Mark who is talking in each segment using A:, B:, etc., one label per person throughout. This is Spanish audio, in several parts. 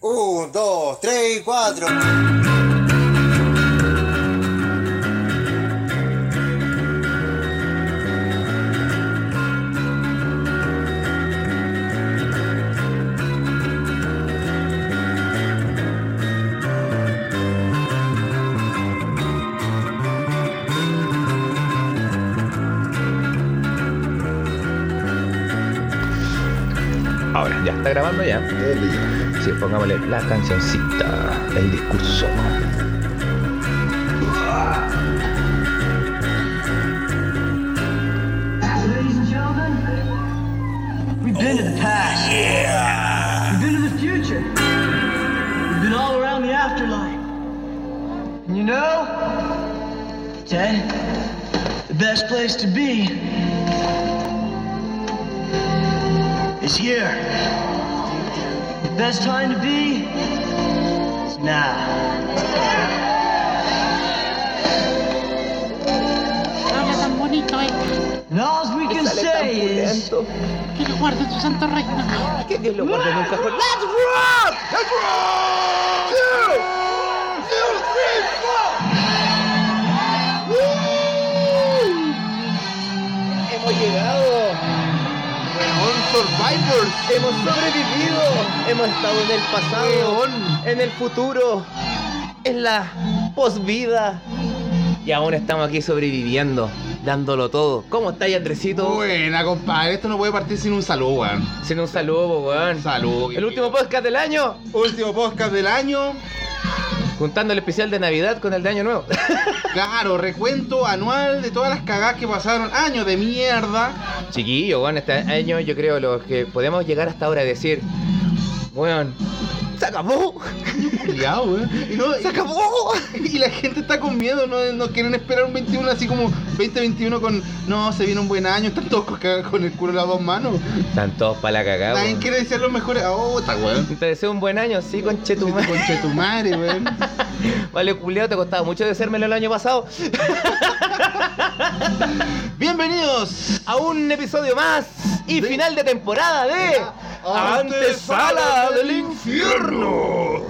A: Un, dos, tres, cuatro.
B: Ahora, ya está grabando ya. Sí, pongámosle la cancioncita, el discurso.
C: Ladies and gentlemen, we've been to the past. We've been to the future. We've been all around the afterlife. And you know, Ted, the best place to be is here. The best time to be is now.
D: Habla tan bonito, eh.
C: And all we can say is.
D: Que lo guarde en su santo reino.
E: Hemos llegado. Weón, Survivors. Hemos sobrevivido. Hemos estado en el pasado. En el futuro. En la posvida. Y aún estamos aquí sobreviviendo. Dándolo todo. ¿Cómo estáis, Andresito?
F: Buena, compadre. Esto no puede partir sin un saludo, weón.
E: Sin un saludo, weón.
F: Saludo.
E: El último podcast del año.
F: último podcast del año.
E: Juntando el especial de Navidad con el de Año Nuevo.
F: Claro, recuento anual de todas las cagadas que pasaron. Años de mierda.
E: Chiquillo, weón, este año yo creo los que podemos llegar hasta ahora a decir, weón, se acabó,
F: Cuidado, weón. Y, no-
E: se acabó.
F: y la gente está con miedo. No, no quieren esperar un 21 así como 2021 con. No, se viene un buen año. Están todos con, cagadas con el culo en las dos manos.
E: Están todos para la cagada.
F: Nadie quiere decir los mejores. Ah, Oh, está weón.
E: Te deseo un buen año, sí, conchetumare.
F: Conche tu madre, weón.
E: Vale, culiao, te costaba mucho decérmelo el año pasado.
F: Bienvenidos.
E: A un episodio más y final de temporada de Antesala del
F: infierno.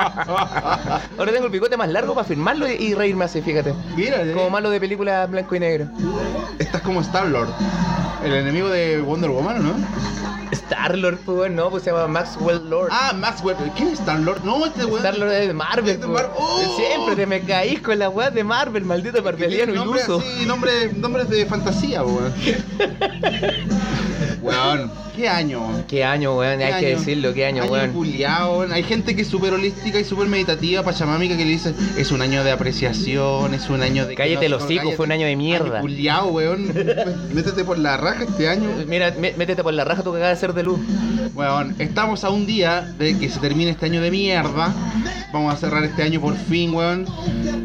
E: Ahora tengo el picote más largo para firmarlo y, y reírme así, fíjate.
F: Mira, eh.
E: Como malo de película blanco y negro.
F: Estás como Star-Lord, el enemigo de Wonder Woman, ¿o ¿no?
E: Star-Lord, pues, weón, no, pues se llama Maxwell Lord.
F: Ah, Maxwell. ¿Quién es Star-Lord? No, este weón.
E: Star-Lord es de Marvel.
F: Es de
E: po.
F: Mar- ¡Oh!
E: Siempre te me caís con la weá de Marvel, maldito
F: Tiene
E: marveliano
F: nombre
E: iluso.
F: así, nombre, nombres de fantasía, weón. weón, qué año, weón.
E: Qué año, weón,
F: ¿Qué
E: hay que decirlo, qué año, weón.
F: culiao, weón. Hay gente que es súper holística y súper meditativa, pachamámica, que le dice, es un año de apreciación, es un año de... que
E: Cállate el
F: no- no,
E: hocico,
F: cállate".
E: fue un año de mierda.
F: Año culiao, weón. Métete por la raja este año.
E: Mira, mé- métete por la raja tu cagada de ser de luz.
F: Weón, estamos a un día de que se termine este año de mierda. Vamos a cerrar este año por fin, weón.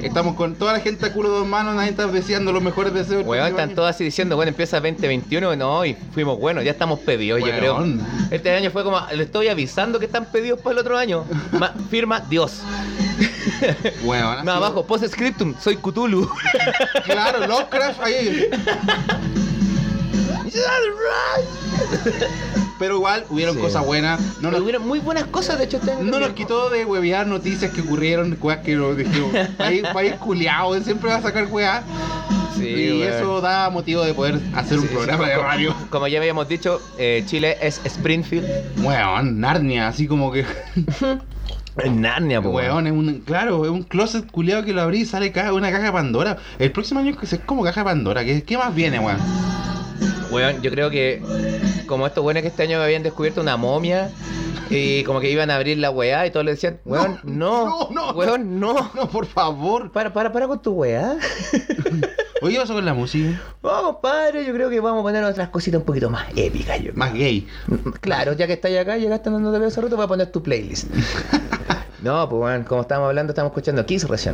F: Estamos con toda la gente a culo de dos manos, nadie está deseando los mejores deseos.
E: Weón, están todos así diciendo, bueno, empieza 2021, no, y fuimos buenos, ya estamos pedidos, yo creo.
F: Weón.
E: Este año fue como, le estoy avisando que están pedidos para el otro año. Ma- firma Dios.
F: Weón, ha
E: Más
F: sido-
E: abajo, post scriptum, soy Cthulhu.
F: Claro, Lovecraft ahí. Pero igual hubieron
E: Sí.
F: cosas buenas. No nos,
E: Hubieron muy buenas cosas, de hecho, este año
F: no nos
E: también.
F: quitó de huevear noticias que ocurrieron, cosas que nos dijimos. País, país culiao, siempre va a sacar weá.
E: Sí,
F: y
E: weón.
F: eso da motivo de poder hacer un
E: Sí,
F: programa de
E: como-
F: radio.
E: Como ya habíamos dicho, eh, Chile es Springfield.
F: Weón, Narnia, así como que.
E: Narnia, po,
F: Weón, es un. Claro, es un closet culiado que lo abrí y sale ca- una caja de Pandora. El próximo año es como caja de Pandora. ¿Qué, qué más viene, weón?
E: Weón, yo creo que como estos buenos que este año habían descubierto una momia y como que iban a abrir la weá y todos le decían, weón, no,
F: no, no.
E: weón, no.
F: No, por favor.
E: Para, para, para con tu weá.
F: Oye, ¿qué pasó con la música?
E: Vamos, padre, yo creo que vamos a poner otras cositas un poquito más épicas. Yo.
F: Más gay.
E: Claro, ya que estás acá, llegaste a donde te veo esa ruta, voy a poner tu playlist. No, pues weón, como estábamos hablando, estamos escuchando Kiss recién.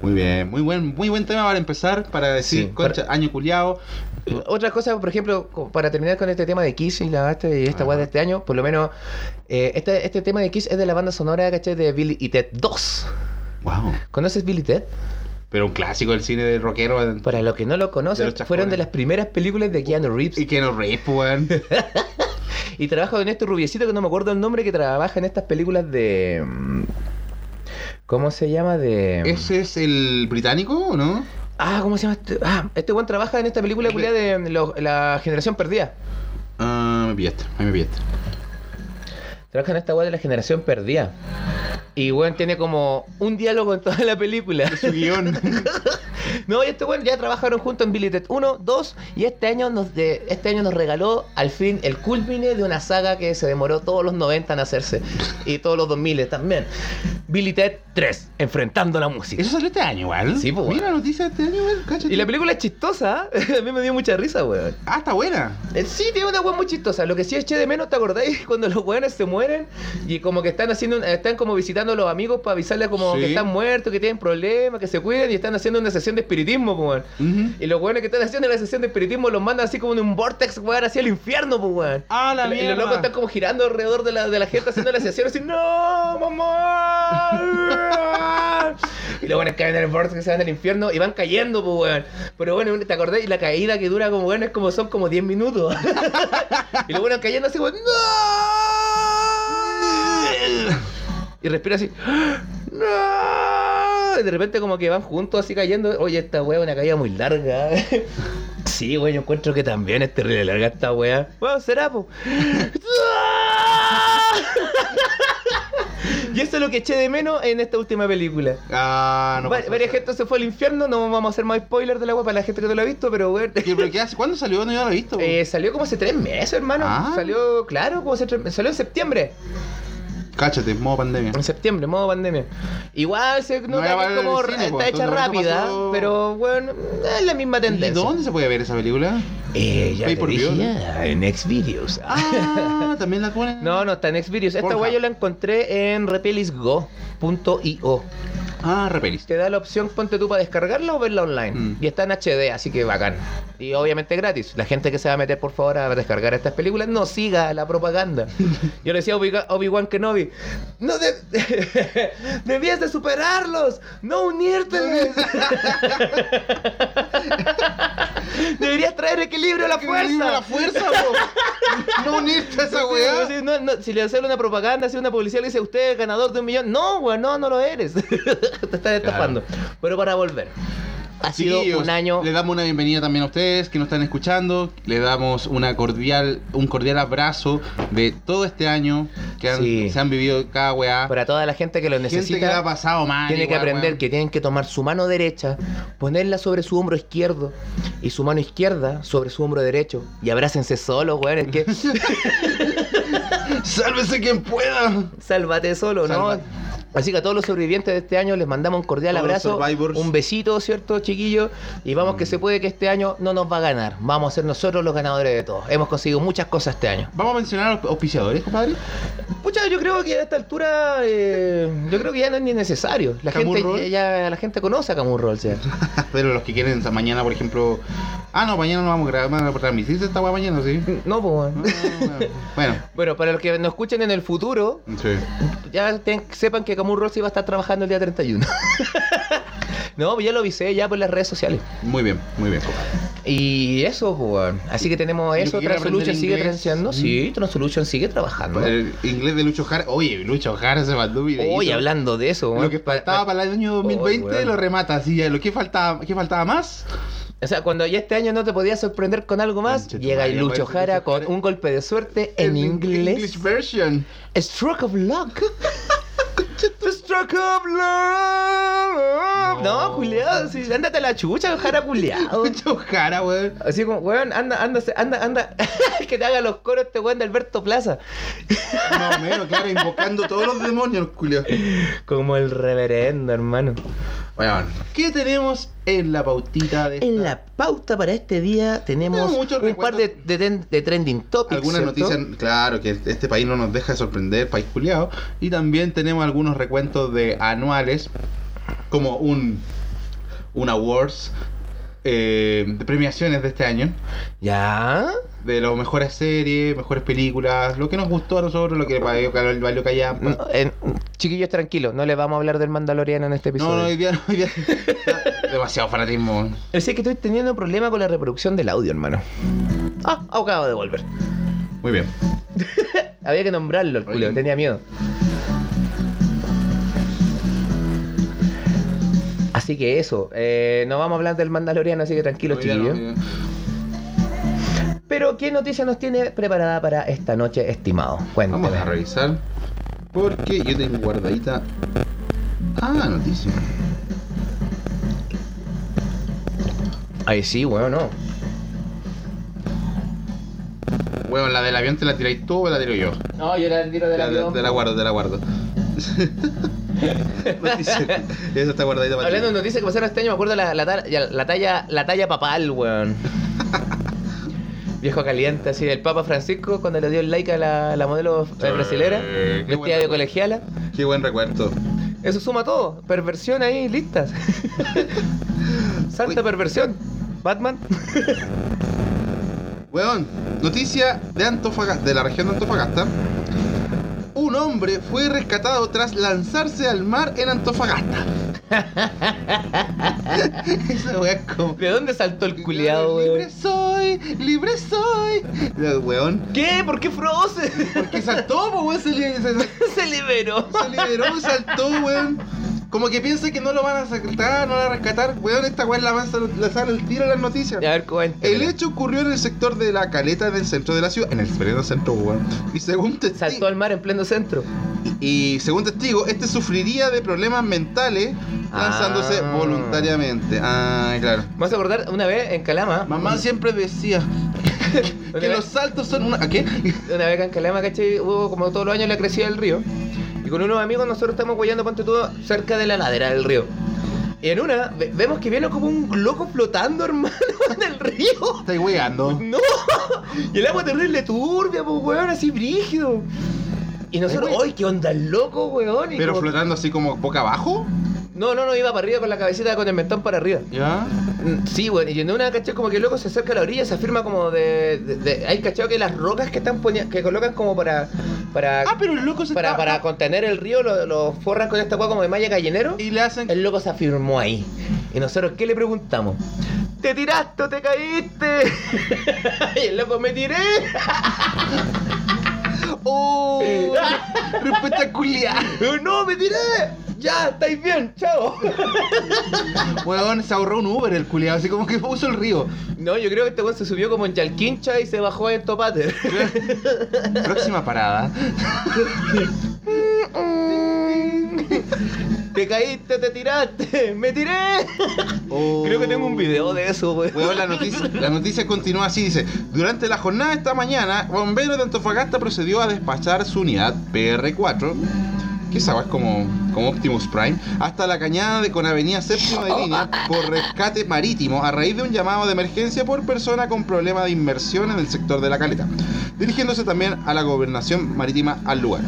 F: Muy bien, muy buen, muy buen tema para empezar, para decir,
E: Sí,
F: concha, año culiado.
E: Otra cosa, por ejemplo, co- para terminar con este tema de Kiss y la esta- y esta
F: Ajá.
E: weá de este año, por lo menos eh, este, este tema de Kiss es de la banda sonora, ¿cachai? De Billy y Ted 2.
F: Wow.
E: ¿Conoces Billy Ted?
F: Pero un clásico del cine de rockero.
E: Para los que no lo
F: De
E: conocen,
F: los chafones. pues,
E: fueron de las primeras películas de Keanu Reeves.
F: Y que no rip, weón.
E: Y trabaja con este rubiecito que no me acuerdo el nombre, que trabaja en estas películas de. mm, ¿Cómo se llama? De. mm,
F: ¿Ese es el británico o no?
E: Ah, ¿cómo se llama? Este? Ah, este weón trabaja en esta película culiá de mm, lo- la generación perdida.
F: Ah, me pillaste, ahí me pillaste.
E: Trabaja en esta weá de la generación perdida. Y weón tiene como un diálogo en toda la película.
F: Su guión.
E: No, y este weón ya trabajaron juntos en Billy Ted 1, 2 y este año nos de, este año nos regaló al fin el culmine de una saga que se demoró todos los 90 en hacerse y todos los 2000 también. Billy Ted 3, enfrentando la música.
F: Eso salió este año, igual.
E: Sí, pues,
F: Mira la noticia de este año, igual, cáchate.
E: Y la película es chistosa, ¿eh? a mí me dio mucha risa, weón.
F: Ah, está buena.
E: Eh, Sí, tiene una weón muy chistosa. Lo que sí eché de menos, ¿te acordáis? Cuando los weones se mueren y como que están haciendo, un- están como visitando a los amigos para avisarles como
F: Sí.
E: que están muertos, que tienen problemas, que se cuiden y están haciendo una sesión de espiritismo, pues, weón.
F: Ujú.
E: Y los weones que están haciendo la sesión de espiritismo los mandan así como en un vortex, weón, hacia el infierno, pues, weón.
F: Ah, la
E: Y- y
F: mierda.
E: los locos están como girando alrededor de la, de la gente haciendo la sesión así, ¡No, mamá! y los buenos caen en el vortex, se van al infierno y van cayendo, pues, weón. Pero bueno, ¿te acordás? Y la caída que dura como, bueno, es como son como 10 minutos. y los buenos cayendo así, weón, ¡No! Y respira así, ¡Ah! ¡No! Y de repente como que van juntos así cayendo. Oye, esta weá es una caída muy larga. Sí, güey, yo encuentro que también es terrible larga esta weá. Bueno, será, po. y eso es lo que eché de menos en esta última película.
F: Ah, no.
E: Va-
F: pasa
E: varias
F: nada.
E: gente se fue al infierno, no vamos a hacer más spoilers de la weá para la gente que no lo ha visto, pero weón.
F: ¿Qué- pero qué hace? ¿Cuándo salió? No yo lo he visto.
E: eh, salió como hace tres meses, hermano.
F: Ah.
E: Salió, claro, como hace tres Salió en septiembre.
F: Cáchate, modo pandemia.
E: En septiembre, modo pandemia. Igual se
F: No
E: nota
F: era
E: que
F: para
E: es como
F: el cine, po,
E: está hecha
F: entonces, por eso
E: rápida,
F: pasó-
E: pero bueno, es la misma
F: ¿Y
E: tendencia.
F: dónde se puede ver esa película?
E: Eh, ya
F: Pay
E: te
F: por
E: dije,
F: view, ¿no?
E: ya, en Xvideos.
F: Ah, también la ponen.
E: No, no está en Xvideos. Esta
F: Pornhub.
E: guay yo la encontré en repelisgo.io.
F: Ah, repelis.
E: Te da la opción, ponte tú, para descargarla o verla online.
F: Mm.
E: Y está en HD, así que bacán. Y obviamente gratis. La gente que se va a meter, por favor, a descargar estas películas, no siga la propaganda. Yo le decía a Obi- Obi-Wan Kenobi, no de- debías de superarlos, no unirte. Deberías traer equilibrio a la fuerza.
F: ¡La fuerza, po! ¡No unirte a esa
E: Sí,
F: weá!
E: sí, no, no, si le hacen una propaganda, si una publicidad le dice usted es ganador de un millón, no, weón, no, no lo eres. Te estás estafando. Pero para volver, ha sido
F: Chiquillos,
E: un año.
F: Le damos una bienvenida también a ustedes que nos están escuchando. Le damos una cordial, un cordial abrazo de todo este año que han-
E: Sí.
F: se han vivido cada weá.
E: Para toda la gente que lo
F: Gente que la ha
E: necesita,
F: pasado mal.
E: tiene que
F: igual,
E: aprender
F: weón.
E: que tienen que tomar su mano derecha, ponerla sobre su hombro izquierdo y su mano izquierda sobre su hombro derecho. Y abrácense solos, weón. Es que
F: ¡Sálvese quien pueda!
E: Sálvate solo, ¿no?
F: Sálvate.
E: Así que a todos los sobrevivientes de este año les mandamos un cordial
F: Todos los
E: abrazo,
F: survivors.
E: un besito, ¿cierto, chiquillos? Y vamos que se puede que este año no nos va a ganar. Vamos a ser nosotros los ganadores de todo. Hemos conseguido muchas cosas este año.
F: Vamos a mencionar a los auspiciadores, compadre.
E: Pucha, yo creo que a esta altura, eh, yo creo que ya no es ni necesario. La
F: ¿Camus
E: gente
F: Roll?
E: ya, la gente conoce a Camus Roll, o sea.
F: Pero los que quieren esta mañana, por ejemplo. Ah, no, mañana no vamos a grabar, vamos a transmitir esta weá mañana, sí.
E: No, pues. bueno.
F: Ah, bueno,
E: Bueno, para los que nos escuchen en el futuro,
F: bueno, sí.
E: ya ten- sepan que Camus Roll sí va a estar trabajando el día 31. no, pues ya lo avisé ya por las redes sociales.
F: Muy bien, muy bien, compadre.
E: Y eso, pues, weón. Así que tenemos
F: Yo
E: eso.
F: quiero
E: Transolution
F: aprender
E: sigue
F: inglés.
E: trabajando.
F: Mm. Pues,
E: Sí, Transolution sigue trabajando.
F: El inglés de Lucho Jara. Oye, Lucho Jara se mandó un videíto.
E: Hoy hablando de eso,
F: eh, Lo
E: weón,
F: que
E: pa-
F: faltaba
E: pa-
F: para el año
E: Oy,
F: 2020
E: weón.
F: lo remata así. ya, Lo que faltaba, ¿qué faltaba más?
E: O sea, cuando ya este año no te podías sorprender con algo más,
F: Conche tu
E: llega
F: madre,
E: el Lucho
F: aparece
E: Jara
F: Lucho
E: con
F: Jara.
E: un golpe de suerte en
F: El
E: inglés.
F: English version.
E: Stroke of luck. The stroke of luck. No,
F: No.
E: culiado. Sí, ándate a la chucha, Jara culiado.
F: Lucho Jara, weón.
E: Así como, weón, anda, anda, anda, anda. que te haga los coros este weón de Alberto Plaza.
F: Más o menos, claro, invocando todos los demonios, culio.
E: Como el reverendo, hermano.
F: Bueno, ¿qué tenemos en la pautita de
E: En
F: esta-
E: la pauta para este día tenemos
F: Tenemos muchos
E: un par de,
F: recuentos.
E: de ten- de trending topics.
F: Algunas
E: ¿cierto?
F: noticias, claro, que este país no nos deja de sorprender, país culiado. Y también tenemos algunos recuentos de anuales, como un, un awards eh, de premiaciones de este año,
E: ¿Ya?
F: de las mejores series, mejores películas, lo que nos gustó a nosotros, lo que le valió, cal- valió callampa.
E: No, eh, chiquillos, tranquilos, no les vamos a hablar del Mandaloriano en este
F: No, no,
E: episodio.
F: hoy día, hoy día- demasiado fanatismo.
E: Yo sé que estoy teniendo un problema con la reproducción del audio, hermano. Ah, acabo de volver.
F: Muy bien.
E: Había que nombrarlo, el culo,
F: Oye.
E: tenía miedo. Así que eso, eh, no vamos a hablar del Mandaloriano, así que tranquilos,
F: Hoy día
E: chiquillos.
F: no-
E: Pero, ¿qué noticia nos tiene preparada para esta noche, estimado? Cuéntame.
F: Vamos a revisar. Porque yo tengo guardadita. Ah, noticia.
E: Ay, sí, bueno, no.
F: Bueno, la del avión te la tiráis tú o la tiro yo.
E: No, yo la tiro
F: Te la, te la guardo, te la guardo. Noticia. Esa está guardadita para ti.
E: Hablando de noticias que pasaron este año, me acuerdo la, la, ta- ya- la talla la talla papal, weón. Viejo caliente, así del Papa Francisco cuando le dio el like a la, la modelo eh, brasilera,
F: qué
E: vestida
F: buena
E: de
F: cosa.
E: colegiala.
F: Qué buen recuerdo.
E: Eso suma todo, perversión ahí, listas. Santa
F: Uy.
E: perversión. Batman.
F: Weón, noticia de Antofagasta, de la región de Antofagasta. Un hombre fue rescatado tras lanzarse al mar en Antofagasta. Esa weá es como.
E: ¿De dónde saltó el culiado, weón?
F: Libre soy, libre soy. Eh, Weón.
E: ¿Qué? ¿Por qué Frozen?
F: Porque saltó, po, weón, se, li- se- se-
E: Se liberó.
F: se liberó, saltó, weón. Como que piensa que no lo van a rescatar, no lo van a rescatar. Weón, esta weón la van a lanzar el tiro a las
E: A
F: noticias.
E: ver, cuenta.
F: El hecho ocurrió en el sector de la caleta del centro de la ciudad, en el pleno centro, weón. Y según
E: Saltó
F: testigo,
E: al mar en pleno centro.
F: y según testigo, este sufriría de problemas mentales lanzándose
E: Ah.
F: voluntariamente. Ah, claro.
E: Me vas a acordar una vez en Calama.
F: Mamá siempre decía que los saltos son una. ¿A qué?
E: Una vez acá en Calama, ¿cachai? Hubo como todos los años la crecida del río. Y con unos amigos nosotros estamos guayando ponte todo cerca de la ladera del río. Y en una, ve- vemos que viene como un loco flotando, hermano, en el río.
F: Estáis weando.
E: ¡No! Y el agua terrible turbia, pues, weón, así brígido. Y nosotros,
F: Ay, weón.
E: ¡ay, qué onda el loco, weón! Y
F: Pero
E: como-
F: flotando así como boca abajo.
E: No, no, no, iba para arriba con la cabecita, con el mentón para arriba.
F: Ya.
E: Mm, Sí, bueno, y en una caché como que el loco se acerca a la orilla, se afirma como de. de- de- hay cachado que las rocas que están poni- que colocan como para. para
F: Ah, pero el loco se
E: para,
F: está-
E: para contener el río, lo, lo forran con esta agua como de malla gallinero.
F: Y le hacen.
E: El loco se afirmó ahí. Y nosotros, ¿qué le preguntamos? ¡Te tiraste o te caíste! y el loco, ¡me tiré!
F: ¡Oh! Respuesta culiada.
E: ¡No, me tiré! ¡Ya, estáis bien! ¡Chao!
F: Weón, se ahorró un Uber el culiado, así como que puso el río.
E: no, yo creo que este weón se subió como en Chalquincha y se bajó en Topate.
F: Próxima parada.
E: Te caíste, te tiraste, me tiré.
F: Oh.
E: Creo que tengo un video de eso, weón.
F: Weón, la noticia, la noticia continúa así, dice, durante la jornada de esta mañana, bomberos de Antofagasta procedió a despachar su unidad PR4, que sabes como, como Optimus Prime, hasta la cañada de con avenida séptima de línea por rescate marítimo a raíz de un llamado de emergencia por persona con problema de inmersión en el sector de la caleta, dirigiéndose también a la gobernación marítima al lugar.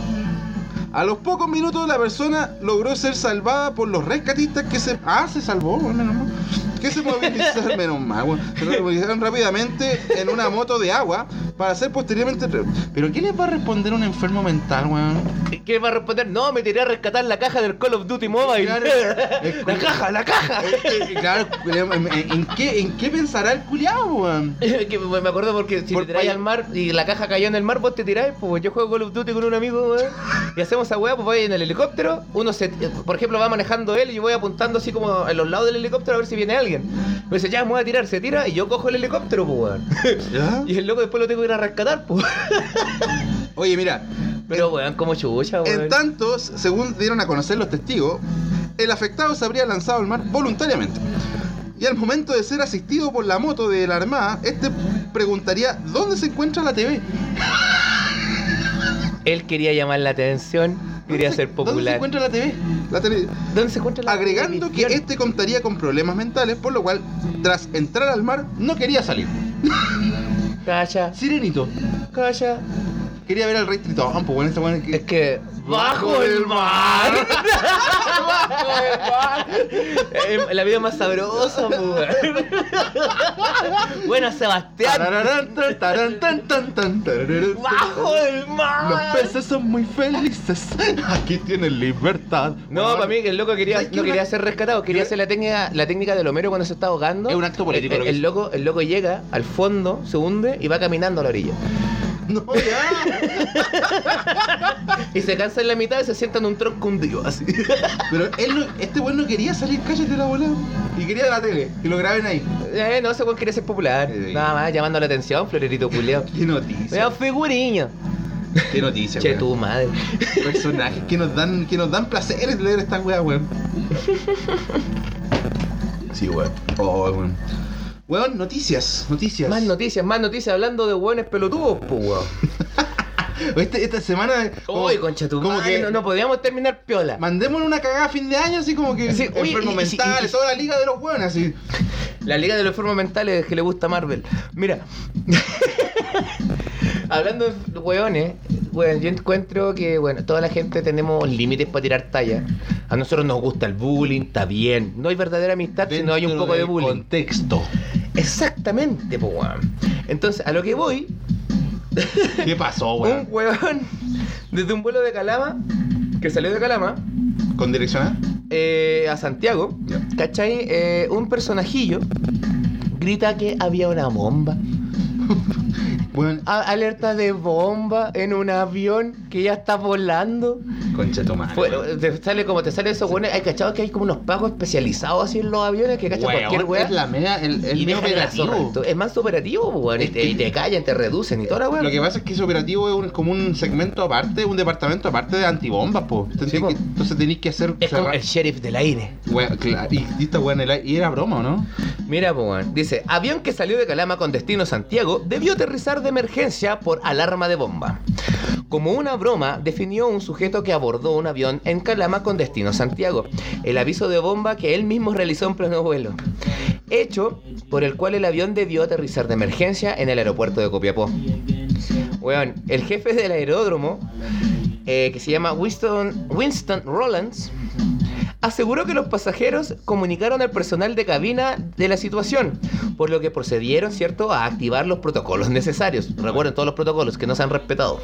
F: A los pocos minutos la persona logró ser salvada por los rescatistas que se... Ah, se salvó, bueno, menos mal. Que se movilizaron, menos mal, bueno, se movilizaron rápidamente en una moto de agua para ser posteriormente... re- ¿Pero qué les va a responder un enfermo mental, weón?
E: ¿Qué va a responder? No, me tiré a rescatar la caja del Call of Duty Mobile.
F: Claro.
E: la caja, la caja.
F: Eh, Claro, ¿en, en qué, ¿en qué pensará el culiao, weón?
E: Que me me acuerdo porque si
F: Por
E: te tiráis
F: pay-
E: al mar y la caja cayó en el mar, vos te tiráis, pues yo juego Call of Duty con un amigo, weón, y hacemos esa weá, pues voy en el helicóptero, uno se, eh, por ejemplo, va manejando él y yo voy apuntando así como en los lados del helicóptero a ver si viene alguien. Me dice, ya, me voy a tirar, se tira y yo cojo el helicóptero, pues weón.
F: ¿Ya?
E: Y el loco después lo tengo que ir a rescatar, pues.
F: Oye, mira,
E: Pero weón, como chucha,
F: en
E: weón.
F: tanto, según dieron a conocer los testigos, el afectado se habría lanzado al mar voluntariamente. Y al momento de ser asistido por la moto de la Armada, este preguntaría dónde se encuentra la TV.
E: Él quería llamar la atención, quería ser
F: ¿Dónde se
E: popular.
F: encuentra la TV? La tele-
E: ¿Dónde se encuentra la
F: Agregando que
E: televisión?
F: este contaría con problemas mentales, por lo cual, tras entrar al mar, no quería salir.
E: Calla,
F: Sirenito,
E: calla.
F: quería ver al rey Tritón, pues bueno, esta buena
E: Es
F: que...
E: que... ¡Bajo el mar! Eh, La vida es más sabrosa, weón. Bueno, Sebastián.
F: Tarararán, tan, tarán, tan, tan, tan, tarararán.
E: ¡Bajo el
F: Los
E: mar!
F: peces son muy felices. Aquí tienen libertad.
E: No, para mí el loco quería,
F: ¿Sabes qué?
E: no quería
F: Una-
E: ser rescatado, quería hacer la técnica, la técnica del Homero cuando se está ahogando.
F: Es un acto político
E: El,
F: lo
E: el-
F: que
E: el loco, el loco llega al fondo, se hunde y va caminando a la orilla.
F: No,
E: ah.
F: ya.
E: Y se cansa en la mitad y se sienta en un tronco hundido, así.
F: Pero él no- este weón no quería salir calle de la volada. Y quería la tele. Y lo graben ahí.
E: Eh, no, ese weón quiere ser popular.
F: Sí.
E: Nada más, llamando la atención, florerito culiao.
F: Qué noticia.
E: Vean figuriña.
F: Qué noticia,
E: Che,
F: weón.
E: tu madre.
F: Personajes que nos dan, que nos dan placer leer esta weá, weón. Sí, weón. Oh, weón. Weón, noticias, noticias.
E: Más noticias, más noticias hablando de hueones pelotudos, pues, weón.
F: Este- esta semana. como-
E: Uy, concha tu
F: como
E: madre,
F: que
E: no, no podíamos terminar piola.
F: Mandémonos una cagada a fin de año, así como que.
E: Sí, oye,
F: enfermo
E: y- y-
F: mental,
E: y- y-
F: toda la liga de los weones, así.
E: La Liga de los Enfermos Mentales que le gusta a Marvel. Mira. Hablando de hueones, bueno, yo encuentro que bueno, toda la gente tenemos límites para tirar talla. A nosotros nos gusta el bullying, está bien. No hay verdadera amistad si no hay un
F: Dentro
E: poco de
F: del
E: bullying.
F: Contexto.
E: Exactamente, po, weón. Entonces, a lo que voy,
F: ¿Qué pasó,
E: un
F: weón?
E: hueón desde un vuelo de Calama, que salió de Calama,
F: ¿Con dirección A?
E: eh, a Santiago,
F: Ya.
E: ¿cachai? Eh, un personajillo grita que había una bomba.
F: Weón,
E: A- alerta de bomba en un avión que ya está volando.
F: concha tu madre.
E: Bueno, te sale como te sale eso, bueno, hay cachado que hay como unos pagos especializados así en los aviones que cachan
F: Weón,
E: cualquier weá.
F: Es la media, el, el
E: y
F: medio
E: dejan la
F: operativo.
E: zorra. Entonces, Es más operativo, pues, weón. Y,
F: Es
E: te-
F: que-
E: y te callan, te reducen y toda la weá.
F: Lo que pasa es que ese operativo es un- como un segmento aparte, un departamento aparte de antibombas, po. Entonces,
E: Sí, po.
F: que- entonces tenéis que hacer.
E: Es como
F: cerrar-
E: el sheriff del aire.
F: Wea, claro, y, y esta wea en el aire- y era broma, ¿o ¿no?
E: Mira, po, weón. Dice: avión que salió de Calama con destino Santiago debió aterrizar de emergencia por alarma de bomba. Como una broma, definió un sujeto que abordó un avión en Calama con destino Santiago, el aviso de bomba que él mismo realizó en pleno vuelo. Hecho por el cual el avión debió aterrizar de emergencia en el aeropuerto de Copiapó. Weón, el jefe del aeródromo, eh, que se llama Winston, Winston Rollins, aseguró que los pasajeros comunicaron al personal de cabina de la situación, por lo que procedieron, ¿cierto?, a activar los protocolos necesarios. Recuerden todos los protocolos que no se han respetado.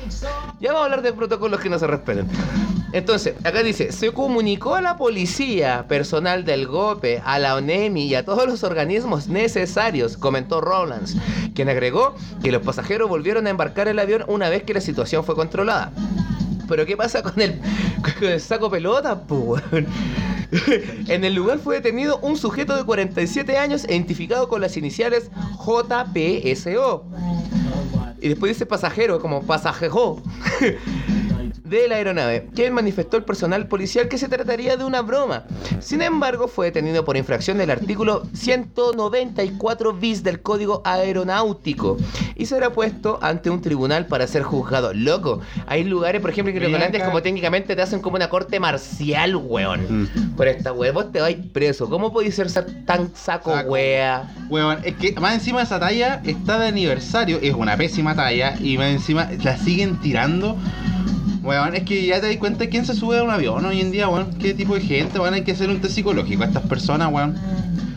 E: Ya vamos a hablar de protocolos que no se respetan. Entonces, acá dice, se comunicó a la policía, personal del GOPE, a la ONEMI y a todos los organismos necesarios, comentó Rowlands, quien agregó que los pasajeros volvieron a embarcar el avión una vez que la situación fue controlada. Pero ¿qué pasa con el, con el saco pelota, po, weón? En el lugar fue detenido un sujeto de 47 años identificado con las iniciales JPSO. Y después dice pasajero, como pasajejo de la aeronave, quien manifestó el personal policial que se trataría de una broma. Sin embargo, fue detenido por infracción del artículo 194 bis del Código Aeronáutico y será puesto ante un tribunal para ser juzgado. Loco, hay lugares, por ejemplo, que en
F: Ven
E: Holanda es
F: acá.
E: como técnicamente te hacen como una corte marcial, weón.
F: Mm.
E: Por esta weón, vos te vais preso. ¿Cómo podéis ser sa- tan saco,
F: Saco.
E: wea?
F: Weón, es que más encima esa talla está de aniversario, es una pésima talla, y más encima la siguen tirando. Weón, es que ya te das cuenta quién se sube a un avión hoy en día, weón. ¿Qué tipo de gente, weón? Hay que hacer un test psicológico a estas personas, weón.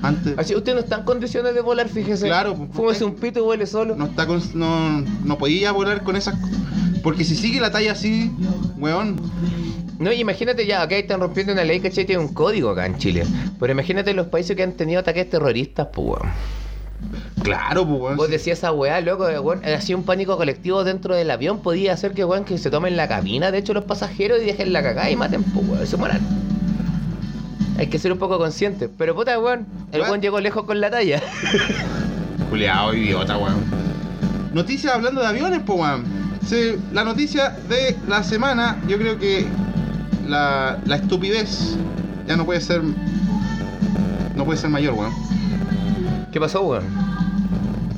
F: Antes.
E: Así, usted no está en condiciones de volar, fíjese.
F: Claro, pues,
E: Fúmese un pito y vuele solo.
F: no está con, no, no podía volar con esas co- porque si sigue la talla así weón
E: No, y imagínate ya, acá están rompiendo una ley, ¿cachai? Tiene un código acá en Chile. Pero imagínate los países que han tenido ataques terroristas, pues, weón.
F: claro pues weón
E: Vos decías esa weá, loco, eh, weón, hacía un pánico colectivo dentro del avión, podía hacer que, weón, que se tomen la cabina, de hecho, los pasajeros y dejen la cagada y maten, pues, weón, se mueran. Hay que ser un poco conscientes. Pero puta, weón, el
F: Weón.
E: weón llegó lejos con la talla.
F: Culeado, idiota weón noticias hablando de aviones pues weón Sí, la noticia de la semana yo creo que la, la estupidez ya no puede ser no puede ser mayor weón
E: ¿Qué pasó, weón?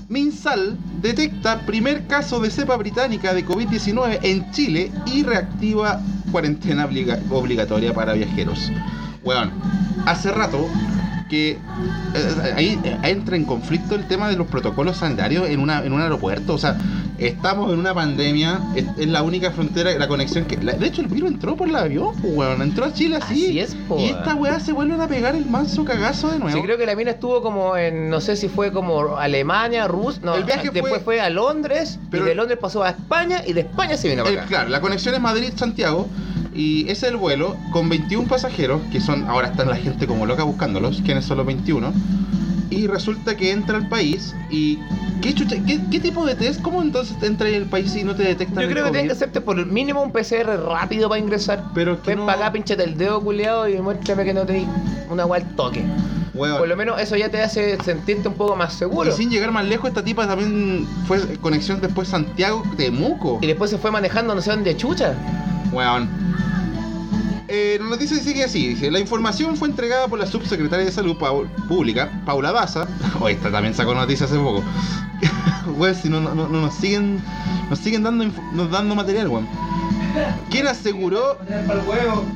F: Minsal detecta primer caso de cepa británica de COVID-19 en Chile y reactiva cuarentena obliga- obligatoria para viajeros. Weón, hace rato que eh, ahí eh, entra en conflicto el tema de los protocolos sanitarios en, una, en un aeropuerto. O sea, estamos en una pandemia, es, es la única frontera, la conexión que... la- de hecho, el virus entró por el avión, pues, weón, entró a Chile
E: Así
F: así.
E: es, po,
F: Y
E: weón.
F: esta weá se vuelven a pegar el manso cagazo de nuevo.
E: Sí, creo que la mina estuvo como en, no sé si fue como Alemania, Rusia, no,
F: El viaje
E: después
F: fue-
E: fue, a Londres,
F: Pero-
E: y de Londres pasó a España, y de España se vino para
F: El-
E: acá.
F: Eh, claro, la conexión es Madrid-Santiago y ese es el vuelo con 21 pasajeros, que son ahora están la gente como loca buscándolos, quiénes son los 21. Y resulta que entra al país y... ¿Qué, chucha? ¿Qué, qué tipo de test? ¿Cómo entonces te entra al país y no te detectan
E: Yo
F: el
E: creo que tienen
F: COVID?
E: que hacerte por el mínimo un PCR rápido para ingresar.
F: Pero es que
E: Ven
F: no-
E: para acá, pinchate el dedo culeado y muéstrame que no tenés una guay al toque.
F: Weón.
E: Por lo menos eso ya te hace sentirte un poco más seguro.
F: Y sin llegar más lejos, esta tipa también fue conexión después Santiago-Temuco.
E: Y después se fue manejando no sé dónde chucha.
F: Weón. Eh, la noticia sigue así, dice, la información fue entregada por la subsecretaria de Salud Pau- Pública, Paula Daza. O esta también sacó noticia hace poco. Weón, si no, no- no- no nos siguen, nos siguen dando, inf- nos dando material, weón. Quien aseguró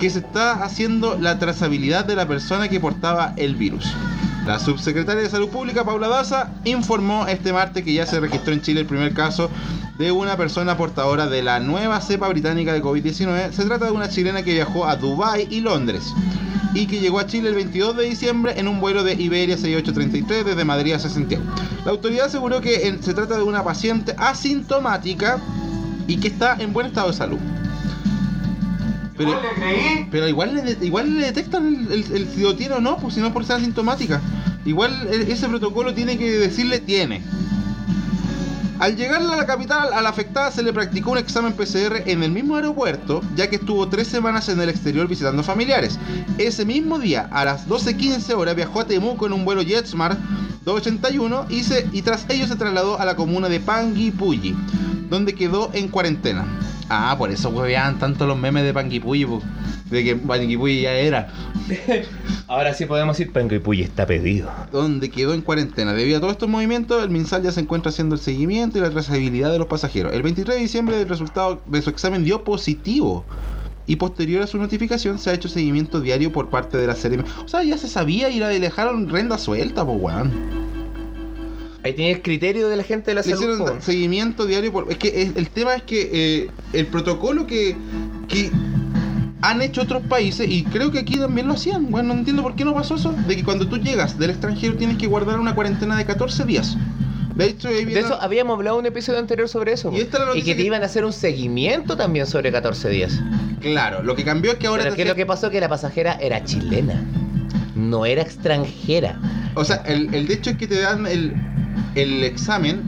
F: que se está haciendo la trazabilidad de la persona que portaba el virus. La subsecretaria de Salud Pública, Paula Daza, informó este martes que ya se registró en Chile el primer caso de una persona portadora de la nueva cepa británica de COVID-19. Se trata de una chilena que viajó a Dubái y Londres y que llegó a Chile el 22 de diciembre en un vuelo de Iberia 6833 desde Madrid hacia Santiago. La autoridad aseguró que eh, se trata de una paciente asintomática y que está en buen estado de salud. Pero, pero igual le, de- igual le detectan el, el, el- si lo tiene o no, pues si no por ser asintomática. Igual e- ese protocolo tiene que decirle tiene. Al llegar a la capital, a la afectada se le practicó un examen PCR en el mismo aeropuerto, ya que estuvo tres semanas en el exterior visitando familiares. Ese mismo día, a las 12.15 horas, viajó a Temuco en un vuelo JetSmart 281 y, se- y tras ello se trasladó a la comuna de Panguipulli, donde quedó en cuarentena. Ah, por eso hueveaban tanto los memes de Panguipulli, po, de que Panguipulli ya era.
E: Ahora sí podemos ir Panguipulli está pedido.
F: donde quedó en cuarentena. Debido a todos estos movimientos, el MinSal ya se encuentra haciendo el seguimiento y la trazabilidad de los pasajeros. El 23 de diciembre, el resultado de su examen dio positivo. Y posterior a su notificación, se ha hecho seguimiento diario por parte de la CRM. O sea, ya se sabía y la dejaron renda suelta, pues, weón.
E: Ahí tienes el criterio de la gente de la
F: Le
E: salud.
F: hicieron
E: po.
F: seguimiento diario por... Es que es- el tema es que eh, el protocolo que, que han hecho otros países, y creo que aquí también lo hacían, bueno, no entiendo por qué no pasó eso, de que cuando tú llegas del extranjero tienes que guardar una cuarentena de 14 días. De hecho, ahí
E: De
F: viene-
E: eso habíamos hablado en un episodio anterior sobre eso.
F: Y
E: po.
F: esta es la
E: y
F: noticia
E: que te
F: que-
E: iban a hacer un seguimiento también sobre 14 días.
F: Claro, lo que cambió es que ahora...
E: Pero
F: te
E: que lo que
F: hacían-
E: pasó que la pasajera era chilena, no era extranjera.
F: O sea, el, el de hecho es que te dan el, el examen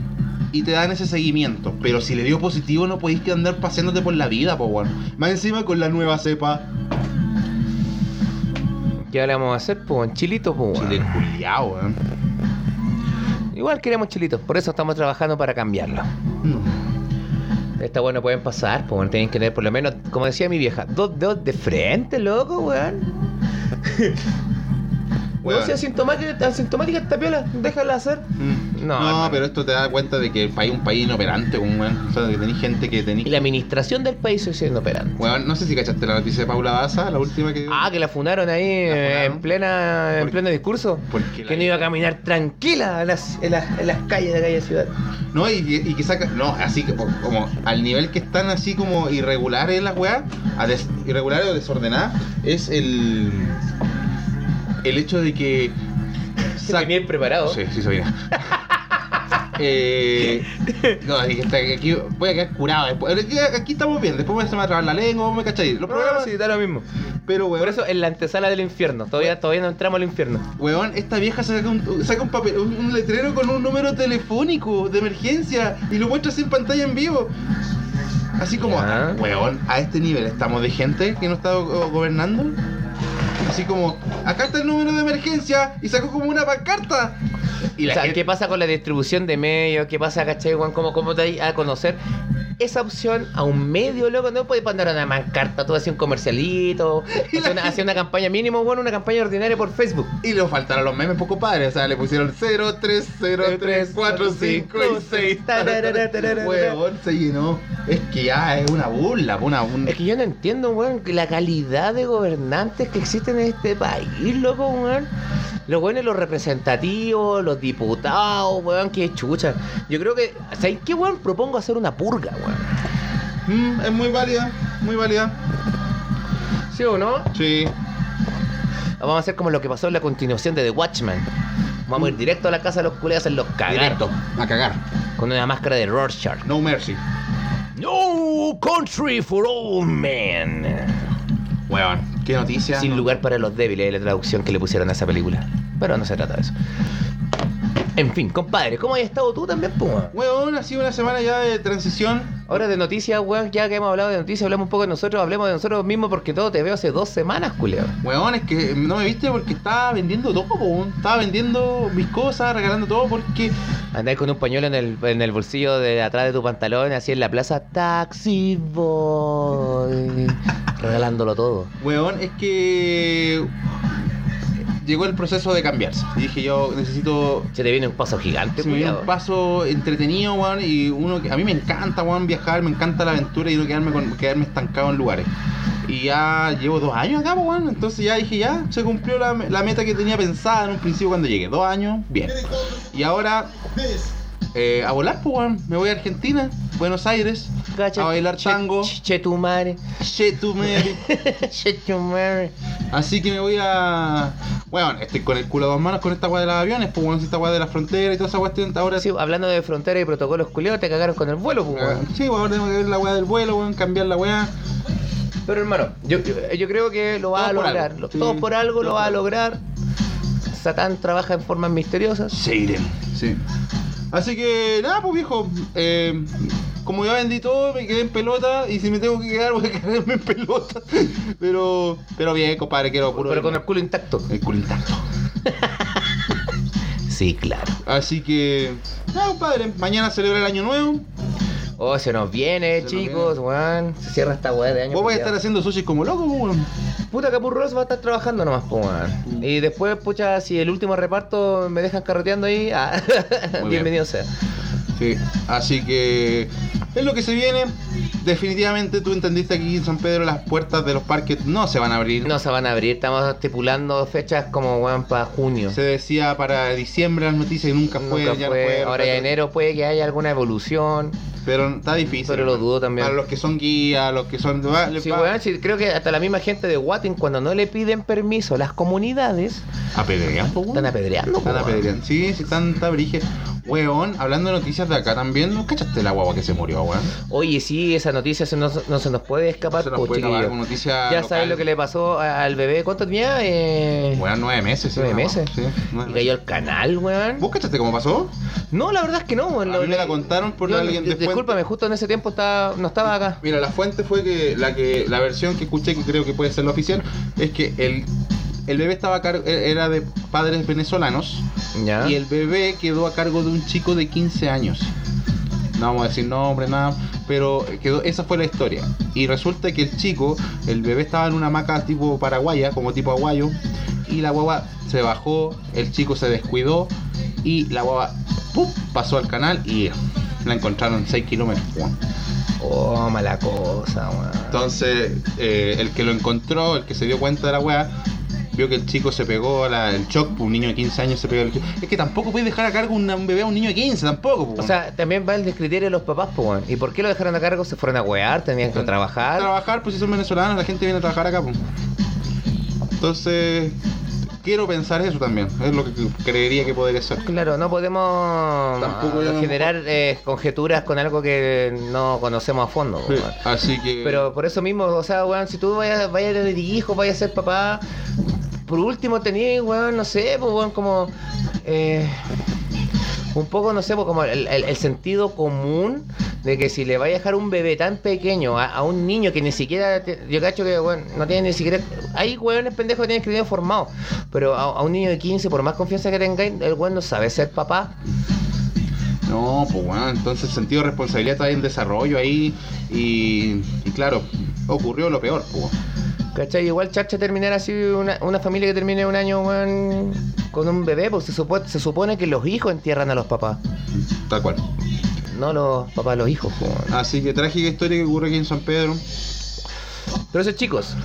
F: y te dan ese seguimiento, pero si le dio positivo no podéis que andar paseándote por la vida, pues, weón. Más encima con la nueva cepa.
E: ¿Qué ahora vamos a hacer? Pues en Chilito, pues. weón.
F: Chile culiao, weón.
E: Igual queremos Chilitos, por eso estamos trabajando para cambiarlo.
F: No.
E: Esta bueno pueden pasar, pues bueno, tienen que tener por lo menos, como decía mi vieja, dos dedos de frente, loco, weón.
F: Weón.
E: No sea asintomática, asintomática esta piola, déjala hacer.
F: Mm.
E: No,
F: No,
E: hermano.
F: pero esto te da cuenta de que el país es un país inoperante, un weón. O sea, que tenéis gente que
E: Y
F: tenéis.
E: la administración del país sigue siendo operante.
F: Weón, no sé si cachaste la noticia de Paula Baza, la última que.
E: Ah, que la funaron ahí
F: La
E: eh,
F: funaron.
E: en plena en
F: ¿Por-
E: pleno discurso.
F: por qué la
E: Que no iba a caminar tranquila en las, en las- en las calles de aquella ciudad.
F: No, y, y que saca. No, así que po- como al nivel que están así como irregulares las weas, a des- irregulares o desordenadas, es el. El hecho de que. sac-
E: Venía preparado.
F: Sí, sí, sabía. eh, no, es que está- aquí voy a quedar curado después. Aquí, aquí estamos bien, después se me va a trabar la lengua, vos me cacháis. Los
E: Los programas
F: programas,
E: sí, da lo mismo.
F: pero weón.
E: Por eso en la antesala del infierno. Todavía, todavía no entramos al infierno.
F: Weón, esta vieja saca un, saca un papel, un, un letrero con un número telefónico de emergencia y lo muestra así en pantalla en vivo. Así como,
E: Ya.
F: weón, a este nivel estamos de gente que no está go- gobernando. Así como, acá está el número de emergencia y sacó como una pancarta. Y la
E: o sea,
F: gente-
E: ¿qué pasa con la distribución de medios? ¿Qué pasa, cachai, Juan? ¿Cómo, cómo te da a conocer esa opción a un medio, loco? No puedes mandar una mancarta, tú haces un comercialito, haces una, haces una campaña mínimo, bueno, una campaña ordinaria por Facebook.
F: Y le faltaron los memes, poco padre. O sea, le pusieron 0, 3, 0, 3, 4, 5 y 6. Weón, se llenó. Es que ya es una burla, una, un-
E: Es que yo no entiendo, weón, que la calidad de gobernantes que existen en este país, loco, weón. Los weones, los representativos, los diputados, weón, que chucha. Yo creo que, ¿sabes qué, weón? Propongo hacer una purga, weón.
F: Mm, es muy válida, muy válida.
E: ¿Sí o no?
F: Sí.
E: Vamos a hacer como lo que pasó en la continuación de The Watchmen. Vamos a ir directo a la casa de los culeas a hacerlos cagar.
F: Directo. A cagar.
E: Con una máscara de Rorschach.
F: No mercy.
E: No country for all men.
F: Weón. Qué noticia.
E: Sin
F: No-
E: lugar para los débiles es la traducción que le pusieron a esa película. Pero no se trata de eso. En fin, compadre, ¿cómo has estado tú también, Puma?
F: Weón, ha sido una semana ya de transición.
E: Ahora de noticias, weón, ya que hemos hablado de noticias, hablamos un poco de nosotros, hablemos de nosotros mismos porque todo te veo hace dos semanas, culeo.
F: Weón, es que no me viste porque estaba vendiendo todo, weón. Estaba vendiendo mis cosas, regalando todo porque
E: Andar con un pañuelo en el, en el bolsillo de atrás de tu pantalón, así en la plaza, taxi boy, regalándolo todo.
F: Weón, es que llegó el proceso de cambiarse. Y dije yo necesito
E: Se te viene un paso gigante,
F: se me dio
E: culiao.
F: un paso entretenido, weón, y uno que a mí me encanta, weón, viajar, me encanta la aventura y no quedarme con, quedarme estancado en lugares. Y ya llevo dos años acá, pues, weón, entonces ya dije ya, se cumplió la, la meta que tenía pensada en un principio cuando llegué, dos años, bien. Y ahora eh, a volar, pues, weón, me voy a Argentina, Buenos Aires,
E: Cacha,
F: a bailar
E: che-
F: tango.
E: Che, che tu madre.
F: Che, tu madre.
E: Che tu madre.
F: Así que me voy a. Weón, estoy con el culo a dos manos con esta weá de los aviones, pues weón, si esta weá de la frontera y toda esa cuestión. Ahora
E: Sí, hablando de frontera y protocolos culiados, te cagaron con el vuelo, pues,
F: Ah,
E: weón.
F: Sí, weón, tenemos que ver la weá del vuelo, weón, cambiar la weá.
E: Pero hermano, yo, yo- yo creo que lo va
F: Todo
E: a
F: por
E: lograr.
F: algo.
E: Lo-
F: Sí.
E: Todo por algo lo
F: Todo
E: va a
F: por algo.
E: lograr. Satán trabaja en formas misteriosas.
F: Seguiremos. Sí. Así que, nada, pues viejo. eh, como ya vendí todo, me quedé en pelota y si me tengo que quedar, voy a quedarme en pelota. Pero, pero bien, compadre, quiero puro.
E: Pero con el culo intacto.
F: el culo intacto.
E: Sí, claro.
F: Así que, nada, compadre, mañana celebra el año nuevo.
E: Oh, se nos viene,
F: Se nos
E: chicos, weón. Se cierra esta weá de año.
F: Vos vais
E: culiao.
F: a estar haciendo sushi como loco, pues, weón.
E: Puta Capurros va a estar trabajando nomás, po, weón. Y después, pucha, si el último reparto me dejan carreteando ahí, ah,
F: bien.
E: bienvenido sea.
F: Sí, así que es lo que se viene. Definitivamente tú entendiste aquí en San Pedro las puertas de los parques no se van a abrir.
E: No se van a abrir, estamos estipulando fechas como weón para junio.
F: Se decía para diciembre las noticias y nunca fue,
E: Nunca
F: ya no
E: fue.
F: fue,
E: Ahora ya
F: pero-
E: enero puede que haya alguna evolución.
F: Pero está difícil.
E: Pero lo dudo también.
F: Para los que son guías, los que son... va- les
E: Sí,
F: va-
E: weón, sí, creo que hasta la misma gente de Watin, cuando no le piden permiso a las comunidades,
F: Apedrean, po, weón.
E: están apedreando. po,
F: Están
E: weón.
F: apedreando. Sí, sí, están brige. Weón, hablando de noticias de acá también, ¿no cachaste la guagua que se murió, weón?
E: Oye, sí, esa noticia se nos- no, se nos puede escapar,
F: Se nos
E: po,
F: puede acabar
E: chiquillo.
F: con noticias
E: Ya sabes
F: locales.
E: lo que le pasó a- al bebé. ¿Cuánto tenía? Eh,
F: Weón, nueve meses. sí,
E: Nueve
F: la guagua,
E: meses.
F: Sí, nueve
E: y cayó al canal, weón.
F: ¿Vos cachaste cómo pasó?
E: No, la verdad es que no. weón.
F: A mí me la contaron por alguien de
E: dis- Discúlpame, justo en ese tiempo estaba, no estaba acá.
F: Mira, la fuente fue que la que la versión que escuché que creo que puede ser la oficial es que el, el bebé estaba a cargo e, era de padres venezolanos
E: Ya.
F: y el bebé quedó a cargo de un chico de 15 años. No vamos a decir nombre, nada, pero quedó, esa fue la historia. Y resulta que el chico, el bebé estaba en una hamaca tipo paraguaya, como tipo aguayo, y la guagua se bajó, el chico se descuidó y la guagua ¡pum! pasó al canal y la encontraron 6 kilómetros. Bueno.
E: Oh, mala cosa, weón.
F: Entonces, eh, el que lo encontró, el que se dio cuenta de la weá, vio que el chico se pegó la- el shock, un niño de 15 años se pegó el Es que tampoco puedes dejar a cargo una- un bebé a un niño de 15, tampoco. po,
E: O
F: weón.
E: sea, también va el descriterio de los papás, po, weón. ¿Y por qué lo dejaron a cargo? Se fueron a wear, tenían que trabajar.
F: trabajar, pues si son venezolanos, la gente viene a trabajar acá. po. Entonces, quiero pensar eso también, es lo que creería que podría ser.
E: Claro, no podemos
F: Tampoco
E: ah,
F: yo no-
E: generar eh, conjeturas con algo que no conocemos a fondo, po,
F: Sí,
E: weón.
F: Así que...
E: Pero por eso mismo, o sea, weón, si tú vayas, vayas a tener hijos, vayas a ser papá, por último tenés, weón, no sé, pues, weón, como... eh, un poco, no sé, pues, como el, el- el sentido común de que si le vaya a dejar un bebé tan pequeño a, a un niño que ni siquiera... te- yo cacho que, weón, no tiene ni siquiera... Hay weones pendejos que tienen criterio formado, pero a, a un niño de 15, por más confianza que tengáis, el weón no sabe ser papá.
F: No, pues bueno, entonces el sentido de responsabilidad está en desarrollo ahí y, y claro, ocurrió lo peor. pues, weón.
E: ¿Cachai? Igual chacha terminar así una, una familia que termine un año weón, con un bebé, porque se, supo- se supone que los hijos entierran a los papás,
F: Tal cual.
E: no los papás a los hijos. po, weón.
F: Así que trágica historia que ocurre aquí en San Pedro.
E: Pero eso chicos,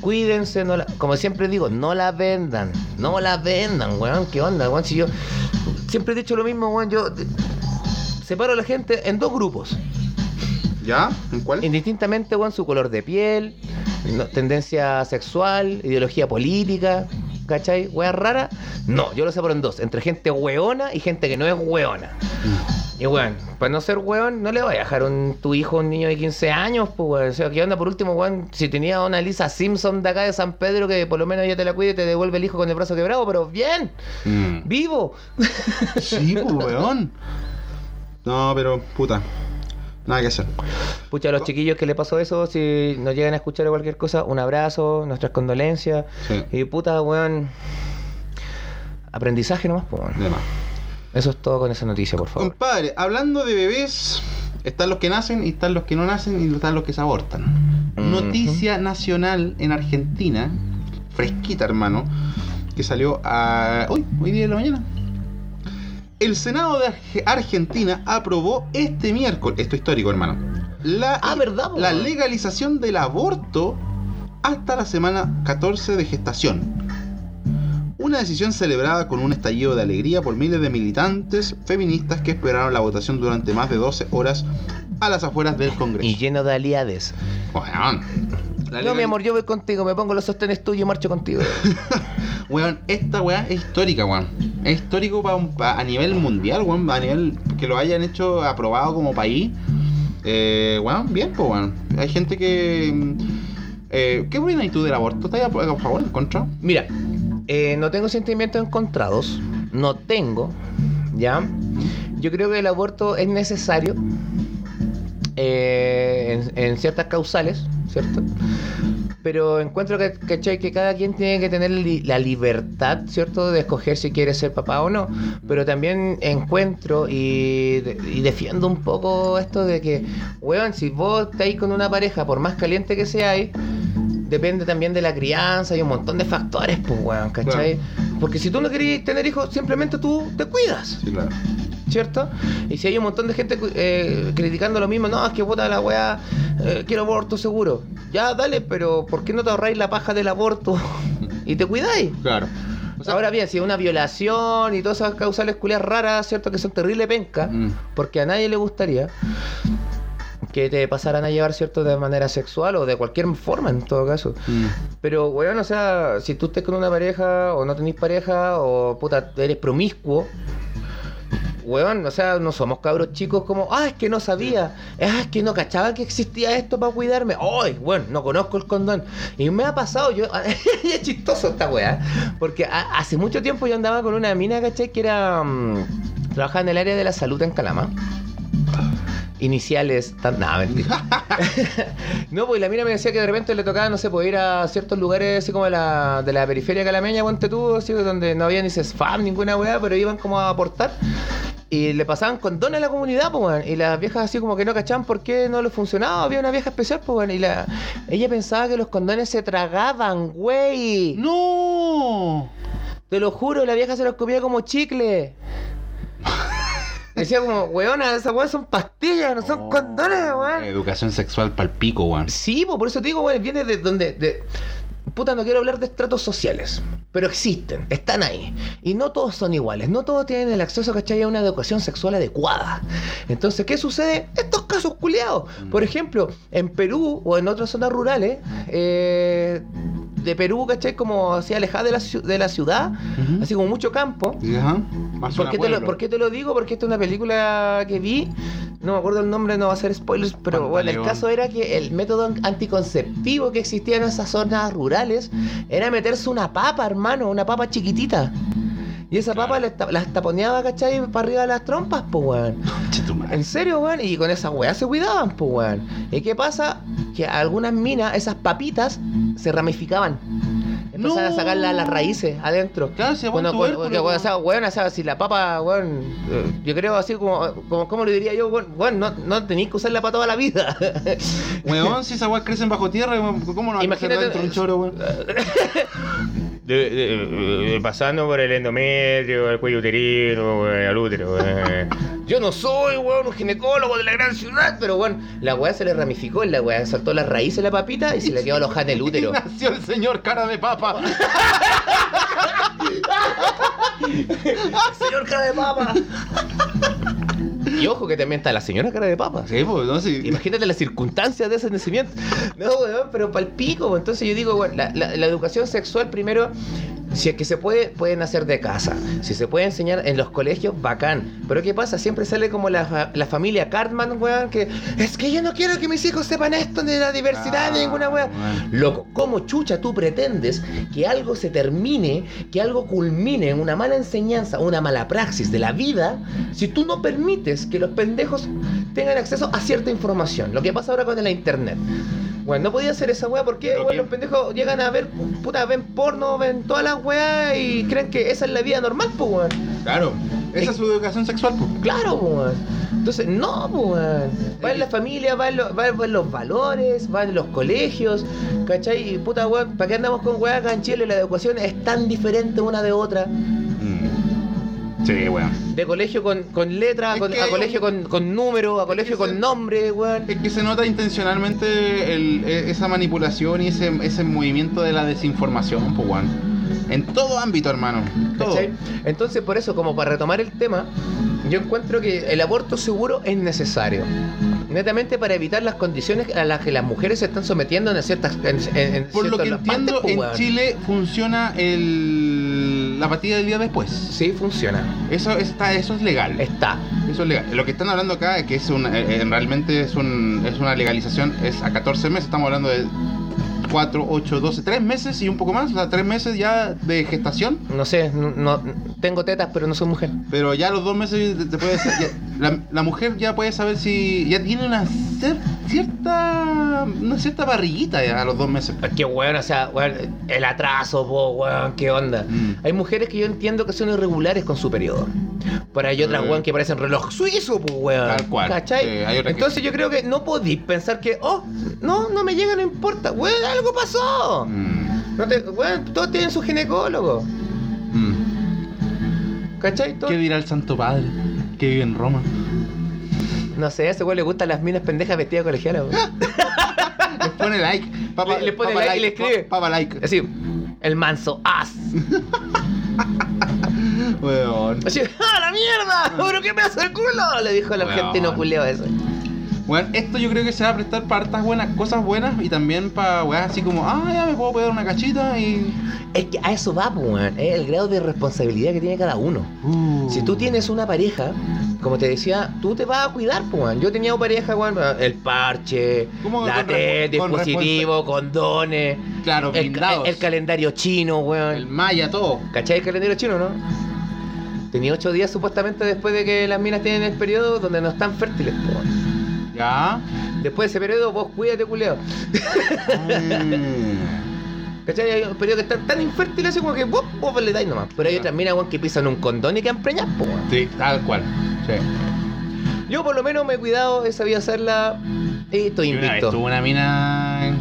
E: cuídense, no la- como siempre digo, no la vendan, no la vendan, weón, ¿qué onda? Weón? Si yo siempre he dicho lo mismo, weón, yo de- separo a la gente en dos grupos.
F: ¿Ya? ¿En cuál?
E: Indistintamente, weón, su color de piel, no- tendencia sexual, ideología política, ¿cachai? Weas raras. No, yo lo separo en dos. Entre gente weona y gente que no es weona. Y weón, para no ser weón, no le voy a dejar un, tu hijo a un niño de 15 años, pues weón. O sea, ¿qué onda? Por último, weón, si tenía a una Lisa Simpson de acá de San Pedro que por lo menos ella te la cuide y te devuelve el hijo con el brazo quebrado, pero bien,
F: Mm.
E: vivo.
F: Sí, pues, weón. No, pero puta. Nada que hacer.
E: Pucha, a los chiquillos que le pasó eso, si nos llegan a escuchar o cualquier cosa, un abrazo, nuestras condolencias.
F: Sí.
E: Y puta, weón. Aprendizaje nomás, pues. weón.
F: De más.
E: Eso es todo con esa noticia, por favor.
F: Compadre, hablando de bebés, están los que nacen y están los que no nacen y están los que se abortan.
E: Ujú.
F: Noticia nacional en Argentina, fresquita hermano, que salió a... Hoy, hoy día de la mañana. El Senado de Arge- Argentina aprobó este miércoles, esto histórico hermano, la,
E: Ah, ¿verdad, po?
F: la legalización del aborto hasta la semana 14 de gestación. Una decisión celebrada con un estallido de alegría por miles de militantes feministas que esperaron la votación durante más de 12 horas a las afueras del
E: Y
F: Congreso.
E: lleno de aliades.
F: Weón. La
E: No,
F: legal-
E: mi amor, yo voy contigo, me pongo los sostenes tuyos y marcho contigo.
F: Weón, esta weá es histórica, weón. Es histórico pa un- pa- a nivel mundial, weón. A nivel que lo hayan hecho aprobado como país. Eh, weón, bien, pues, weón. Hay gente que. mm, Eh, ¿Qué opinas tú del aborto? ¿Estás a, a favor, en contra?
E: Mira, eh, no tengo sentimientos encontrados. No tengo. ¿Ya? Yo creo que el aborto es necesario. eh, en, en ciertas causales, ¿cierto? Pero encuentro que, ¿cachai? que cada quien tiene que tener li- la libertad, ¿cierto?, de escoger si quiere ser papá o no. Pero también encuentro y, de- y defiendo un poco esto de que, weón, si vos estáis con una pareja, por más caliente que seáis, depende también de la crianza y un montón de factores, pues, weón, ¿cachai? Porque si tú no querés tener hijos, simplemente tú te cuidas.
F: Sí, claro.
E: ¿cierto? Y si hay un montón de gente cu- eh, criticando lo mismo, no, es que puta la weá, eh, quiero aborto seguro. Ya, dale, pero ¿por qué no te ahorráis la paja del aborto y te cuidáis?
F: Claro. O sea-
E: Ahora bien, si es una violación y todas esas causales culias raras, ¿cierto? Que son terrible penca,
F: Mm.
E: porque a nadie le gustaría que te pasaran a llevar, ¿cierto? De manera sexual o de cualquier forma, en todo caso.
F: Mm.
E: Pero, weón, o sea, si tú estés con una pareja o no tenés pareja o puta, eres promiscuo, weón, o sea, no somos cabros chicos como, ah, es que no sabía, ah, es que no cachaba que existía esto para cuidarme, ay, weón, no conozco el condón. Y me ha pasado, yo, y es chistoso esta weá, porque a- hace mucho tiempo yo andaba con una mina, ¿cachai? Que era, mm, trabajaba en el área de la salud en Calama. Iniciales, tan, nada, mentira. No, pues la mina me decía que de repente le tocaba, no sé, pues ir a ciertos lugares así como de la, de la periferia calameña, ponte tú, así, donde no había ni spam, ninguna weá, pero iban como a aportar. Y le pasaban condones a la comunidad, pues, weón. Y las viejas así como que no cachaban por qué no les funcionaba. Había una vieja especial, pues, weón. Y la... ella pensaba que los condones se tragaban, güey.
F: ¡No!
E: Te lo juro, la vieja se los comía como chicle. Decía como, weona, esas weas son pastillas, no son
F: Oh,
E: condones, weón.
F: Educación sexual pal pico, weón.
E: Sí, po, por eso te digo, bueno, viene de donde... de- Puta, no quiero hablar de estratos sociales, pero existen, están ahí. Y no todos son iguales, no todos tienen el acceso, ¿cachai? A una educación sexual adecuada. Entonces, ¿qué sucede? Estos casos culeados. Por ejemplo, en Perú o en otras zonas rurales, eh, de Perú, ¿cachai? Como así alejada de la, ciu- de la ciudad,
F: Ujú.
E: así como mucho campo,
F: Ajá. Más
E: ¿Por
F: suena
E: qué, te lo,
F: pueblo.
E: por qué te lo digo? Porque esta es una película que vi, no me acuerdo el nombre, no va a ser spoilers, pero bueno, el
F: Pantaleón.
E: caso era que el método an- anticonceptivo que existía en esas zonas rurales era meterse una papa, hermano, una papa chiquitita. Y esa papa
F: Claro.
E: la, esta- la taponeaba, ¿cachai? Para arriba de las trompas, pues, weón.
F: Che, tu madre.
E: En serio, weón. Y con esas weas se cuidaban, pues, weón. ¿Y qué pasa? Que algunas minas, esas papitas, se ramificaban. Empezaban
F: No.
E: a sacar la- las raíces adentro.
F: Claro, se
E: Bueno, bueno,
F: aguanta tubérculo,
E: porque, bueno,
F: weón.
E: o sea, weón, o sea, si la papa, weón, eh, yo creo así como, como, ¿cómo le diría yo? Weón, weón, no, no tenéis que usarla para toda la vida.
F: Weón, si esas weas crecen bajo tierra, weón, ¿cómo no va a crecer
E: Imagínate-
F: dentro de un choro, weón?
E: eh, pasando por el endometrio, el cuello uterino, el útero. eh. Yo no soy, weón, un ginecólogo de la gran ciudad, pero bueno, la weá se le ramificó, la weá saltó las raíces de la papita y se le quedó alojada en el
F: Y
E: útero.
F: nació el señor cara de papa.
E: Señor cara de papa. Y ojo que también está la señora cara de papa.
F: Sí, pues, no, sí.
E: Imagínate las circunstancias de ese nacimiento. No, weón, pero palpico. Entonces yo digo, weón, la, la- la educación sexual primero Si es que se puede, pueden hacer de casa. Si se puede enseñar en los colegios, bacán. Pero ¿qué pasa? Siempre sale como la, fa- la familia Cartman, weón, que es que yo no quiero que mis hijos sepan esto de la diversidad,
F: Ah,
E: de ninguna weón.
F: bueno.
E: Loco, ¿cómo chucha tú pretendes que algo se termine, que algo culmine en una mala enseñanza, una mala praxis de la vida, si tú no permites que los pendejos tengan acceso a cierta información? Lo que pasa ahora con la internet. Bueno, no podía hacer esa weá porque
F: Pero
E: weón,
F: que-
E: los pendejos llegan a ver, puta, ven porno, ven todas las weas y creen que esa es la vida normal, pues weón.
F: Claro, esa es su educación sexual, po.
E: Claro, pues weón. Entonces, no, pues weón. Va en
F: Eh,
E: la familia, va en, lo- va- va en los valores, va en los colegios, ¿cachai? Y puta weón, ¿para qué andamos con weas acá en Chile? La educación es tan diferente una de otra.
F: Mm. Sí, weón.
E: De colegio con, con letra,
F: Es
E: con-
F: que
E: a
F: hay
E: colegio con, con número, a colegio
F: se-
E: con nombre, weón.
F: Es que se nota intencionalmente el- e- esa manipulación y ese, ese movimiento de la desinformación, po, weón. En todo ámbito, hermano. Todo.
E: ¿Cachai? Entonces, por eso, como para retomar el tema, yo encuentro que el aborto seguro es necesario. Netamente para evitar las condiciones a las que las mujeres se están sometiendo en ciertas. En, en- en
F: Por lo
E: ciertas
F: que
E: partes,
F: entiendo,
E: pues,
F: en
E: weón.
F: Chile funciona el, la partida del día después.
E: Sí, funciona.
F: Eso, está, eso es legal.
E: Está.
F: Eso es legal. Lo que están hablando acá es que es un, eh, eh, realmente es, un, es una legalización, es a 14 meses, estamos hablando de 4, 8, 12, 3 meses y un poco más, o sea, 3 meses ya de gestación,
E: No sé, no, no- tengo tetas, pero no soy mujer.
F: pero ya a los 2 meses te, te puedes- ya- la, la mujer ya puede saber si ya tiene una cer- cierta una cierta barriguita ya a los 2 meses.
E: Es que, weón, o sea, weón, el atraso, po, weón, qué onda.
F: Mm.
E: Hay mujeres que yo entiendo que son irregulares con su periodo. Pero hay otras,
F: Eh.
E: weón, que parecen reloj suizo, po, weón.
F: Tal cual.
E: ¿Cachai?
F: Sí, hay otras que-
E: Entonces yo creo que no podís pensar que, oh, no, no me llega, no importa. Weón, algo pasó.
F: Mm,
E: No te, weón, todos tienen su ginecólogo.
F: mm.
E: ¿Cachai? Todo-
F: ¿Qué dirá el Santo Padre que vive en Roma?
E: No sé, a ese weón le gustan las minas pendejas vestidas de colegialas,
F: ¡Ah!
E: weón.
F: Les pone like. Papa-
E: Le- le pone
F: papa
E: like y le
F: pa-
E: escribe.
F: Papa like.
E: Así, el manso as.
F: Weón.
E: Así, ¡ah, la mierda! ¿Pero qué me hace el culo? Le dijo el
F: Weón.
E: argentino culiao eso.
F: Bueno, esto yo creo que se va a prestar para hartas buenas, cosas buenas y también para weas así como, ah, ya me puedo pegar una cachita y.
E: Es que a eso va, po, weón. Es el grado de responsabilidad que tiene cada uno.
F: Uh.
E: Si tú tienes una pareja, como te decía, tú te vas a cuidar, po, weón. Yo tenía pareja, weón, el parche,
F: ¿Cómo
E: la
F: con
E: tele, el
F: respo- con
E: dispositivo, condones,
F: Claro,
E: el,
F: blindados.
E: el calendario chino, weón.
F: El maya, todo.
E: ¿Cachai el calendario chino, no? Tenía ocho días supuestamente después de que las minas tienen el periodo donde no están fértiles, po, weón.
F: Ya.
E: Después de ese periodo, vos cuídate, culiao.
F: Mm.
E: ¿Cachai? Hay un periodo que están tan infértiles así como que vos, vos le dais nomás. Pero hay
F: Ya.
E: otras minas, weón, que pisan un condón y que han preñado, po, weón.
F: sí, tal cual. Sí.
E: Yo por lo menos me he cuidado, he sabido hacerla y estoy
F: Y Una vez tuve
E: invicto.
F: una mina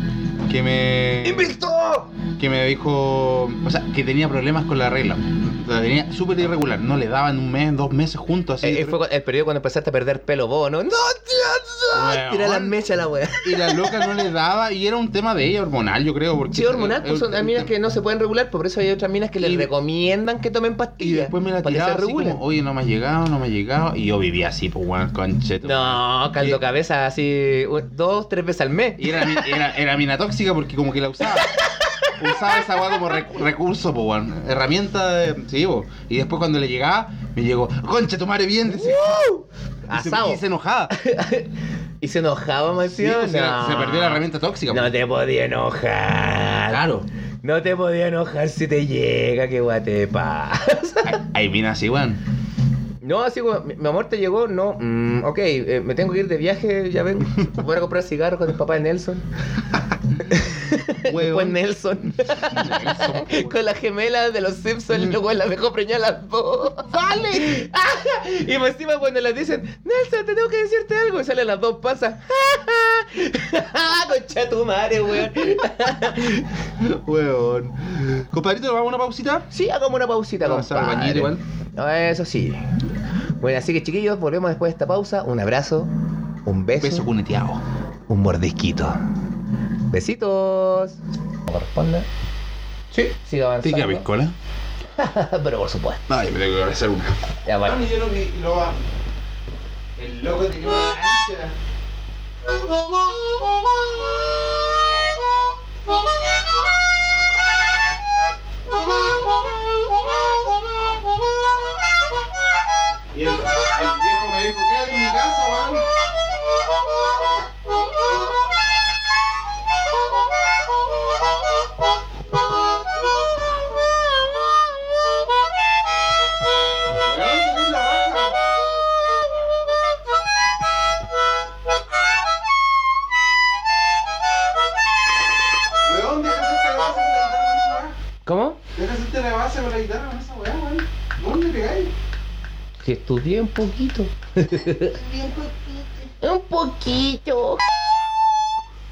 F: que me.
E: ¡Invicto!
F: que me dijo. O sea, que tenía problemas con la regla. La tenía súper irregular. No le daban un mes, dos meses juntos así.
E: Eh, fue cu- el periodo cuando empezaste a perder pelo vos, ¿no? ¡No, tío!
F: Weón.
E: no! Tira la mecha a la wea.
F: Y la loca no le daba, y era un tema de ella, hormonal, yo creo. Porque
E: Sí, hormonal, pues son, hay minas
F: minas
E: que no se pueden regular, pues, por eso hay otras minas que les
F: Y-
E: recomiendan que tomen
F: Y
E: pastillas.
F: después me la
E: para que
F: tiraba
E: se
F: así
E: regulen.
F: como, oye, no me ha llegado, no me ha llegado. Y yo vivía así, pues, weón, concheto.
E: No, caldo
F: Y-
E: cabeza así un- dos, tres veces al mes.
F: Y era, mi- era, era mina tóxica porque como que la usaba. usaba esa weá como rec- recurso, pues, weón. Herramienta de... Sí, po. Y después cuando le llegaba, me llegó, concha, tu madre bien. decía. Y se,
E: Asado.
F: y se enojaba.
E: Y se enojaba, más
F: Sí, pues, era- se perdió la herramienta tóxica.
E: No
F: po.
E: te podía enojar.
F: Claro.
E: No te podía enojar si te llega, que guatepa.
F: Hay, hay minas así, weón.
E: No, así como, mi mi amor te llegó, no, mm, ok, eh, me tengo que ir de viaje, ya vengo. Voy a comprar cigarros con el papá de Nelson. Después
F: Weón.
E: Nelson.
F: Nelson, po,
E: con las gemelas de los Simpsons, y luego la dejó preñar a las dos. Mm. ¡Vale! y más encima cuando las dicen, Nelson, te tengo que decirte algo, y salen las dos pasas. Concha tu madre, weón.
F: Weón. Compadrito, ¿vamos a una pausita?
E: Sí, hagamos una pausita,
F: Vamos a
E: compadre.
F: bañar igual.
E: No, Eso sí. Bueno, así que chiquillos, volvemos después de esta pausa. Un abrazo, un beso,
F: Beso cuneteado.
E: un mordisquito. Besitos. ¿Me corresponde? Sí. Sigue
F: ¿Te queda
E: avanzando.
F: piscola?
E: Pero por supuesto.
F: Ay, me tengo que hacer una.
E: Ya, bueno.
F: Bueno, yo lo vi, lo amo. El loco tenía una ancha.
G: Thank you.
E: ¿Cómo?
F: Deja hacerte la base con la guitarra con esa weá, weón. ¿Dónde pegáis?
E: Que estudié un poquito. un poquito.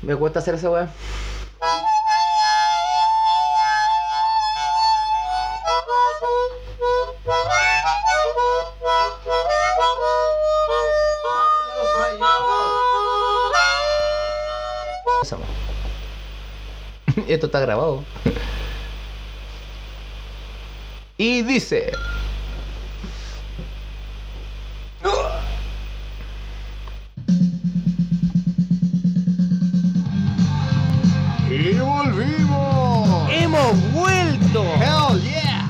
E: Me cuesta hacer esa weá. Esa weá. Esto está grabado. Y dice.
F: ¡Y volvimos!
E: ¡Hemos vuelto!
F: ¡Hell yeah!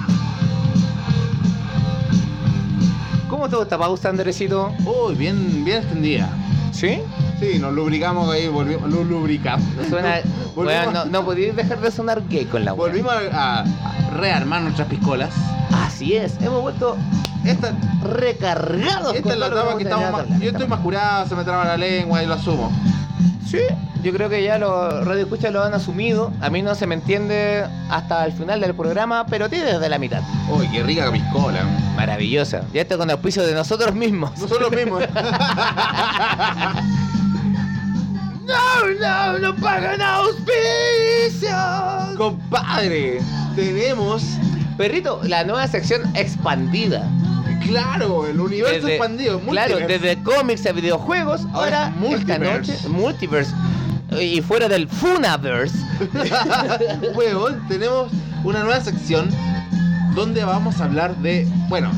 E: ¿Cómo todo esta pausa, Andresito?
F: Uy, bien, bien extendida.
E: ¿Sí?
F: Sí, nos lubricamos ahí, volvimos, lo lubricamos.
E: Suena. Bueno, no, no podéis dejar de sonar gay con la web.
F: Volvimos a, a rearmar nuestras piscolas.
E: Así es, hemos vuelto
F: Esta,
E: recargados
F: esta
E: con
F: es la
E: todo lo
F: etapa
E: hemos tenido
F: que estamos más,
E: atrás.
F: Yo estoy más curado, se me traba la lengua y lo asumo.
E: Sí, yo creo que ya los radioescuchas lo han asumido. A mí no se me entiende hasta el final del programa, pero a ti desde la mitad.
F: Uy, qué rica piscola.
E: Maravillosa. Ya está con auspicio de nosotros mismos.
F: No son los mismos.
E: No, no, no pagan auspicios.
F: Compadre, tenemos,
E: Perrito, la nueva sección expandida.
F: claro, el universo
E: Desde-
F: expandido.
E: Claro,
F: multiverso.
E: desde cómics a videojuegos,
F: Ahora
E: ahora,
F: es
E: esta
F: multiverse.
E: noche, multiverse. Y fuera del Funaverse.
F: Weón, tenemos una nueva sección donde vamos a hablar de, bueno,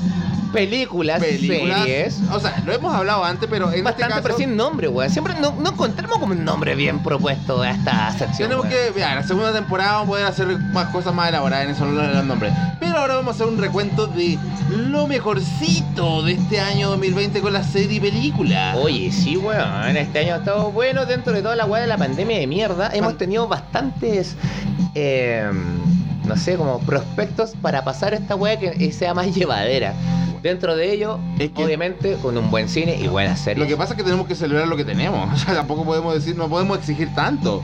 E: Películas,
F: películas.
E: series.
F: O sea, lo hemos hablado antes, pero en
E: Bastante,
F: este
E: pero
F: caso
E: sin nombre, weón. Siempre no, no encontramos como un nombre bien propuesto a esta sección.
F: tenemos
E: weón.
F: que, mira, la segunda temporada vamos a poder hacer más cosas más elaboradas en eso no los nombres. Pero ahora vamos a hacer un recuento de lo mejorcito de este año 2020 con la serie y película.
E: Oye, sí, weón. Este año ha estado bueno dentro de toda la weá de la pandemia de mierda. Hemos
F: Fan-
E: tenido bastantes. eh, no sé, como prospectos para pasar esta weá que eh, sea más llevadera. Dentro de ello,
F: Es que-
E: obviamente, con un buen cine y buenas series.
F: Lo que pasa es que tenemos que celebrar lo que tenemos. O sea, tampoco podemos decir, no podemos exigir tanto.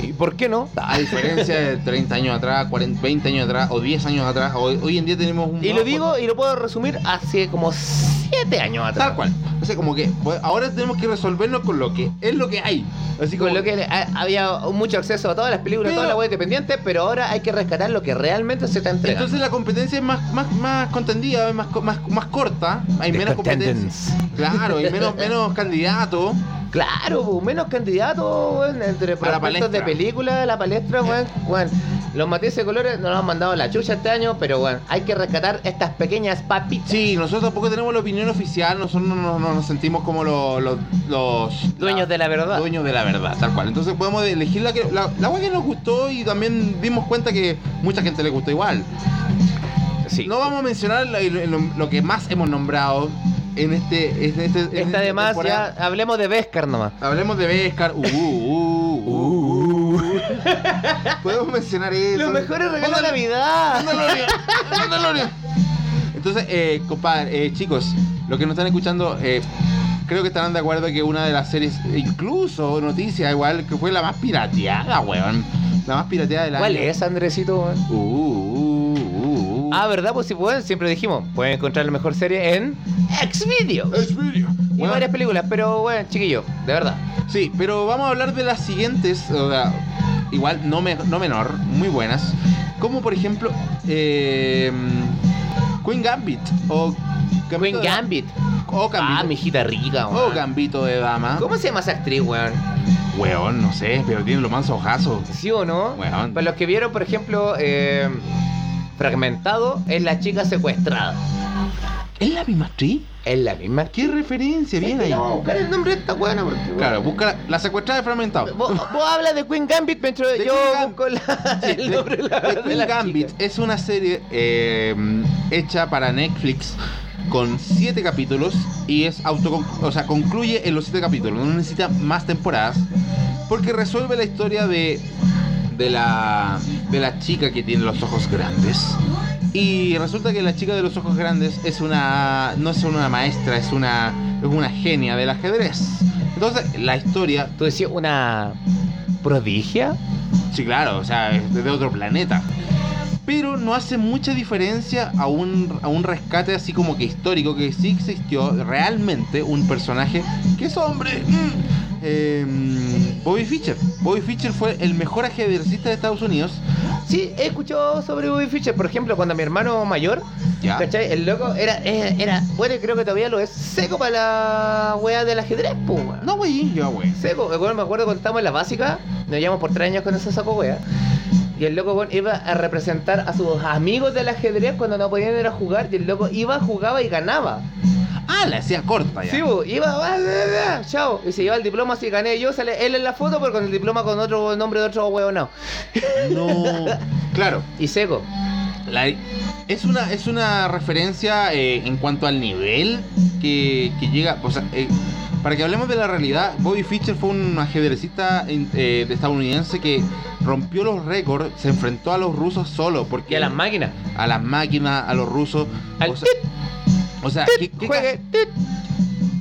E: ¿Y por qué no?
F: A diferencia de 30 años atrás, 40, 20 años atrás o 10 años atrás, hoy, hoy en día tenemos un.
E: Y
F: nuevo
E: lo digo y lo puedo resumir hace como siete años atrás.
F: Tal cual. O sea, como que pues, ahora tenemos que resolvernos con lo que es lo que hay. Así
E: Con
F: como
E: lo que ha- había mucho acceso a todas las películas,
F: Pero-
E: toda la web independiente, pero ahora hay que rescatar lo que realmente se está entregando.
F: Entonces la competencia es más, más, más contendida, es más, co- más, más corta, hay
E: The
F: menos competencia.
E: contenders.
F: Claro, hay menos, menos candidatos.
E: Claro, po, menos candidatos weón, entre
F: A la
E: proyectos de
F: palestra.
E: película, la palestra, weón, weón. Los matices de colores nos los han mandado a la chucha este año, pero bueno, hay que rescatar estas pequeñas papitas.
F: Sí, nosotros tampoco tenemos la opinión oficial, nosotros no, no- no nos sentimos como los, los, los-
E: Dueños de la verdad.
F: Dueños de la verdad, tal cual. Entonces podemos elegir la que la, la hueá que nos gustó y también dimos cuenta que mucha gente le gustó igual.
E: Sí.
F: No vamos a mencionar lo, lo- lo que más hemos nombrado en este. En este en
E: Esta además,
F: temporada.
E: ya hablemos de Vescar nomás.
F: Hablemos de Vescar. Uh, uh, uh, uh. Podemos mencionar eso.
E: Los mejores regalos de
F: Mándalo-
E: Navidad.
F: mándalo, Leo. Mándalo, Leo. Entonces, eh, compadre, eh, chicos, los que nos están escuchando, eh, creo que estarán de acuerdo que una de las series, incluso noticia igual, que fue la más pirateada, weón. La más pirateada del
E: ¿Cuál
F: año.
E: es, Andresito? weón?
F: Uh, uh, uh, uh.
E: Ah, ¿verdad? Pues si pueden, siempre dijimos, pueden encontrar la mejor serie en Xvideos.
F: Es video.
E: Y
F: Weón,
E: varias películas, pero bueno, chiquillo, de verdad.
F: Sí, pero vamos a hablar de las siguientes, o sea, igual no, me- no menor, muy buenas, como por ejemplo eh, Queen Gambit o Gambito
E: Queen
F: de-
E: Gambit.
F: o Gambito,
E: Ah, mi hijita rica,
F: o
E: weón.
F: Gambito de Dama.
E: ¿Cómo se llama esa actriz, weón?
F: Weón, no sé, pero tiene los mansos ojazos.
E: ¿Sí o no?
F: Weón.
E: Para los que vieron, por ejemplo, eh, Fragmentado es la chica secuestrada.
F: ¿Es la misma actriz?
E: Es la misma.
F: ¿Qué referencia? Bien ahí.
E: Vamos a buscar el nombre de esta weona porque. weón,
F: Claro, busca la, la secuestrada de Fragmentado.
E: Vos, vos hablas de Queen Gambit, pero
F: De
E: yo
F: Queen Gam-
E: busco la,
F: Sí,
E: el
F: The-
E: nombre de la,
F: The
E: de
F: Queen
E: la
F: Gambit
E: chica.
F: es una serie eh, hecha para Netflix con siete capítulos y es auto o sea, concluye en los siete capítulos, no necesita más temporadas porque resuelve la historia de de la de la chica que tiene los ojos grandes. Y resulta que la chica de los ojos grandes es una no es una maestra, es una es una genia del ajedrez. Entonces, la historia,
E: Tú decías una prodigia.
F: sí claro, o sea, es de otro planeta. pero no hace mucha diferencia a un, a un rescate así como que histórico, que sí existió realmente un personaje que es hombre. mm, eh, Bobby Fischer. Bobby Fischer fue el mejor ajedrecista de Estados Unidos.
E: Sí, he escuchado sobre Bobby Fischer. Por ejemplo, cuando mi hermano mayor,
F: Ya.
E: ¿cachai? El loco era, era, era- bueno, y creo que todavía lo es seco para la wea del ajedrez, po, weón.
F: No, güey, yo, güey.
E: Seco, pues, me acuerdo, me acuerdo cuando estábamos en la básica, nos llevamos por tres años con esa saco wea. Y el loco weón, iba a representar a sus amigos del ajedrez cuando no podían ir a jugar. Y el loco iba, jugaba y ganaba.
F: Ah, la hacía corta ya.
E: Sí, bo, iba, va, va, va, chao. Y se lleva el diploma, si gané yo, sale él en la foto, pero con el diploma con otro nombre de otro huevo, no.
F: No. Claro,
E: Y seco.
F: la- es, una, es una referencia eh, en cuanto al nivel que, que llega. O sea, eh, para que hablemos de la realidad, Bobby Fischer fue un ajedrecista en- eh, de estadounidense que rompió los récords, se enfrentó a los rusos solo. Porque
E: Y a las máquinas.
F: a las máquinas, a los rusos.
E: Al
F: o sea, o sea, ¿qué- qué
E: Juegue.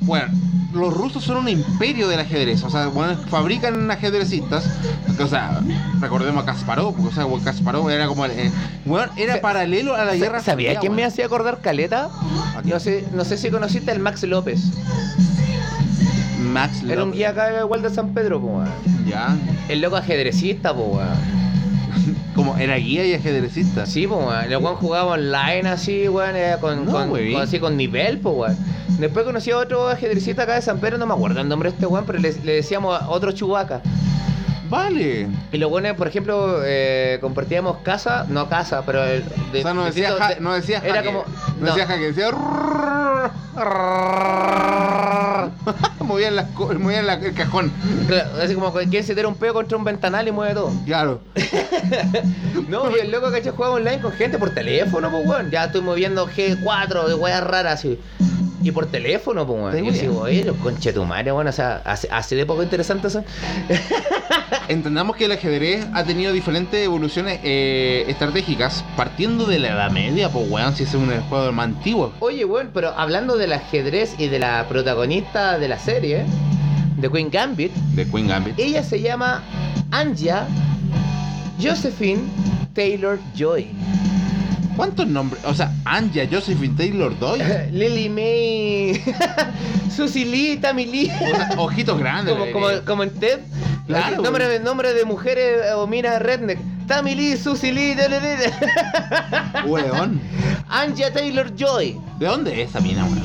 F: Bueno, los rusos son un imperio del ajedrez. O sea, bueno, fabrican ajedrecistas. O sea, recordemos a Kasparov. O sea, bueno, Kasparov era como. el, eh, bueno, era
E: Sa-
F: paralelo a la guerra.
E: ¿Sabía
F: Fría,
E: quién me
F: bueno.
E: hacía acordar caleta?
F: ¿A quién?
E: No sé, no sé si conociste al Max López.
F: Max
E: Era un
F: López.
E: guía acá igual de San Pedro, po, weón.
F: Ya.
E: El loco ajedrecista, po, weón.
F: Como era guía y ajedrecista.
E: Sí, po, weón. El weón jugaba online así, weón, eh, con,
F: No,
E: con-
F: wey.
E: con- así con nivel, po, weón. Después conocí a otro ajedrecista acá de San Pedro, no me acuerdo el nombre de este weón, pero le, le decíamos a otro Chubaca.
F: Vale.
E: Y los buenos, por ejemplo, eh, compartíamos casa, no casa, pero. el- de-
F: o sea, no
E: de-
F: decía,
E: de-
F: ja- no decía
E: Era
F: jaque,
E: como.
F: No,
E: no,
F: decía jaque, decía. movían, las co- movían la- el cajón.
E: claro, así como que quien se tira un pedo contra un ventanal y mueve todo.
F: Claro.
E: No, y el loco que jugaba online con gente por teléfono, pues, weón. Ya estoy moviendo G4 de weas raras así. Y por teléfono, pues,
F: Te
E: weón. Y yo
F: digo,
E: digo, oye, los conchetumares, weón. O sea, hace, hace de poco interesante eso.
F: Entendamos que el ajedrez ha tenido diferentes evoluciones eh, estratégicas, partiendo de la Edad Media, pues weón, si es un juego más antiguo.
E: Oye, weón, pero hablando del ajedrez y de la protagonista de la serie, de Queen Gambit.
F: De Queen Gambit.
E: Ella se llama Anja Josephine Taylor Joy.
F: ¿Cuántos nombres? O sea, Anja, Josephine Taylor Doy.
E: Lily May. Susili, Tamili.
F: ojitos grandes.
E: Como,
F: eh, le
E: como,
F: diría.
E: como en Ted.
F: Claro,
E: Así, nombre,
F: güey.
E: nombre de mujeres eh, o minas redneck. Tamili, Susili,
F: Weón.
E: Anja Taylor Joy.
F: ¿De dónde es esa mina, weón?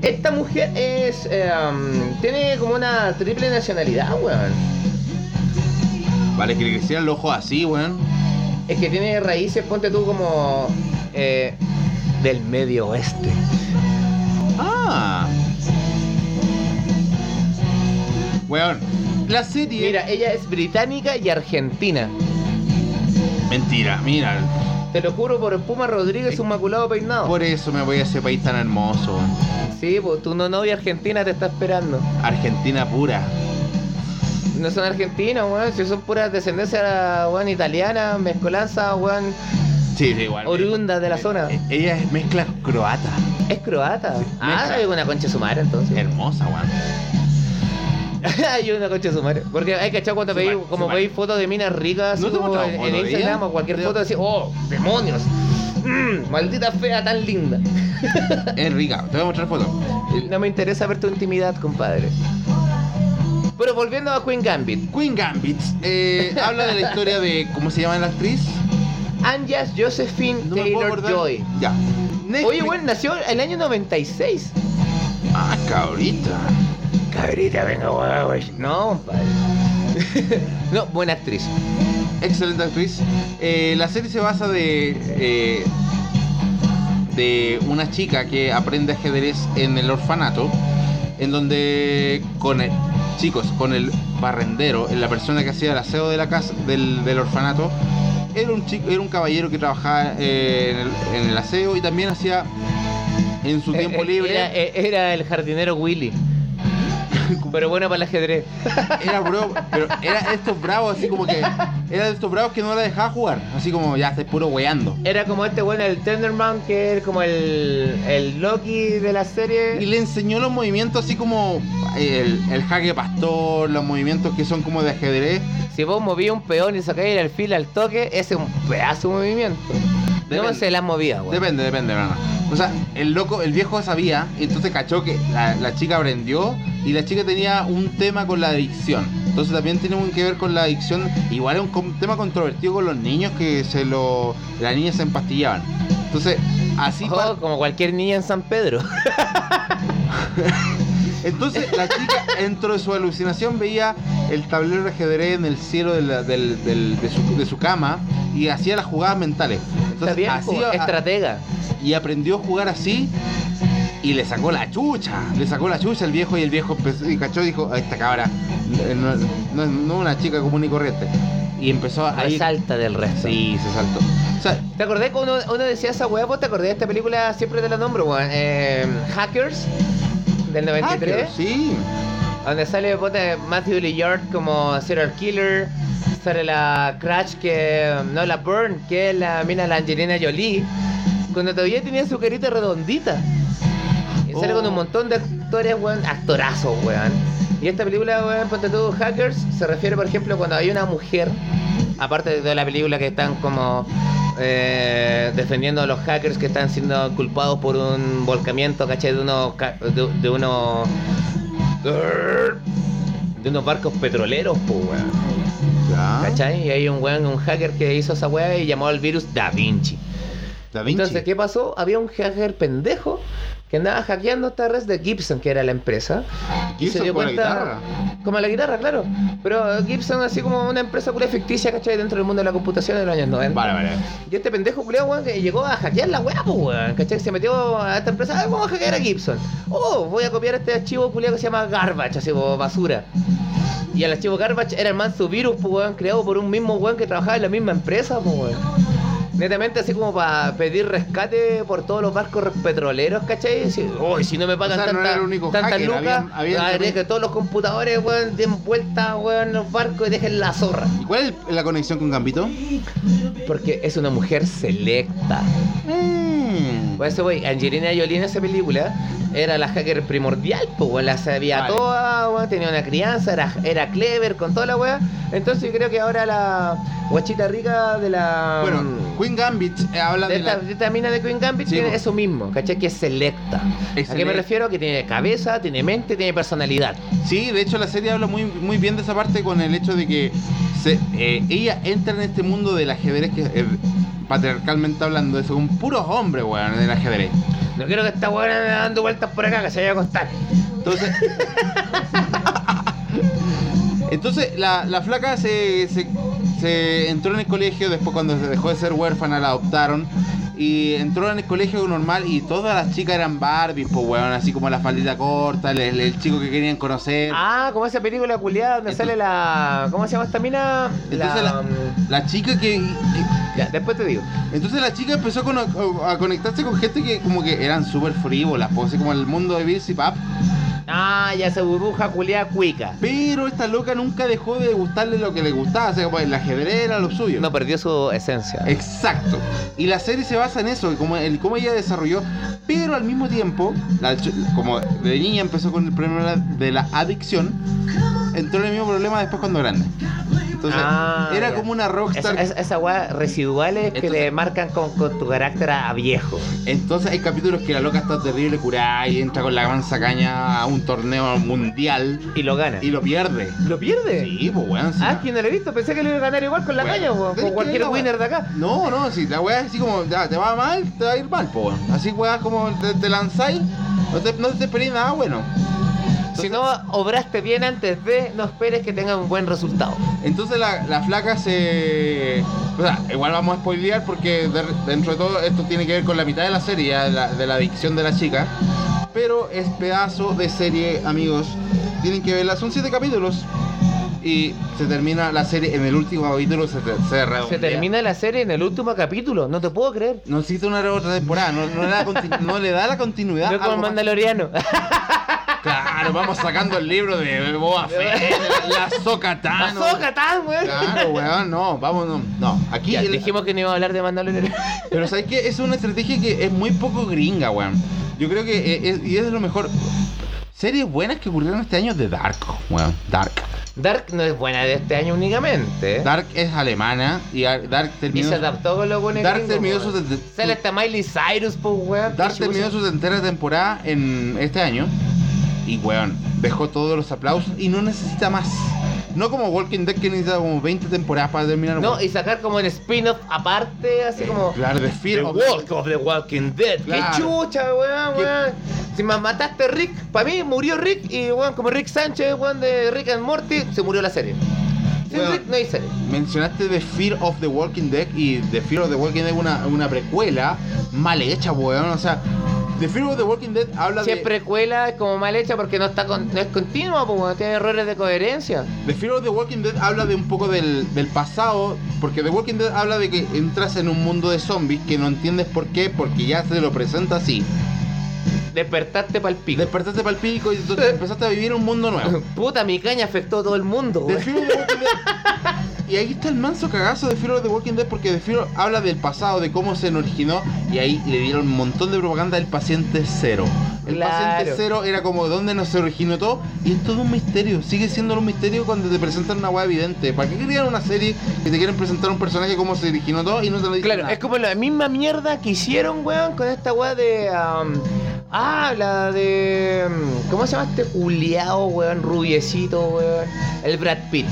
E: Esta mujer es. eh, um, tiene como una triple nacionalidad, weón.
F: Vale, que le crecieran los ojos así, weón.
E: Es que tiene raíces, ponte tú como. eh, del medio oeste.
F: Ah. Weón. La serie.
E: Mira, eh. ella es británica y argentina.
F: Mentira, mira.
E: Te lo juro por Puma Rodríguez, un maculado peinado.
F: Por eso me voy a ese país tan hermoso, weón.
E: Sí, pues tu no novia argentina te está esperando.
F: Argentina pura.
E: No son argentinos, weón, si son puras descendencia, weón, italiana, mezcolanza, weón,
F: Sí, sí, igual.
E: oriunda de la zona.
F: Eh, Ella es mezcla croata.
E: Es croata. Ah,
F: mezcla.
E: hay una concha sumara entonces.
F: Hermosa, weón.
E: hay una concha sumara. Porque hay que echar cuando
F: Sumar,
E: veis, como
F: sumar.
E: veis fotos de minas ricas,
F: ¿No
E: así
F: te
E: como
F: mostraba
E: en,
F: fotos
E: en
F: de
E: Instagram
F: ella?
E: o cualquier
F: Te-
E: foto decís, oh, demonios. Mm, maldita fea tan linda.
F: Es rica. Te voy a mostrar fotos. Eh,
E: No me interesa ver tu intimidad, compadre. Pero volviendo a Queen Gambit,
F: Queen Gambit eh, habla de la historia de. ¿Cómo se llama la actriz?
E: Anja Josephine
F: No me puedo
E: Taylor
F: acordar.
E: Joy.
F: Ya.
E: Oye,
F: Netflix-
E: bueno, nació en el año 96.
F: Ah, cabrita.
E: Cabrita, venga, güey. No, compadre. no, buena actriz.
F: Excelente actriz. Eh, la serie se basa de. eh, de una chica que aprende ajedrez en el orfanato. En donde con el- chicos, con el barrendero, la persona que hacía el aseo de la casa, del, del orfanato, era un chico, era un caballero que trabajaba eh, en, el, en el aseo y también hacía en su
E: Eh,
F: tiempo
E: eh,
F: libre.
E: Era, eh, era el jardinero Willy. Pero bueno para el ajedrez.
F: Era bro, pero era estos bravos así como que. Era de estos bravos que no la dejaba jugar. Así como ya se puro weando.
E: Era como este bueno, el Tenderman, que es como el, el Loki de la serie.
F: Y le enseñó los movimientos así como el, el jaque pastor, los movimientos que son como de ajedrez.
E: Si vos movías un peón y sacáis el alfil al toque, ese es un pedazo de movimiento. No
F: Depende.
E: se las movía, weón.
F: Depende, depende, hermano. O sea, el loco, el viejo sabía, entonces cachó que la, la chica aprendió y la chica tenía un tema con la adicción. Entonces también tiene un que ver con la adicción. Igual es un com- tema controvertido con los niños que se lo. Las niñas se empastillaban. Entonces, así
E: Ojo,
F: pa-
E: como cualquier niña en San Pedro.
F: Entonces la chica dentro de su alucinación veía el tablero de ajedrez en el cielo de, la- del- del- de su, de su cama y hacía las jugadas mentales.
E: Está
F: Entonces,
E: bien,
F: así,
E: po,
F: a-
E: estratega.
F: y aprendió a jugar así y le sacó la chucha, le sacó la chucha el viejo y el viejo empezó, y cachó y dijo, "Ah, esta cabra eh, no, no es- no es una chica común y corriente. Y empezó a ir...
E: Resalta del resto.
F: Sí, se saltó. O sea,
E: ¿Te acordás que uno, uno decía esa hueá? ¿Vos te acordás de esta película? Siempre te la nombro, weón. Eh, Hackers, del 93.
F: hacker, ah, sí.
E: Donde sale puta, Matthew Lillard como serial killer. Sale la Crash que. No, la Burn, que es la mina la Angelina Jolie. Cuando todavía tenía su carita redondita. Y sale
F: Oh.
E: con un montón de actores, weón. Actorazos, weón. Y esta película, weón, ponte tú, Hackers, se refiere, por ejemplo, cuando hay una mujer. Aparte de toda la película que están como. eh, defendiendo a los hackers que están siendo culpados por un volcamiento, caché, de unos. ca- de- de unos de unos barcos petroleros, po, weón.
F: Ya.
E: ¿Cachai? Y hay un weón, un hacker que hizo esa weá y llamó al virus Da Vinci.
F: Da Vinci.
E: Entonces, ¿qué pasó? Había un hacker pendejo que andaba hackeando esta red de Gibson, que era la empresa. y
F: Gibson con la guitarra.
E: Como la guitarra, claro. Pero eh, Gibson, así como una empresa culia ficticia, ¿cachai? Dentro del mundo de la computación en los años 90.
F: Vale, vale.
E: Y este pendejo culiao, weón, que llegó a hackear la weá, pues, weón. ¿Cachai? Se metió a esta empresa, "Ay, vamos a hackear a Gibson. Oh, voy a copiar este archivo culiado que se llama Garbage, así como basura. Y el archivo Garbage era el manso virus, pues, weón, creado por un mismo weón que trabajaba en la misma empresa, pues, weón. Netamente así como para pedir rescate por todos los barcos re- petroleros, ¿cachai? Si, oh, y si no me pagan
F: O sea, no
E: tanta-
F: era el único
E: tantas
F: hacker,
E: lucas,
F: habían- habían
E: haré
F: también-
E: que todos los computadores, weón, den vuelta, weón, los barcos y dejen la zorra.
F: ¿Y cuál es la conexión con Gambito?
E: Porque es una mujer selecta.
F: Mm.
E: Por eso, Pues güey, Angelina Jolie en esa película era la hacker primordial, pues, güey, la sabía
F: Vale.
E: toda, güey, tenía una crianza, era, era clever con toda la weá. Entonces, yo creo que ahora la guachita rica de la. mm,
F: Bueno, Queen Gambit eh, habla
E: um, de
F: de
E: esta,
F: la...
E: de esta mina de Queen Gambit
F: Sí,
E: tiene
F: po.
E: eso mismo, ¿cachai? Que es selecta.
F: Es
E: ¿A qué me
F: selec-
E: refiero? Que tiene cabeza, tiene mente, tiene personalidad.
F: Sí, de hecho la serie habla muy, muy bien de esa parte con el hecho de que se- eh, ella entra en este mundo del ajedrez que eh, patriarcalmente hablando es un puros hombres, weón, del ajedrez.
E: No quiero que esta weá dando vueltas por acá, que se vaya a contar.
F: Entonces, entonces la, la flaca se, se- se entró en el colegio después cuando se dejó de ser huérfana, la adoptaron. Y entró en el colegio normal y todas las chicas eran Barbies, pues weón, así como la faldita corta, el, el chico que querían conocer.
E: Ah, como esa película culiada donde
F: Entonces-
E: sale la. ¿Cómo se llama esta mina?
F: Entonces
E: La- mm,
F: la, la chica que- que
E: Ya, después te digo.
F: Entonces la chica empezó a, cono- a conectarse con gente que como que eran súper frívolas, pues, así como el mundo de Bills y Pap.
E: Ah, ya se burbuja culiada cuica.
F: Pero esta loca nunca dejó de gustarle lo que le gustaba, o sea, pues, el ajedrez era lo suyo.
E: No perdió su esencia.
F: Exacto. Y la serie se basa en eso, como el cómo ella desarrolló, pero al mismo tiempo, la ch- como de niña empezó con el problema de la adicción, entró en el mismo problema después cuando grande. Entonces,
E: Ah,
F: era
E: ya.
F: como una
E: Esa,
F: rockstar.
E: esa, esas weas residuales que
F: Entonces-
E: le marcan con, con tu carácter a a viejo.
F: Entonces hay capítulos que la loca está terrible curada y entra con la gran sacaña a un torneo mundial
E: Y lo gana.
F: y lo pierde.
E: ¿Lo pierde?
F: Sí, pues weón. sí.
E: Ah, que no lo he visto. Pensé que lo iba a ganar igual con la
F: Weón,
E: caña, weón,
F: tenés
E: con
F: que
E: cualquier
F: verla,
E: winner
F: weón.
E: de acá.
F: No, no, si la weá es así como, ya, te va mal, te va a ir mal, pues weón. Así weá como te, te lanzáis, no te, no te esperéis nada bueno.
E: Si no obraste bien antes de, no esperes que tenga un buen resultado.
F: Entonces la, la flaca se... O sea, igual vamos a spoilear porque de- dentro de todo esto tiene que ver con la mitad de la serie, ya, de la, de la adicción de la chica. Pero es pedazo de serie, amigos. Tienen que verla, son siete capítulos. Y se termina la serie, en el último capítulo se, te- se
E: Se
F: redondea.
E: termina la serie en el último capítulo. No te puedo creer.
F: No existe una otra temporada, no, no le da continu- no le da la continuidad.
E: No
F: a
E: como el
F: algo más.
E: mandaloriano.
F: Claro, vamos sacando el libro de Boa Fett, la Socatano.
E: Azoka Tano, weón.
F: Claro, weón, no, vamos, no. no. Aquí
E: Ya,
F: el-
E: dijimos que no iba a hablar de Mandalorian.
F: Pero ¿sabes qué? Es una estrategia que es muy poco gringa, weón. Yo creo que eh, es, y es de lo mejor. Series buenas que ocurrieron este año de Dark, weón. Dark.
E: Dark no es buena de este año únicamente.
F: Dark es alemana y a- Dark
E: y
F: terminó.
E: se adaptó con los buenos
F: Dark
E: gringos,
F: terminó
E: weón.
F: sus de- de-
E: Sale hasta Miley Cyrus, pues, weón.
F: Dark
E: Qué
F: terminó
E: chucha.
F: su entera temporada en este año. Y weón, dejó todos los aplausos y no necesita más. No como Walking Dead que necesita como 20 temporadas para terminar.
E: No,
F: weón.
E: y sacar como el spin-off aparte, así como...
F: Claro, de Fear
E: The
F: of-
E: Walk of the Walking Dead.
F: Claro.
E: ¡Qué chucha, weón,
F: ¿Qué-
E: weón! Si me mataste a Rick, para mí murió Rick y, weón, como Rick Sánchez, weón, de Rick and Morty, se murió la serie. Sin
F: Weón.
E: Rick no hay serie.
F: Mencionaste The Fear of the Walking Dead y The Fear of the Walking Dead es una, una precuela mal hecha, weón. O sea, The Fear of the Walking Dead habla
E: Siempre cuela es como mal hecha porque no está con- no es continua, pues, weón, tiene errores de coherencia.
F: de. The Fear of the Walking Dead habla de un poco del, del pasado, porque The Walking Dead habla de que entras en un mundo de zombies que no entiendes por qué, porque ya se lo presenta así.
E: Despertaste pa'l pico.
F: Despertaste pal pico y entonces empezaste a vivir un mundo nuevo.
E: Puta, mi caña afectó a todo el mundo,
F: The
E: weón.
F: Fear of the Walking Dead. Y ahí está el manso cagazo de Fear of the Walking Dead porque The Fear habla del pasado, de cómo se originó y ahí le dieron un montón de propaganda al paciente cero. El
E: Claro.
F: paciente cero era como dónde nos originó todo y es todo un misterio. Sigue siendo un misterio cuando te presentan una web evidente. ¿Para qué crean una serie que te quieren presentar un personaje cómo se originó todo y no te lo dicen
E: Claro,
F: nada?
E: es como la misma mierda que hicieron, weón, con esta weá de. am, ah, la de. mm, ¿Cómo se llama este culiao, weón? Rubiecito, weón. El Brad Pitt.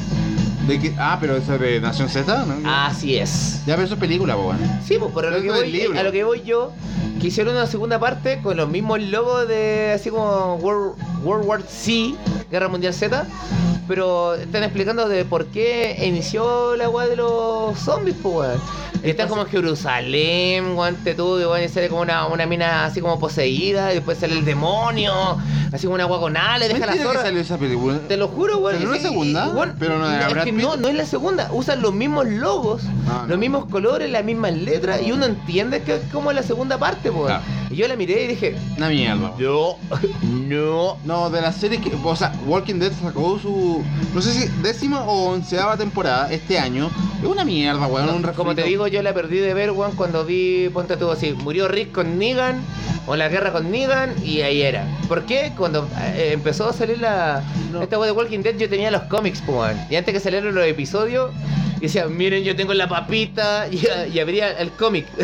F: De que- Ah, pero eso de Nación Z, ¿no?
E: Así es.
F: Ya, pero eso es película, po, weón.
E: Sí, pues, pero a lo,
F: Pero
E: que
F: esto es
E: voy,
F: libro.
E: a lo que voy yo, que hicieron una segunda parte con los mismos logos de así como World, World War C, Guerra Mundial Z, pero están explicando de por qué inició la weá de los zombies, pues weón. Y están como en Jerusalén, guante tú, y weón, y sale como una, una mina así como poseída, y después sale el demonio, así como una agua con ale, deja la
F: Mentira que
E: zorra.
F: salió esa película.
E: Te lo juro, weón.
F: ¿Pero no
E: y-
F: es la segunda?
E: y- y, weón,
F: Pero no
E: y-
F: era
E: es
F: Brad
E: que
F: Pitt.
E: no, no es la segunda. Usan los mismos logos,
F: Ah, no.
E: los mismos colores, las mismas letras. Y uno entiende que es como la segunda parte, weón.
F: Claro.
E: Y yo la miré y dije,
F: Una mierda. weón.
E: no, no.
F: No, de la serie que. O sea, Walking Dead sacó su. No sé si décima o onceava temporada este año. Es una mierda, weón. un
E: Como te
F: refrito.
E: digo, yo la perdí de ver, weón, cuando vi, ponte tú así, murió Rick con Negan, o la guerra con Negan, y ahí era. ¿Por qué? Cuando eh, empezó a salir la.
F: No.
E: Esta weón de Walking Dead, yo tenía los cómics, po, weón. Y antes que salieran los episodios, decía, miren, yo tengo la papita, y, y abría el cómic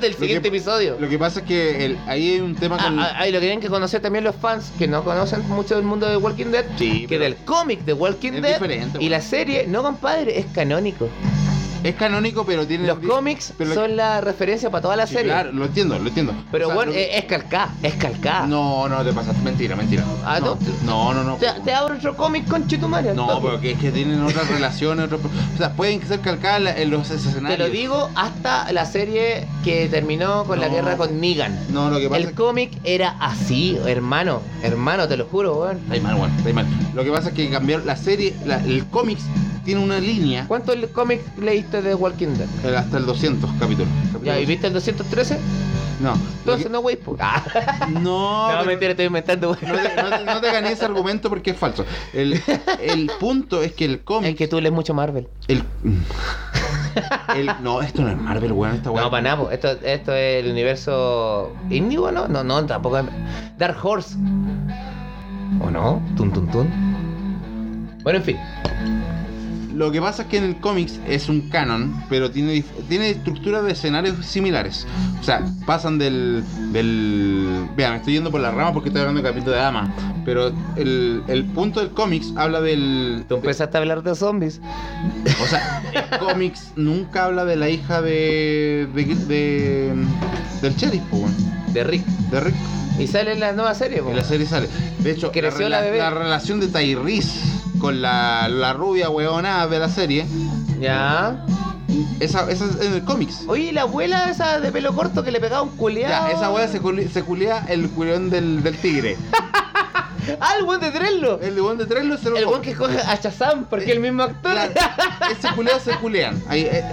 E: del
F: Lo
E: siguiente
F: que-
E: episodio.
F: Lo que pasa es que el- ahí hay un tema
E: Ah,
F: con.
E: ah, ah, y lo que tienen que conocer también los fans que no conocen mucho del mundo de Walking Dead,
F: Sí,
E: que
F: pero-
E: del cómic de Walking
F: Es
E: Dead
F: diferente,
E: y
F: weón.
E: la serie, no compadre, es canónico.
F: Es canónico, pero tiene.
E: Los cómics
F: pero-
E: son la referencia para toda la
F: sí,
E: serie.
F: Claro, lo entiendo, lo entiendo.
E: Pero
F: O sea,
E: bueno, eh,
F: lo-
E: es, es calcá, es calcá.
F: No, no te pasa. Mentira, mentira.
E: Ah,
F: no,
E: no.
F: no, no. no,
E: Te,
F: weón.
E: te abro otro cómic con Chetumaria.
F: No,
E: entonces.
F: pero que es que tienen otras relaciones, otro- o sea, pueden ser calcadas en los
E: Te
F: escenarios.
E: lo digo hasta la serie que terminó con la
F: No.
E: guerra con Negan.
F: No, lo que pasa
E: El cómic era así, hermano. Hermano, te lo juro, weón.
F: Está ahí mal, weón, está ahí mal. Lo que pasa es que cambiaron la serie, la- el cómics tiene una línea
E: ¿Cuántos cómics leíste de Walking Dead?
F: eh, hasta el 200 capítulo. Capítulo
E: ¿Ya, ¿Y viste el 213?
F: No. lo
E: Entonces
F: que-
E: no, wey, po. Ah. No,
F: No, pero-
E: mentira, estoy inventando, weón.
F: no te, no te- no te gané ese argumento porque es falso. El, el punto es que el
E: Es
F: cómic.
E: que tú lees mucho Marvel.
F: El, el- no, esto no es Marvel, weón. Esta weón.
E: No, para nada, po. esto, esto es el universo índigo, ¿no? No, no, tampoco es... Dark Horse. ¿O no? Tun, tun, tun. Bueno, en fin.
F: Lo que pasa es que en el cómics es un canon, pero tiene, dif- tiene estructura de escenarios similares. O sea, pasan del. del vean, me estoy yendo por la rama porque estoy hablando de capítulo de dama. Pero el, el punto del cómics habla del.
E: Tú empezaste a hablar de zombies.
F: O sea, el cómics nunca habla de la hija de. de. de- del sheriff, po, weón,
E: De Rick.
F: de Rick.
E: Y sale en la nueva serie, po.
F: En la serie sale. De hecho, la,
E: Creció la
F: rela-
E: bebé.
F: la relación de Tyrese con la, la rubia weona de la serie,
E: Ya.
F: esa, esa es en el cómics.
E: Oye, ¿y la abuela esa de pelo corto que le pegaba un culeado.
F: Ya, esa weá se, culi- se culea el culeón del, del tigre.
E: Ah, el buen de Trello.
F: El weón de Trello se lo
E: El buen que coge a Shazam, porque es el mismo actor.
F: Claro, Ese culeo se culean. Ahí, eh,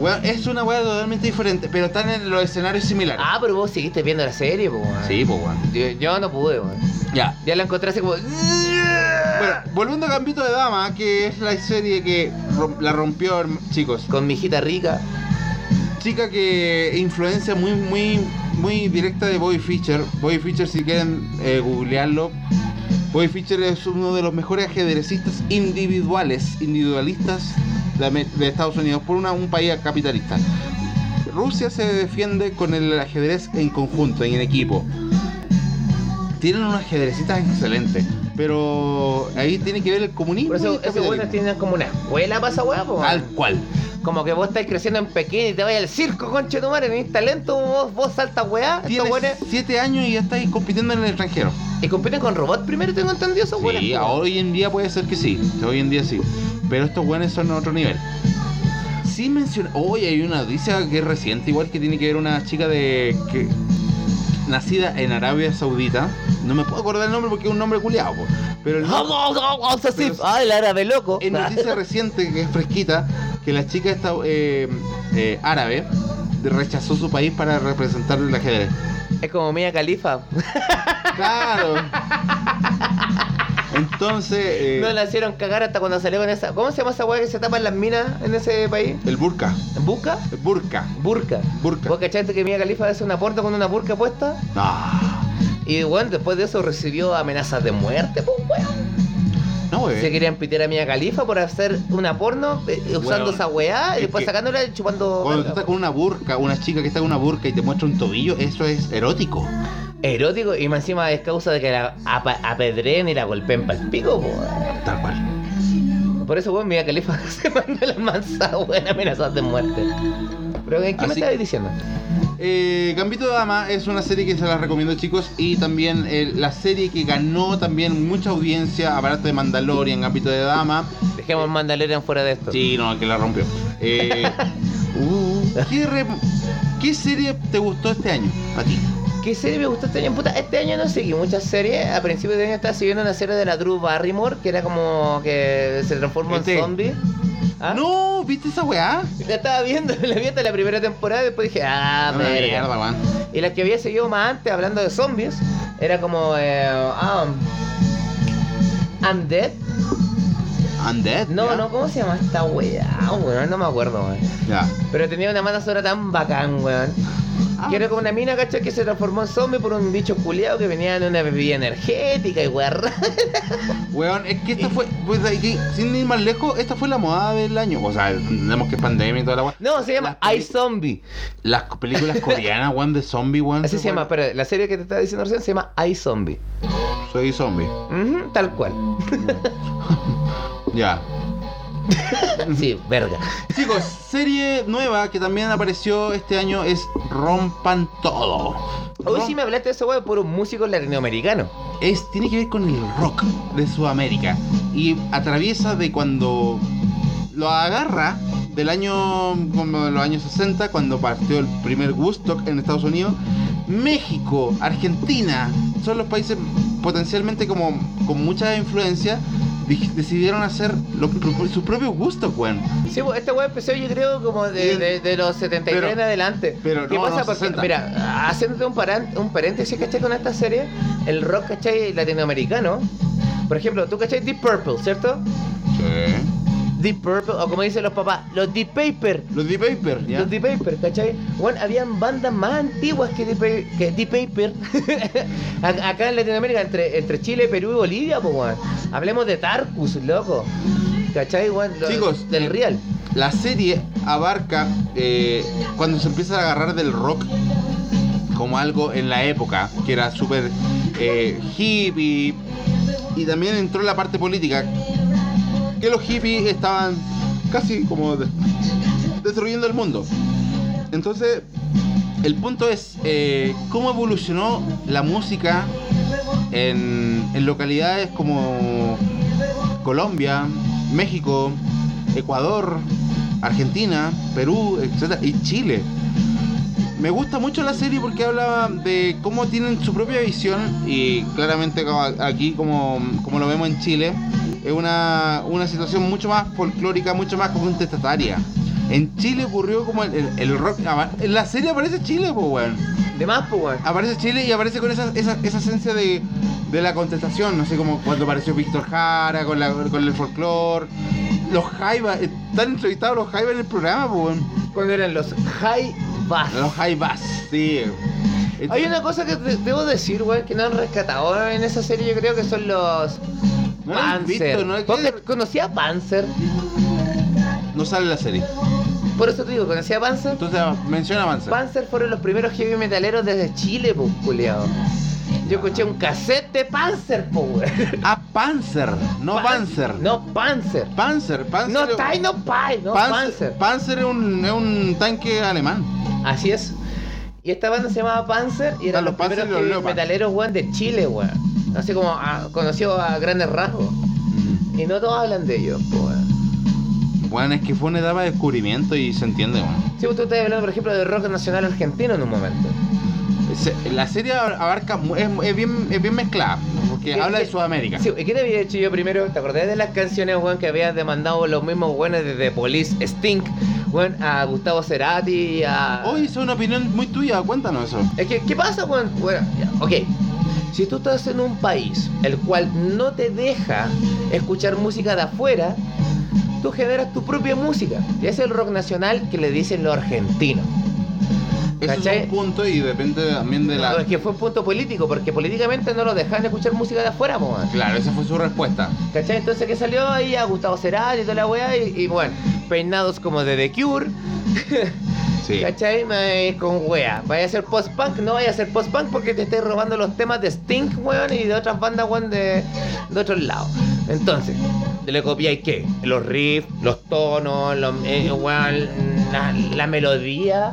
F: Weón, es una weá totalmente diferente, pero están en los escenarios similares.
E: Ah, pero vos seguiste viendo la serie, po, weón.
F: Sí, pues weón.
E: Yo, yo no pude, weón.
F: Ya.
E: Ya la encontré así como.
F: Bueno, volviendo a Gambito de Dama, que es la serie que rom- la rompió, herm- chicos.
E: Con mi hijita rica.
F: Chica que influencia muy, muy, muy directa de Bobby Fischer. Bobby Fischer, si quieren eh, googlearlo, Bobby Fischer es uno de los mejores ajedrecistas individuales, individualistas de, Ame- de Estados Unidos, por una- un país capitalista. Rusia se defiende con el ajedrez en conjunto, en equipo. Tienen unos ajedrecistas excelentes, pero ahí tiene que ver el comunismo.
E: Por
F: y
E: eso
F: el
E: esos buenos
F: capitalismo.
E: tienen como una escuela para esa weá, po, weón.
F: Tal cual.
E: Como que vos estáis creciendo en Pekín y te vais al circo, conche tu madre, tenés talento, vos, vos saltas weá, estos
F: Tienes
E: weones.
F: 7 años y ya estáis compitiendo en el extranjero.
E: Y compiten con robots primero, tengo entendido esos weones.
F: Sí,
E: po, weón.
F: hoy en día puede ser que sí. Hoy en día sí. Pero estos buenos son otro nivel. Sí menciona. Hoy hay una noticia que es reciente, igual que tiene que ver una chica de. que nacida en Arabia Saudita. No me puedo acordar el nombre porque es un nombre culiado, po. Pero el nombre- Pero-
E: Ah, el árabe loco.
F: en noticia reciente que es fresquita, que la chica esta, eh, eh, árabe rechazó su país para representar el ajedrez.
E: Es como Mía Califa.
F: Claro. Entonces. eh,
E: No la hicieron cagar hasta cuando salió con esa. ¿Cómo se llama esa weá que se tapa en las minas en ese país?
F: El burka.
E: ¿Busca?
F: El burka.
E: Burka.
F: Burka.
E: ¿Vos cachaste que Mía Califa hace una puerta con una burka puesta?
F: No.
E: Y bueno, después de eso recibió amenazas de muerte, pues weón.
F: No, eh.
E: Se
F: bebé.
E: querían pitear a Mía Califa por hacer una porno eh, usando
F: Weón.
E: esa weá y
F: Es
E: después
F: que-
E: sacándola y chupando.
F: Cuando tú
E: verga,
F: estás
E: po.
F: con una burka, una chica que está con una burka y te muestra un tobillo, eso es erótico.
E: Erótico y más encima es causa de que la apa- apedreen y la golpeen pa'l pico, po, weón.
F: Tal cual.
E: Por eso, weón, Mía Califa se mandó la mansa, weón, amenazas de muerte. Pero ¿qué me
F: Así-
E: estabas diciendo?
F: Eh, Gambito de Dama es una serie que se las recomiendo, chicos. Y también eh, la serie que ganó también mucha audiencia, aparte de Mandalorian, Gambito de Dama.
E: Dejemos Mandalorian fuera de esto.
F: Sí, no, que la rompió. Eh, uh, ¿qué, re- ¿Qué serie te gustó este año a ti?
E: ¿Qué serie me gustó este año? Puta, este año no seguí muchas series. A principios de año estaba siguiendo una serie de la Drew Barrymore, que era como que se transformó
F: Este.
E: en zombie. ¿Ah?
F: No, ¿viste esa weá?
E: La estaba viendo, la vi hasta la primera temporada y después dije, ah,
F: Una
E: verga.
F: mierda, weón.
E: Y las que había seguido más antes, hablando de zombies, era como, eh, ah, Undead.
F: Undead.
E: No,
F: ya.
E: no, ¿cómo se llama esta weá? weón? no me acuerdo, weón.
F: Ya.
E: Pero tenía una banda sonora tan bacán, weón.
F: Ah.
E: Que era como una mina, ¿cachai? Que se transformó en zombie por un bicho culiado que venía de una bebida energética y guerra.
F: Weón, es que esta fue, pues, de aquí, sin ir más lejos, esta fue la moda del año. O sea, entendemos que es pandemia y toda la weón.
E: No, se llama
F: Las
E: I Zombie.
F: Las películas coreanas, weón, de zombie, weón.
E: Así se
F: weón.
E: llama, pero la serie que te estaba diciendo recién se llama I Zombie.
F: Soy zombie.
E: Ujú, tal cual.
F: Ya.
E: Sí, verga.
F: Chicos, serie nueva que también apareció este año es Rompan Todo.
E: Hoy
F: Rom-
E: sí me hablaste de eso, weón, por un músico latinoamericano.
F: es, tiene que ver con el rock de Sudamérica y atraviesa de cuando lo agarra del año como de los años 60 cuando partió el primer Woodstock en Estados Unidos México Argentina son los países potencialmente como con mucha influencia di- decidieron hacer lo, su propio Woodstock weón
E: Sí, pues, esta weá empezó yo creo como de,
F: Bien.
E: de- de los 73
F: Pero-
E: en adelante.
F: pero
E: ¿Qué
F: no,
E: pasa?
F: no,
E: Porque,
F: 60.
E: mira, haciéndote un, parán- un paréntesis, ¿cachai? Con esta serie, el rock, ¿cachai? Latinoamericano. Por ejemplo, tú, ¿cachai? Deep Purple, ¿cierto? Deep Purple, o como dicen los papás, los Deep Paper.
F: los Deep Paper ¿ya?
E: Los Deep Paper, ¿cachai? Bueno, habían bandas más antiguas que Deep, Pa- que Deep Paper. A- Acá en Latinoamérica, entre, entre Chile, Perú y Bolivia, pues, weón. Hablemos de Tarkus, loco. ¿Cachai, weón? Lo-
F: Chicos,
E: del
F: eh,
E: Real.
F: La serie abarca eh, cuando se empieza a agarrar del rock como algo en la época, que era súper eh, hippie, y también entró la parte política, que los hippies estaban casi como de- destruyendo el mundo. Entonces, el punto es eh, cómo evolucionó la música en, en localidades como Colombia, México, Ecuador, Argentina, Perú, etcétera, y Chile. Me gusta mucho la serie porque habla de cómo tienen su propia visión y claramente como a- aquí como, como lo vemos en Chile es una, una situación mucho más folclórica, mucho más contestataria. En Chile ocurrió como el, el- el rock. ama- En la serie aparece Chile, pues, weón.
E: De más, pues, weón.
F: Aparece Chile y aparece con esa, esa, esa esencia de, de la contestación. No sé, como cuando apareció Víctor Jara con, la, con el folclore. Los Jaiba, están entrevistados los Jaiba en el programa, pues, weón.
E: Cuando eran los high bass.
F: Los Jaivas, sí. este-
E: Hay una cosa que de- debo decir, weón, que no han rescatado en esa serie, yo creo que son los.
F: No la he
E: Panzer.
F: visto, no he-
E: Porque conocía a Panzer.
F: No sale la serie.
E: Por eso te digo, conocía a Panzer.
F: Entonces, menciona avanza.
E: Panzer fueron los primeros heavy metaleros desde Chile, pues, culiao. Yo escuché un cassette de Panzer, po, weón.
F: Ah, Panzer, no
E: Pan-
F: Panzer.
E: No, Panzer.
F: Panzer, Panzer.
E: No Tai, no Pai, no
F: Panzer,
E: Panzer.
F: Panzer es, un, es un tanque alemán.
E: Así es. Y esta banda se llamaba Panzer y eran
F: Están los
E: los,
F: Panzer
E: primeros
F: y los
E: heavy
F: Leopard.
E: metaleros, weón, de Chile, weón. Así como ah, conoció a grandes rasgos. Y no todos hablan de ellos, po, weón.
F: Bueno, es que fue una etapa de descubrimiento y se entiende, bueno.
E: Sí, pues tú estás hablando, por ejemplo, de rock nacional argentino en un momento.
F: Se- La serie abarca, mu- es, es bien, es bien mezclada, porque
E: ¿Qué-
F: habla de
E: qué-
F: Sudamérica.
E: Sí, ¿y qué te había hecho yo primero? ¿Te acordás de las canciones, weón, que habían demandado los mismos weones de The Police Stink? Weón, a Gustavo Cerati, a...
F: Hoy es una opinión muy tuya, cuéntanos eso.
E: Es que, ¿qué pasa, weón? Bueno, ya, ok. Si tú estás en un país el cual no te deja escuchar música de afuera, tú generas tu propia música. Y es el rock nacional que le dicen los argentinos.
F: Eso
E: ¿Cachai?
F: es un punto y depende también de
E: No,
F: la...
E: es que fue un punto político, porque políticamente no los dejaban escuchar música de afuera, po, weón.
F: Claro, esa fue su respuesta.
E: ¿Cachai? Entonces que salió ahí a Gustavo Cerati y toda la weá y, y, bueno, peinados como de The Cure,
F: Sí.
E: ¿cachai? Me- con weá. Vaya a ser post-punk, no vaya a ser post-punk porque te estés robando los temas de Stink, weón, y de otras bandas, weón, de, de otros lados. Entonces, le copiáis qué? Los riffs, los tonos, los, eh, weón, la, la melodía.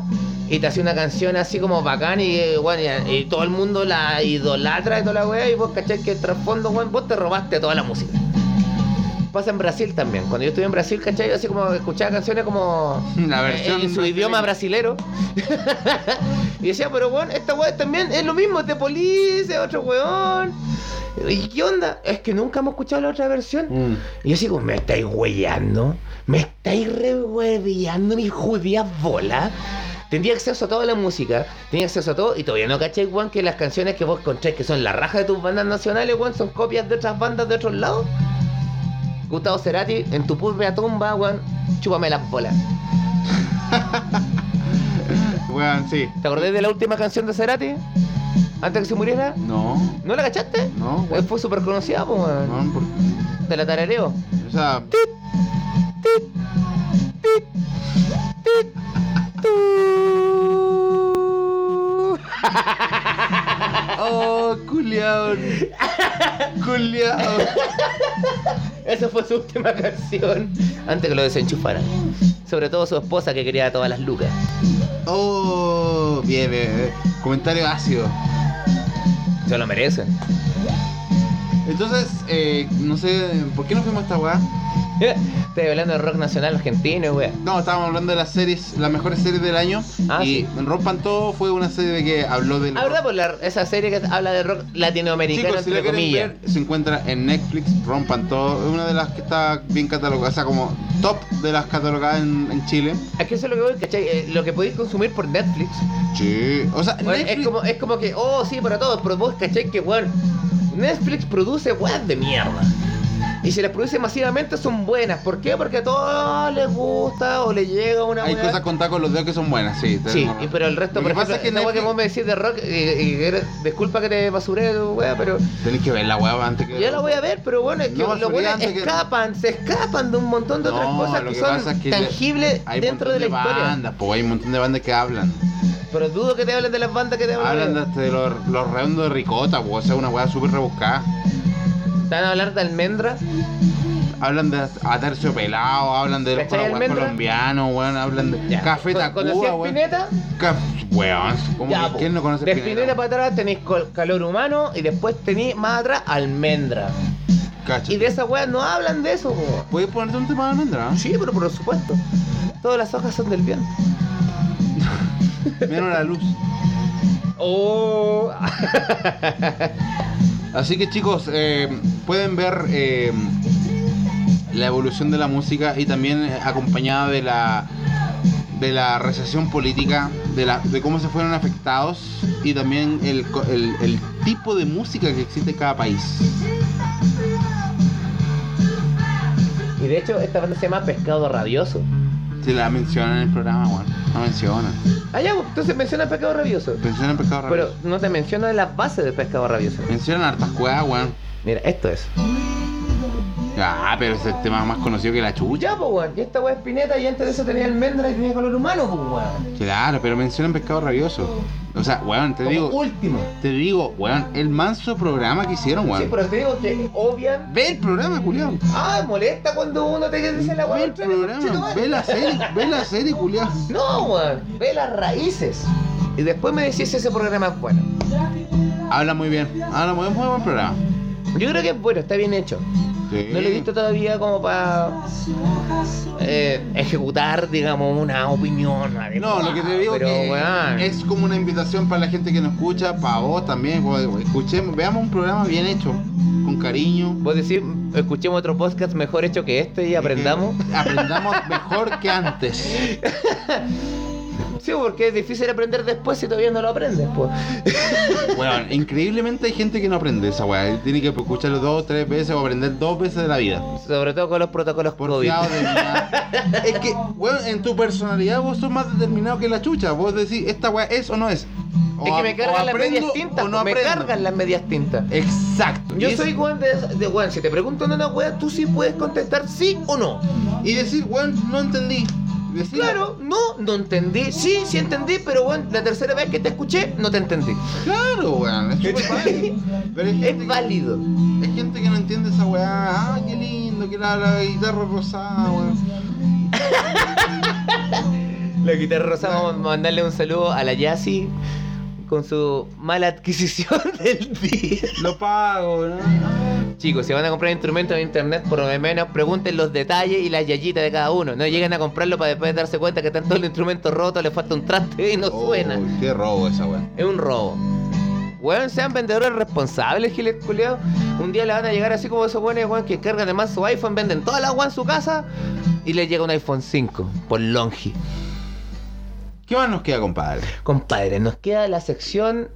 E: Y te hace una canción así como bacán y, eh, weón, y, y todo el mundo la idolatra y toda la weá. Y vos, ¿cachai? Que el trasfondo, weón, vos te robaste toda la música pasa en Brasil también. Cuando yo estuve en Brasil, ¿cachai? Yo así como escuchaba canciones como
F: La versión
E: Eh, en su
F: brasileña.
E: idioma brasilero. y decía, pero bueno, esta weá también es lo mismo, te police, otro weón. ¿Y qué onda? Es que nunca hemos escuchado la otra versión.
F: Mm.
E: Y yo así como, me estáis hueveando, me estáis rehueveando mis judías bolas. Tendría acceso a toda la música, tenía acceso a todo, y todavía no caché, Juan, que las canciones que vos encontráis que son la raja de tus bandas nacionales, Juan, son copias de otras bandas de otros lados. Gustavo Cerati, en tu purpia tumba, Juan, chúpame las bolas.
F: Bueno, sí.
E: ¿Te acordás de la última canción de Cerati? Antes de que se muriera.
F: No,
E: ¿No la cachaste?
F: no,
E: Eh,
F: weón.
E: Fue súper conocida, pues, weón.
F: No, porque-
E: Te la tarareo.
F: O sea. Oh, culiao. Culiao.
E: Esa fue su última canción. Antes que lo desenchufaran. Sobre todo su esposa que quería todas las lucas.
F: Oh, bien, bien, bien. Comentario ácido.
E: Se lo merecen.
F: Entonces, eh, no sé, ¿por qué nos fuimos a esta weá?
E: Estoy hablando de rock nacional argentino, weón.
F: No, estábamos hablando de las series, las mejores series del año.
E: Ah,
F: y
E: sí.
F: Rompan Todo fue una serie que habló del.
E: La Ah, verdad, por la- esa serie que habla de rock latinoamericano,
F: Chicos, si la
E: entre
F: quieren
E: comillas.
F: ver, se encuentra en Netflix, rompan todo. Es una de las que está bien catalogada, o sea, como top de las catalogadas en, en Chile.
E: Es que eso es lo que voy, ¿cachai? Eh, lo que podéis consumir por Netflix.
F: Sí. O sea,
E: Bueno,
F: Netflix,
E: es, como, es como que, oh, sí, para todos, pero vos, ¿cachai? Que, weón, Netflix produce weas de mierda. Y si las produce masivamente son buenas. ¿Por qué? Porque a todos les gusta o les llega una
F: hay
E: wea.
F: cosas con con los dedos que son buenas, sí.
E: Sí,
F: tenemos
E: y-
F: razón.
E: pero el resto,
F: Lo
E: por
F: que
E: ejemplo,
F: pasa es que
E: esta wea que
F: Netflix-
E: vos me decís de rock, y, y que era- disculpa que te basuré, wea, pero
F: Tenéis que ver la hueva antes que.
E: yo la voy a ver, pero bueno, es que
F: No
E: los
F: basuré
E: buenos
F: antes que-
E: escapan, se escapan de un montón de otras
F: No,
E: cosas
F: lo
E: que
F: que
E: son
F: pasa es que
E: tangibles
F: Hay un
E: dentro de la
F: montón
E: historia.
F: bandas, po, hay un montón de bandas que hablan.
E: Pero dudo que te hablen de las bandas que te hablan.
F: Hablan de, de los, los redondos de ricota, po, o sea, una hueá súper rebuscada.
E: Te van a hablar de almendras.
F: Hablan de Aterciopelado, hablan de los
E: ¿Cachai, Almendra?
F: colombianos, weón, hablan de
E: Ya.
F: Café
E: Con-
F: Tacuba,
E: ¿Conocí a
F: weón.
E: Spinetta?
F: Cap- Weón, ¿cómo
E: Ya,
F: que-
E: po.
F: ¿quién no conoce
E: De
F: Spinetta?
E: Spinetta para atrás tenéis col- calor humano y después tenéis más atrás almendra.
F: Cacha.
E: Y de esas weas no hablan de eso, po.
F: ¿Puedes ponerte un tema de almendra? ¿eh?
E: Sí, pero por supuesto. Todas las hojas son del viento.
F: Menos la luz.
E: Oh.
F: Así que chicos, eh, pueden ver eh, la evolución de la música y también eh, acompañada de la de la recesión política, de, la, de cómo se fueron afectados y también el, co- el- el tipo de música que existe en cada país.
E: Y de hecho, esta banda se llama Pescado Rabioso.
F: Se la mencionan en el programa, weón. No mencionan.
E: Ah, ya, entonces menciona Pescado Rabioso.
F: Mencionan Pescado
E: Pero
F: Rabioso.
E: no te menciona las bases de Pescado Rabioso.
F: Mencionan hartas cuevas, weón.
E: Mira, esto es.
F: Ah, pero ese tema es más conocido que la chucha.
E: Ya, pues, weón. Y esta weá es pineta y antes de eso tenía almendra y tenía color humano, pues, weón.
F: Claro, pero mencionan pescado rabioso. O sea, weón, te
E: Como
F: digo.
E: último.
F: Te digo, weón, el manso programa que hicieron, weón.
E: Sí, pero te digo que obvian.
F: Ve el programa, culiao.
E: Ah, molesta cuando uno te dice la
F: Ve
E: weá.
F: el programa, ve la serie, ve la serie, culiao.
E: No, weón. Ve las raíces. Y después me decís si ese programa es bueno.
F: Habla muy bien, habla muy, muy buen programa.
E: Yo creo que es bueno, está bien hecho.
F: Sí.
E: No lo he visto todavía como para ejecutar, digamos, una opinión.
F: No, lo que te digo
E: pero,
F: que
E: weón,
F: es como una invitación para la gente que nos escucha, para vos también, weón. escuchemos, veamos un programa bien hecho, con cariño.
E: Vos decís, escuchemos otro podcast mejor hecho que este y aprendamos.
F: Eh, aprendamos mejor que antes.
E: Sí, porque es difícil aprender después si todavía no lo aprendes, pues.
F: Bueno, increíblemente hay gente que no aprende esa weá. Tiene que escucharlo dos, tres veces o aprender dos veces de la vida.
E: Sobre todo con los protocolos
F: Por
E: COVID.
F: fiado de mierda. Es que, weón, en tu personalidad vos sos más determinado que la chucha. Vos decís, esta weá es o no es. O
E: es que
F: a-
E: me
F: o
E: cargan las
F: aprendo
E: medias tintas, pues,
F: o no
E: me
F: aprendo.
E: cargan las medias tintas.
F: Exacto.
E: Yo
F: y es-
E: soy Juan de, de Juan, si te preguntan una wea, tú sí puedes contestar sí o no.
F: Y decir, weón, no entendí. Decir-
E: Claro, no, no entendí. Sí, sí entendí, pero bueno, la tercera vez que te escuché, no te entendí.
F: Claro, weón. Es súper válido. Pero hay gente,
E: Es válido.
F: que, hay gente que no entiende esa weá. Ah, qué lindo, que la, la guitarra rosada, weón.
E: La guitarra rosa, vamos a mandarle un saludo a la Yassi con su mala adquisición del día.
F: Lo pago, ¿no?
E: Chicos, si van a comprar instrumentos en internet, por lo menos pregunten los detalles y la yayita de cada uno. No lleguen a comprarlo para después darse cuenta que están todos los instrumentos rotos, le falta un traste y no
F: Oh,
E: suena.
F: Qué robo esa weá.
E: Es un robo. Weón, sean vendedores responsables, giles culiao. Un día le van a llegar así como esos weones, weón, que cargan además su iPhone, venden toda la weón en su casa y les llega un iPhone 5 por Longi.
F: ¿Qué más nos queda, compadre?
E: Compadre, nos queda la sección.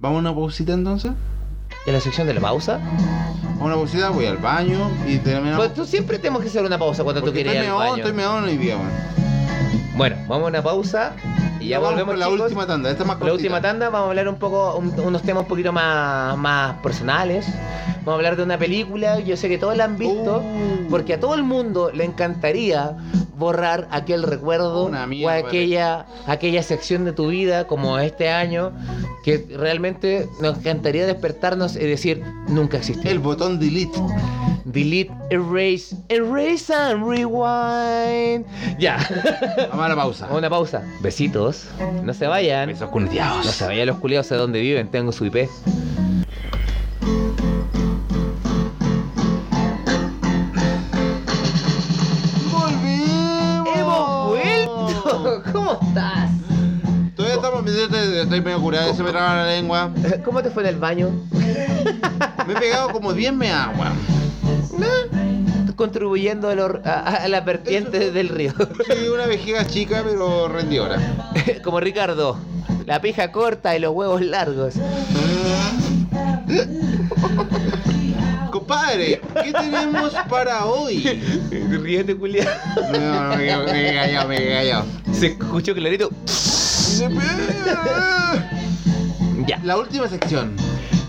F: ¿Vamos a una pausita entonces?
E: ¿De la sección de la pausa?
F: a una pausita, voy al baño y terminamos.
E: Pues tú siempre tenemos que hacer una pausa cuando tú
F: Porque
E: quieres
F: estoy
E: ir al
F: meón,
E: baño.
F: estoy meón hoy día, weón.
E: Bueno, vamos a una pausa y ya
F: Nos vamos
E: volvemos
F: con la
E: chicos.
F: última tanda, esta es más
E: Con la
F: cortita.
E: última tanda vamos a hablar un poco, un- unos temas un poquito más, más personales. Vamos a hablar de una película, yo sé que todos la han visto,
F: Uh.
E: porque a todo el mundo le encantaría borrar aquel recuerdo
F: Una
E: o
F: mierda,
E: aquella, aquella sección de tu vida como este año, que realmente nos encantaría despertarnos y decir, nunca existió.
F: El botón delete.
E: Delete, erase, erase and rewind. Ya.
F: Vamos a la pausa.
E: Una pausa. Besitos. No se vayan.
F: Besos culiados.
E: No se vayan los culiados a dónde viven. Tengo su IP.
F: ¡Volvimos!
E: ¡Hemos vuelto! ¿Cómo estás?
F: Todavía estamos, yo estoy, estoy medio curado, se me traba la lengua.
E: ¿Cómo te fue en el baño?
F: Me he pegado como 10 me agua.
E: Contribuyendo a, lo- a- a las vertientes del río.
F: Soy una vejiga chica, pero rendidora.
E: Como Ricardo. La pija corta y los huevos largos.
F: Compadre, ¿qué tenemos para hoy?
E: Ríete, culiado.
F: No, no, me me he callado, me he callado.
E: Se escuchó clarito. Ya.
F: La última sección.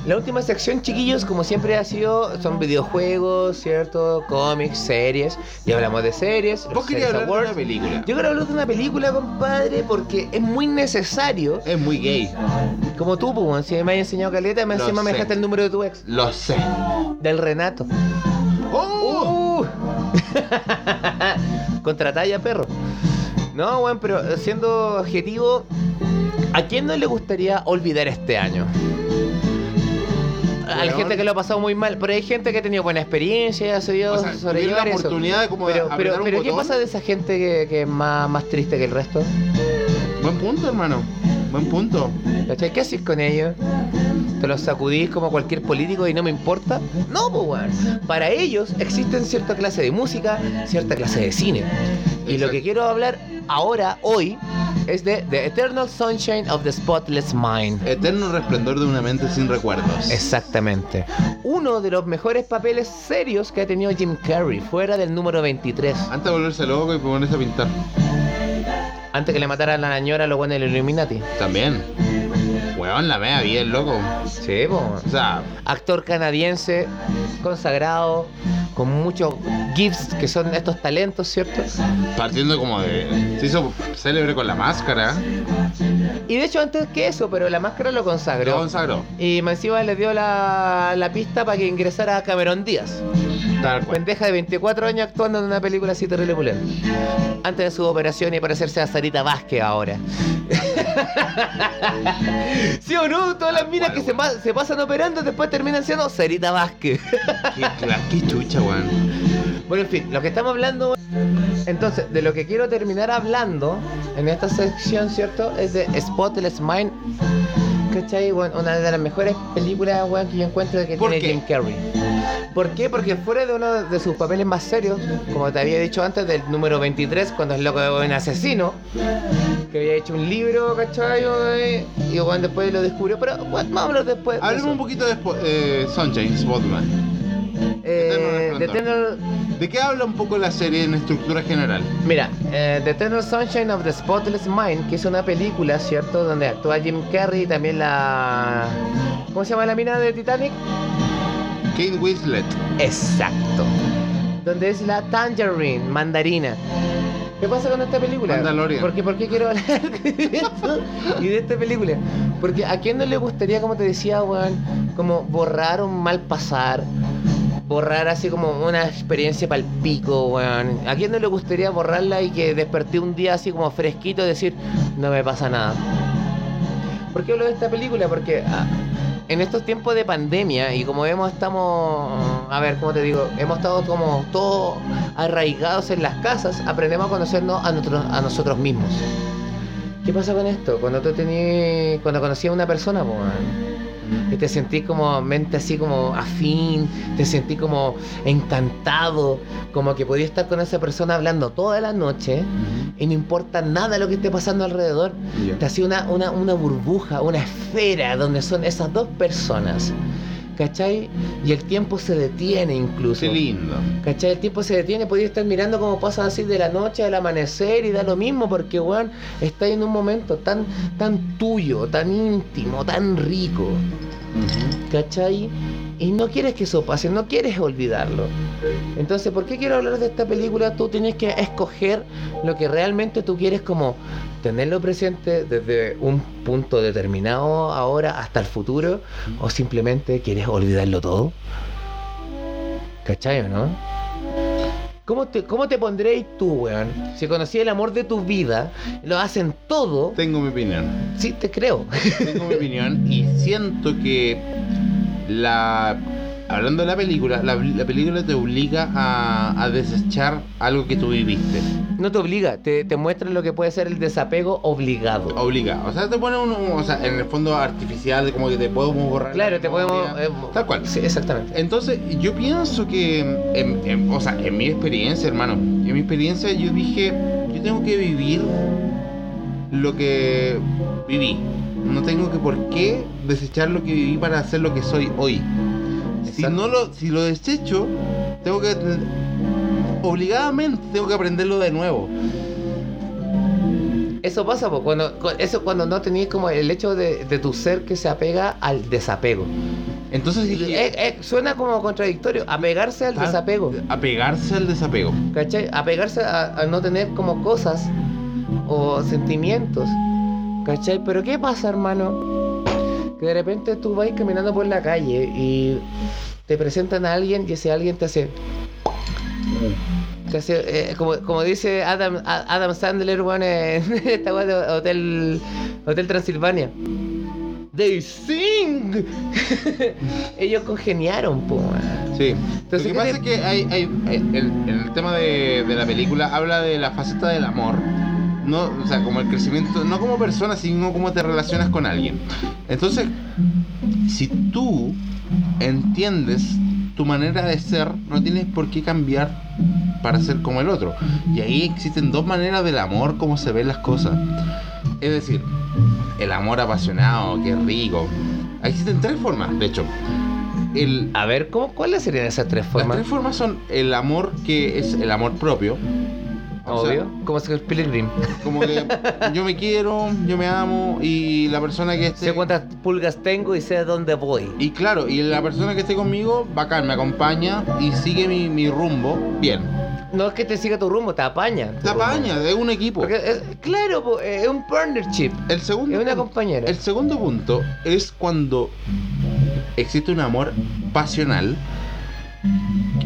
E: La última sección, chiquillos, como siempre ha sido, son videojuegos, ¿cierto? Cómics, series. Ya hablamos de series. los
F: Vos querías
E: series
F: hablar de
E: awards.
F: una película.
E: Yo quiero hablar de una película, compadre, porque es muy necesario.
F: Es muy gay.
E: Como tú, pues, weón, si me has enseñado caleta, me
F: Lo
E: encima me
F: sé.
E: dejaste el número de tu ex.
F: Lo sé.
E: Del Renato.
F: ¡Oh!
E: Contratalla, perro. No, weón, pero eh, siendo objetivo, ¿a quién no le gustaría olvidar este año? A la
F: Weón.
E: gente que lo ha pasado muy mal, pero hay gente que ha tenido buena experiencia y ha sabido
F: O sea,
E: sobrellevar
F: tuvieron la
E: eso.
F: oportunidad de como
E: pero,
F: apretar
E: pero,
F: un
E: pero ¿qué
F: botón.
E: pasa de esa gente que, que es más, más triste que el resto?
F: Buen punto, hermano. Buen punto.
E: ¿Cachai? ¿Qué haces con ellos? ¿Te los sacudís como cualquier político y no me importa? No, pues, weón. Para ellos existen cierta clase de música, cierta clase de cine. Y lo
F: Exacto.
E: que quiero hablar ahora, hoy, es de The Eternal Sunshine of the Spotless Mind.
F: Eterno resplendor de una mente sin recuerdos.
E: Exactamente. Uno de los mejores papeles serios que ha tenido Jim Carrey, fuera del número 23.
F: Antes de volverse loco y ponerse a pintar.
E: Antes que le mataran a la señora, lo bueno del Illuminati.
F: También. Weón, la mea bien, loco.
E: Sí, pues, po.
F: O sea,
E: actor canadiense, consagrado, con muchos gifts que son estos talentos, ¿cierto?
F: partiendo como de. Se hizo célebre con la máscara.
E: Y de hecho antes que eso, pero la máscara lo
F: Lo
E: consagró.
F: consagró.
E: Y Mancilla le dio la, la pista para que ingresara a Cameron Díaz.
F: Tal cual.
E: Pendeja de 24 años actuando en una película así terrible pulenta. Antes de su operación y parecerse a Sarita Vázquez ahora. ¿Sí o no? Todas las minas que se, pa- se pasan operando después terminan siendo Sarita Vázquez.
F: Qué, cla- qué chucha, weón.
E: Bueno, en fin, lo que estamos hablando. Entonces, de lo que quiero terminar hablando en esta sección, ¿cierto? Es de Spotless Mind. ¿Cachai? Bueno, una de las mejores películas weón, que yo encuentro que
F: ¿Por
E: tiene
F: qué?
E: Jim Carrey. ¿Por qué? Porque fuera de uno de sus papeles más serios, como te había dicho antes, del número 23, cuando es loco de un asesino, que había hecho un libro, ¿cachai? weón? Y bueno, después lo descubrió, pero bueno, vamos a hablar después. de
F: Hablemos
E: eso.
F: un poquito de Spo- eh, Sunshine, Spotman.
E: Eh, de
F: de Eterno Resplandor.
E: Eternal-
F: ¿De qué habla un poco la serie en estructura general?
E: Mira, eh, The Eternal Sunshine of the Spotless Mind, que es una película, ¿cierto? Donde actúa Jim Carrey y también la... ¿Cómo se llama la mina de Titanic?
F: Kate Winslet.
E: Exacto. Donde es la Tangerine, mandarina. ¿Qué pasa con esta película?
F: Mandalorian.
E: Porque, ¿Por qué quiero hablar de esto y de esta película? Porque a quién no le gustaría, como te decía, weón, como borrar un mal pasar, borrar así como una experiencia pal pico, weón. ¿A quién no le gustaría borrarla y que desperté un día así como fresquito y decir, no me pasa nada? ¿Por qué hablo de esta película? Porque ah, en estos tiempos de pandemia y como vemos estamos, a ver, ¿cómo te digo? Hemos estado como todos arraigados en las casas, aprendemos a conocernos a, nosotros- a nosotros mismos. ¿Qué pasa con esto? Cuando tú tenías, cuando conocías a una persona, po, weón, y te sentís como mente así como afín, te sentís como encantado, como que podías estar con esa persona hablando toda la noche y no importa nada lo que esté pasando alrededor.
F: Ya.
E: Te hacía una, una, una burbuja, una esfera donde son esas dos personas. ¿Cachai? Y el tiempo se detiene incluso.
F: Qué lindo.
E: ¿Cachai? El tiempo se detiene, podías estar mirando cómo pasa así de la noche al amanecer y da lo mismo porque, weón, está en un momento tan, tan tuyo, tan íntimo, tan rico. ¿Cachai? Y no quieres que eso pase, no quieres olvidarlo. Entonces, ¿por qué quiero hablar de esta película? Tú tienes que escoger lo que realmente tú quieres como tenerlo presente desde un punto determinado ahora hasta el futuro o simplemente quieres olvidarlo todo. ¿Cachai o no? ¿Cómo te, cómo te pondréis tú, weón? Si conocí el amor de tu vida, lo hacen todo.
F: Tengo mi opinión.
E: Sí, te creo.
F: Tengo mi opinión y siento que la. Hablando de la película, la, la película te obliga a, a desechar algo que tú viviste.
E: No te obliga, te, te muestra lo que puede ser el desapego obligado.
F: Obliga. O sea, te pone un, o sea, en el fondo artificial, como que te podemos borrar. la
E: Claro, te
F: memoria.
E: podemos. eh,
F: Tal cual.
E: Sí, exactamente.
F: Entonces, yo pienso que, en- en- o sea, en mi experiencia, hermano, en mi experiencia yo dije, yo tengo que vivir lo que viví. No tengo que por qué desechar lo que viví para hacer lo que soy hoy. Si
E: Exacto.
F: no lo, si lo desecho, tengo que obligadamente tengo que aprenderlo de nuevo.
E: Eso pasa, po, cuando, cu- eso cuando no tenías como el hecho de, de tu ser que se apega al desapego.
F: Entonces dije,
E: Eh, eh, suena como contradictorio, apegarse al
F: ah,
E: desapego.
F: Apegarse al desapego.
E: ¿Cachai? Apegarse a, a no tener como cosas o sentimientos. ¿Cachai? Pero ¿qué pasa, hermano? Que de repente tú vas caminando por la calle y te presentan a alguien y ese alguien te hace... Te hace, eh, como, como dice Adam, A- Adam Sandler bueno, en esta weá de Hotel, Hotel Transilvania. They sing. Ellos congeniaron, po. weón.
F: Sí.
E: Entonces,
F: lo
E: ¿qué
F: que pasa
E: te-
F: es que hay, hay- hay- el, el tema de, de la película habla de la faceta del amor. No, o sea, como el crecimiento, no como persona, sino como te relacionas con alguien. Entonces, si tú entiendes tu manera de ser, no tienes por qué cambiar para ser como el otro. Y ahí existen dos maneras del amor, como se ven las cosas. Es decir, el amor apasionado, que rico. Existen tres formas, de hecho. El,
E: A ver, ¿cómo, ¿cuáles serían esas tres
F: las
E: formas?
F: tres formas son el amor que es el amor propio. O sea,
E: Obvio. Como se Pilgrim.
F: como que yo me quiero, yo me amo y la persona que esté...
E: Sé cuántas pulgas tengo y sé a dónde voy.
F: Y claro, y la persona que esté conmigo, bacán, me acompaña y sigue mi, mi rumbo bien.
E: No es que te siga tu rumbo, te apaña. tu
F: La
E: rumbo.
F: paña, es un equipo.
E: Porque es- claro, po, eh, es un partnership.
F: El segundo,
E: Es una
F: punto-
E: compañera.
F: el segundo punto es cuando existe un amor pasional.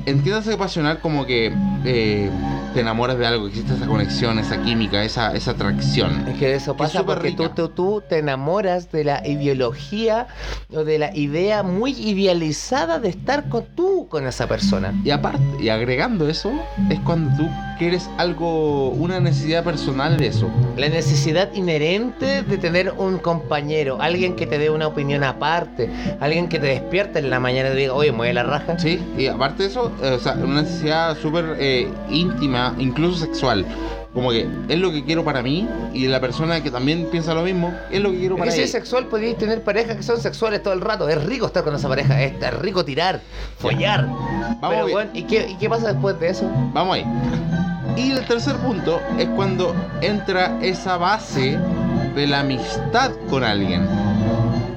F: Entiéndase pasional como que eh, te enamoras de algo, existe esa conexión, esa química, esa, esa atracción.
E: Es que eso
F: Que
E: pasa
F: súper
E: porque tú,
F: rica.
E: tú, tú te enamoras de la ideología o de la idea muy idealizada de estar con tú con esa persona.
F: Y aparte, y agregando eso, es cuando tú quieres algo, una necesidad personal de eso.
E: La necesidad inherente de tener un compañero, alguien que te dé una opinión aparte, alguien que te despierte en la mañana y te diga, oye, mueve la raja.
F: Sí, y aparte de eso, eh, o sea, una necesidad súper eh, íntima, incluso sexual. Como que es lo que quiero para mí y la persona que también piensa lo mismo es lo que quiero para
E: Y si es
F: ella.
E: sexual, podéis tener parejas que son sexuales todo el rato. Es rico estar con esa pareja, es es rico tirar, follar. Pero,
F: bien.
E: bueno, ¿y qué, ¿y qué pasa después de eso?
F: Vamos ahí. Y el tercer punto es cuando entra esa base de la amistad con alguien.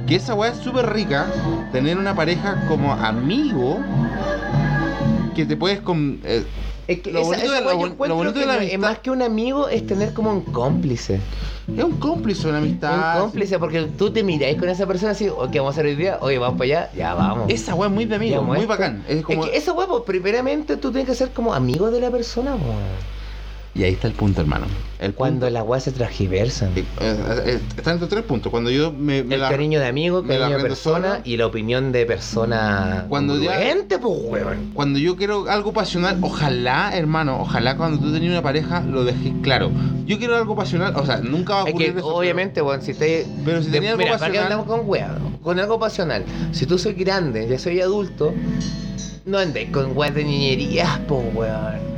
F: Que esa weá es súper rica, tener una pareja como amigo que te puedes... con- eh,
E: Es que
F: Lo bonito de la-
E: weá yo
F: lo bonito
E: encuentro
F: de
E: que
F: la
E: no- es
F: amistad-
E: más que un amigo es tener como un cómplice.
F: es un cómplice de la amistad.
E: un cómplice, porque tú te miráis con esa persona así, o ¿qué vamos a hacer hoy día? Oye, vamos para allá, ya vamos.
F: Esa weá es muy de amigo,
E: Ya,
F: muy
E: muestra.
F: bacán. Es como...
E: que eso, huevo, primeramente tú tienes que ser como amigo de la persona, po.
F: Y ahí está el punto, hermano. El
E: Cuando
F: punto-
E: las weas se transgiversan.
F: Eh, eh, eh, Están entre tres puntos. Cuando yo me, me
E: El
F: la-
E: cariño de amigo,
F: me la
E: cariño de
F: rendo
E: persona
F: solo.
E: y la opinión de persona. pues,
F: Cuando ya-
E: congruente, po, huevón.
F: Cuando yo quiero algo pasional, ojalá, hermano, ojalá cuando tú tenías una pareja lo dejes claro. Yo quiero algo pasional, o sea, nunca va a
E: Es
F: Ah, ocurrir
E: que,
F: eso, pero-
E: obviamente, weón, si te.
F: Pero si
E: de-
F: tenía algo
E: mira, ¿para qué
F: pasional-
E: andamos con weas? Con algo pasional. Si tú soy grande, ya soy adulto, no andes con weas de niñerías, po, weón.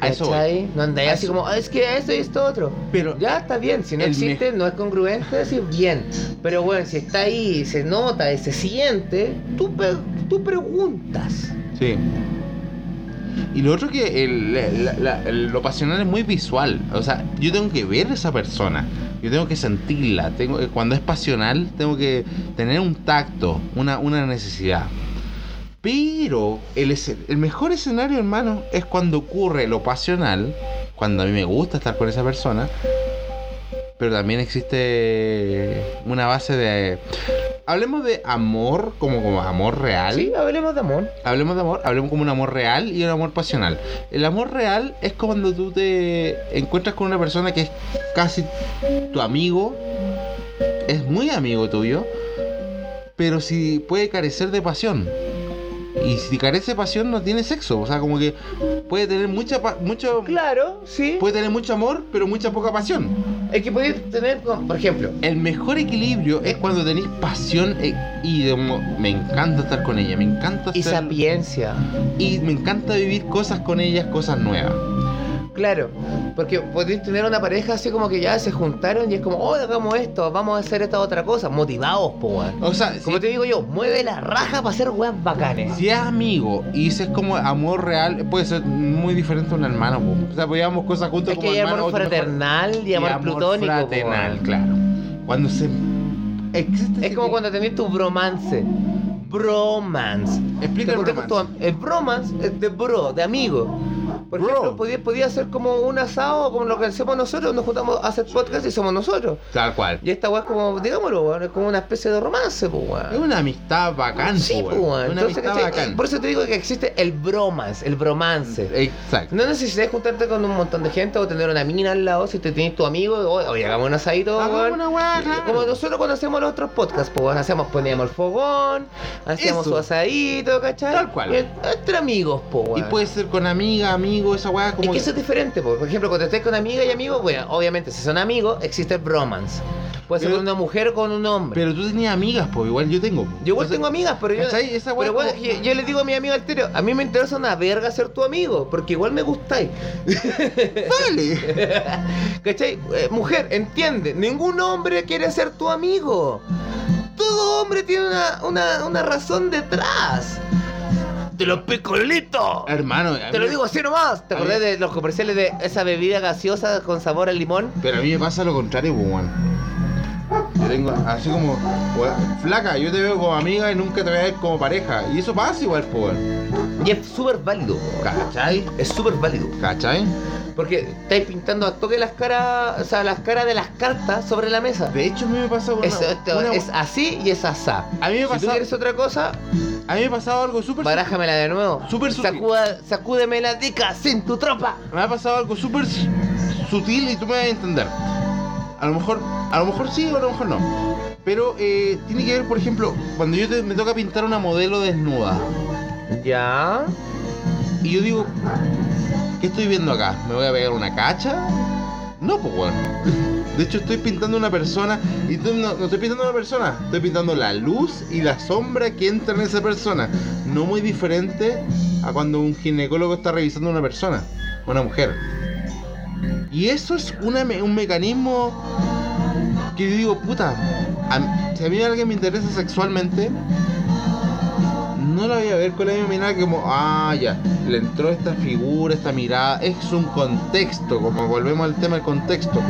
F: A eso voy.
E: ¿Cachai? No andáis
F: A
E: así
F: eso-
E: como, "Ah, es que esto y esto otro.
F: Pero-
E: ya está bien, si no
F: el
E: existe, no es congruente, sí, bien. Pero bueno, si está ahí, se nota y se siente, tú, pe- tú preguntas.
F: Sí. Y lo otro que el- la- la- la- lo pasional es muy visual. O sea, yo tengo que ver a esa persona. Yo tengo que sentirla. Tengo, cuando es pasional, tengo que tener un tacto, una, una necesidad. Pero el, esce- el mejor escenario, hermano, es cuando ocurre lo pasional, cuando a mí me gusta estar con esa persona, pero también existe una base de... Hablemos de amor, como, como amor real.
E: Sí, hablemos de amor.
F: Hablemos de amor, hablemos como un amor real y un amor pasional. El amor real es cuando tú te encuentras con una persona que es casi tu amigo, es muy amigo tuyo, pero si puede carecer de pasión. Y si carece de pasión no tiene sexo, o sea, como que puede tener mucha pa- mucho
E: Claro, sí.
F: puede tener mucho amor, pero mucha poca pasión.
E: Es que podéis tener, como- por ejemplo,
F: El mejor equilibrio es cuando tenéis pasión e- y de mo- me encanta estar con ella, me encanta
E: y
F: ser-
E: sapiencia.
F: y me encanta vivir cosas con ellas, cosas nuevas.
E: Claro, porque podéis tener una pareja así como que ya se juntaron y es como, oh, hagamos esto, vamos a hacer esta otra cosa, motivados, po, weón.
F: O sea, si,
E: Como te digo yo, mueve la raja para hacer weas bacanes.
F: si es amigo y dices como amor real, puede ser muy diferente a un hermano. po. O sea, pues llevamos cosas juntos
E: Es que
F: como
E: hay
F: hermanos.
E: amor
F: otro mejor-
E: fraternal y amor plutónico. po, weón.
F: fraternal, claro. Cuando se. Existe
E: Es
F: ese-
E: como cuando tenés tu bromance. Bromance.
F: Explica
E: Te
F: el
E: juntas con
F: bromance.
E: tu am- el bromance es de bro, de amigo. Por
F: Bro.
E: ejemplo, podía, podía hacer como un asado, como lo que hacemos nosotros, nos juntamos a hacer podcast y somos nosotros.
F: Tal cual.
E: Y esta weá es como, digámoslo, weón, es como una especie de romance, pues
F: Es una amistad bacán,
E: Sí,
F: po,
E: pues
F: weón. Una
E: Entonces,
F: amistad
E: ¿cachai?
F: bacán.
E: Por eso te digo que existe el bromance, el bromance.
F: Exacto.
E: No necesitas juntarte con un montón de gente o tener una mina al lado si te tienes tu amigo. o- Oye, hagamos un asadito,
F: Hagamos
E: weón. Eh,
F: una weá, claro.
E: Como nosotros cuando hacemos los otros podcasts, pues weón, hacemos, poníamos el fogón, hacíamos
F: Eso.
E: su asadito, ¿cachai?
F: Tal cual.
E: Y Entre amigos, pues
F: Y
E: weón.
F: puede ser con amiga, amigo, amigos, esa weá
E: Es
F: como.
E: que eso es diferente, po. por ejemplo, cuando estés con amiga y amigo, bueno, obviamente, si son amigos, existe el bromance. Puede ser
F: Pero-
E: con una mujer o con un hombre.
F: Pero tú tenías amigas, pues igual yo tengo. po.
E: yo igual
F: Entonces,
E: tengo amigas, pero yo.
F: ¿cachai? Esa weá
E: pero bueno,
F: como-
E: yo, yo le digo a mi amigo altero, a mí me interesa una verga ser tu amigo, porque igual me gustáis.
F: Dale.
E: ¿Cachai? Eh, mujer, entiende, ningún hombre quiere ser tu amigo. Todo hombre tiene una, una, una razón detrás. De los picolitos.
F: Hermano, a
E: Te
F: mí-
E: lo digo así nomás. ¿Te
F: a
E: acordás
F: mí-
E: de los comerciales de esa bebida gaseosa con sabor a limón?
F: Pero a mí me pasa lo contrario, pues, weón. Yo tengo así como, weón, flaca, yo te veo como amiga y nunca te voy a ver como pareja. Y eso pasa igual, pues, weón.
E: Y es súper válido.
F: ¿Cachai?
E: Es súper válido.
F: ¿Cachai?
E: Porque estáis pintando a toque las caras, o sea, las caras de las cartas sobre la mesa.
F: De hecho, a mí me pasa una,
E: Es, esto-
F: una-
E: es así y es asá.
F: A mí me
E: Si tú
F: pasa-
E: quieres otra cosa,
F: A mí me ha pasado algo súper
E: barájamela de nuevo.
F: Súper sutil.
E: Sacuda- sacúdeme la dica sin tu tropa.
F: me ha pasado algo súper s- sutil y tú me vas a entender. A lo mejor, a lo mejor sí o a lo mejor no. Pero eh, tiene que ver, por ejemplo, cuando yo te- me toca pintar una modelo desnuda.
E: Ya.
F: Y yo digo, ¿qué estoy viendo acá? ¿Me voy a pegar una cacha? No, pues bueno. De hecho, estoy pintando una persona y tú- no, no estoy pintando una persona, estoy pintando la luz y la sombra que entra en esa persona. No muy diferente a cuando un ginecólogo está revisando una persona, una mujer. Y eso es una me- un mecanismo que yo digo, puta, a- si a mí alguien me interesa sexualmente, no la voy a ver con la misma mirada que como, ah, ya, le entró esta figura, esta mirada, es un contexto, como volvemos al tema del contexto.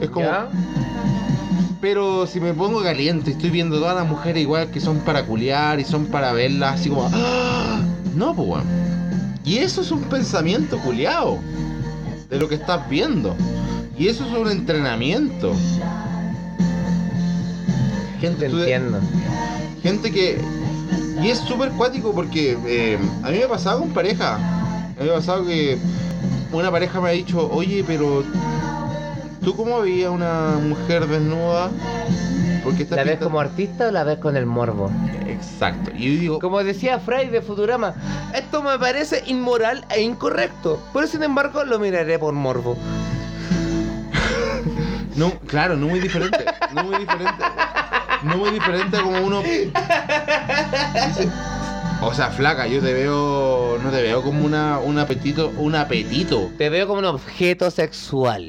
F: Es como,
E: ¿Ya?
F: pero si me pongo caliente, estoy viendo todas las mujeres igual que son para culiar y son para verlas, así como, "Ah". no, pues, weón. Y eso es un pensamiento culiado de lo que estás viendo. Y eso es un entrenamiento.
E: Te
F: Gente, tú de-
E: entiendo.
F: gente que. Y es súper cuático porque eh, a mí me ha pasado con pareja. A mí me ha pasado que una pareja me ha dicho, oye, pero ¿tú cómo veías una mujer desnuda? Porque está
E: ¿La ves
F: pinta-"
E: como artista o la ves con el morbo?
F: Exacto. Y yo digo,
E: Como decía Fry de Futurama, esto me parece inmoral e incorrecto. Pero sin embargo, lo miraré por morbo.
F: no, claro, no muy diferente. No muy diferente. No muy diferente a como uno. O sea, flaca, yo te veo. No te veo como una, un apetito. Un apetito.
E: Te veo como un objeto
F: Y-
E: sexual.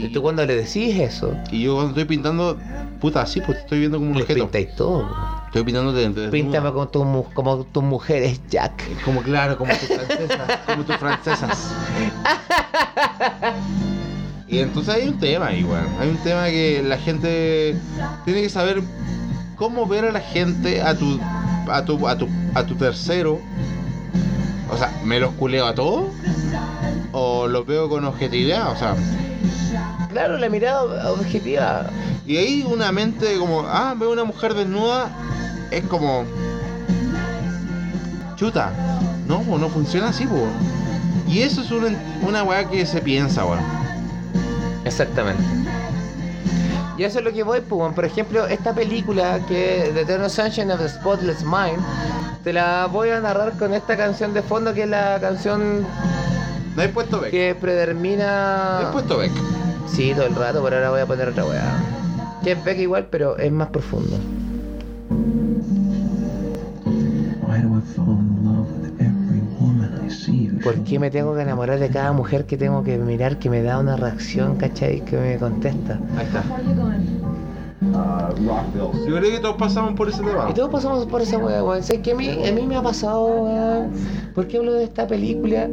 E: Y tú cuando le decís eso,
F: Y yo cuando estoy pintando, puta, así, pues te estoy viendo como un
E: les
F: objeto.
E: pintáis todo.
F: Estoy pintando de, de-
E: Píntame como tus mu- como tus mujeres, Jack.
F: Como claro, como tus francesas. como tus francesas. Y entonces hay un tema ahí, weón. Hay un tema que la gente tiene que saber cómo ver a la gente, a tu, a tu, a tu, a tu tercero. O sea, ¿me los culeo a todos? ¿O los veo con objetividad? O sea,
E: Claro, la mirada objetiva.
F: Y ahí una mente como, ah, veo una mujer desnuda, es como. Chuta. No, po, no funciona así, po. Y eso es una, una weá que se piensa, weón.
E: Exactamente. Y eso es lo que voy, pues, weón. por ejemplo, esta película que The Eternal Sunshine of the Spotless Mind, te la voy a narrar con esta canción de fondo que es la canción
F: No he puesto Beck.
E: que
F: No
E: predetermina
F: he puesto Beck.
E: Sí, todo el rato, pero ahora voy a poner otra weá. Que es Beck igual, pero es más profundo.
H: Why do I fall in love with every woman I see? who
E: ¿Por qué me tengo que enamorar de cada mujer que tengo que mirar que me da una reacción, cachai? Que me contesta.
F: Ahí está. Yo creo que todos pasamos por ese tema.
E: Y todos pasamos por esa weá, weón. ¿Sabes qué? A mí, a mí me ha pasado, weón. ¿Por qué hablo de esta película?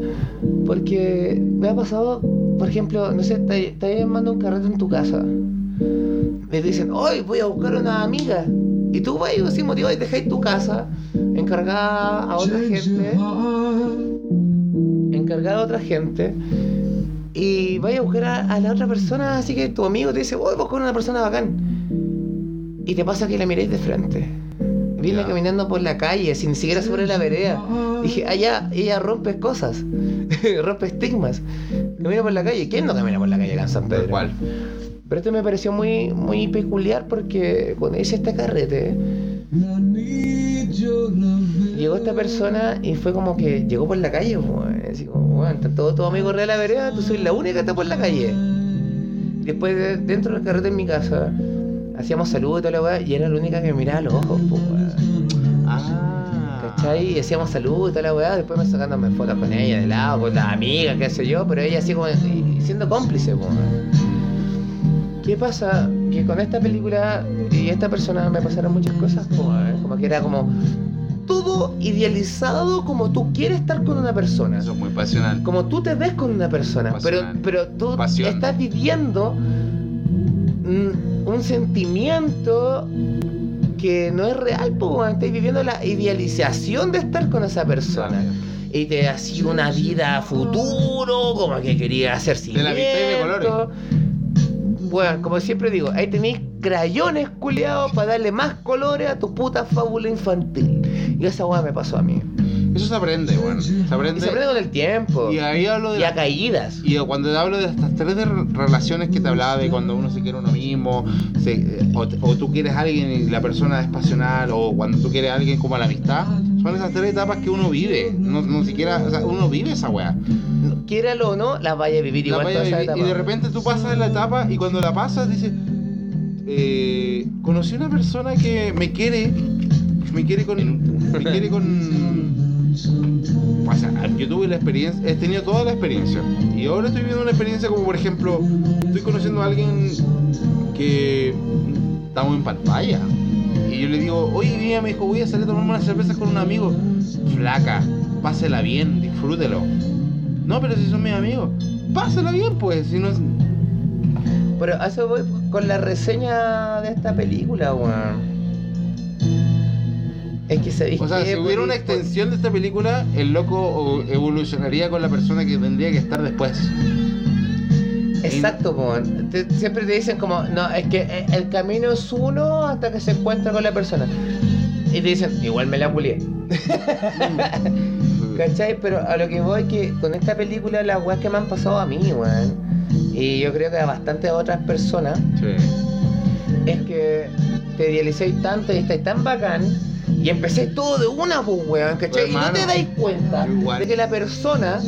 E: Porque me ha pasado, por ejemplo, no sé, te, te mando un carrete en tu casa. Me dicen, hoy voy a buscar una amiga. Y tú vas y así motivado y dejáis tu casa encargada a otra gente. Encargada a otra gente. Y vais a buscar a, a la otra persona, así que tu amigo te dice, voy a buscar una persona bacán. Y te pasa que la miráis de frente. Viene
F: Ya.
E: caminando por la calle, sin siquiera sobre la vereda. Dije, allá, ella rompe cosas, rompe estigmas. Camina por la calle. ¿Quién no camina por la calle acá en San Pedro?
F: Tal cual.
E: Pero esto me pareció muy, muy peculiar porque cuando hice este carrete, Llegó esta persona y fue como que llegó por la calle, weón. Así como, weón, están todos tus amigos re de la vereda, tú soy la única que está por la calle. Después, de- dentro del carrete en mi casa, hacíamos saludos y toda la weá, y era la única que me miraba a los ojos, po, weón.
F: Ah.
E: ¿Cachai? Y hacíamos saludos y toda la weá, después me sacándome fotos con ella de lado, con la amiga, qué sé yo, pero ella así como y- y siendo cómplice, po, weón. ¿Qué pasa? Que con esta película y esta persona me pasaron muchas cosas, po, weón. como que era como todo idealizado como tú quieres estar con una persona
F: Eso es muy pasional.
E: como tú te ves con una persona, pero,
F: Pasional.
E: pero tú
F: Pasión.
E: estás viviendo mm, un sentimiento que no es real, po, weón. estás viviendo la idealización de estar con esa persona. Y te hacía una vida a futuro, como que quería hacer
F: Te la pintáis de colores.
E: cimientos. Bueno, como siempre digo, ahí tenéis crayones culiados para darle más colores a tu puta fábula infantil. Y esa weá me pasó a mí.
F: Eso se aprende, bueno. Se
E: Y
F: aprende.
E: se aprende con el tiempo.
F: Y ahí hablo de
E: Y a caídas.
F: Y cuando te hablo de estas tres de re- relaciones que te hablaba de cuando uno se quiere uno mismo, se- eh, o, te- o tú quieres a alguien y la persona es pasional, o cuando tú quieres a alguien como a la amistad, son esas tres etapas que uno vive. No, no siquiera, o sea, uno vive esa weá.
E: No, Quiéralo o no, la vaya a vivir
F: La
E: igual
F: vaya
E: toda esa
F: a vivir,
E: etapa.
F: y de repente tú pasas la etapa y cuando la pasas dices, eh, conocí una persona que me quiere, me quiere con... Me quiere con o sea, yo tuve la experiencia, he tenido toda la experiencia. Y ahora estoy viviendo una experiencia como por ejemplo, estoy conociendo a alguien que estamos en pantalla. Y yo le digo, oye, mira, me dijo, voy a salir a tomarme unas cervezas con un amigo. Flaca, pásela bien, disfrútelo. No, pero si son mis amigos, pásela bien, pues. Si no, es-
E: Pero a eso voy con la reseña de esta película, weón. Es que se
F: o sea, si hubiera una extensión de esta película, el loco o- evolucionaría con la persona que tendría que estar después.
E: Exacto, weón. Te- siempre te dicen como, no, es que eh, el camino es uno hasta que se encuentra con la persona. Y te dicen, igual me la pulié. ¿Cachai? Pero a lo que voy que con esta película las weas que me han pasado a mí, weón. Y yo creo que a bastantes otras personas.
F: Sí.
E: es que te idealicéis tanto y estáis tan bacán y empecéis todo de una, pues, weón, ¿cachai? Y no
F: Hermano,
E: te dais cuenta
F: yo igual.
E: de que la persona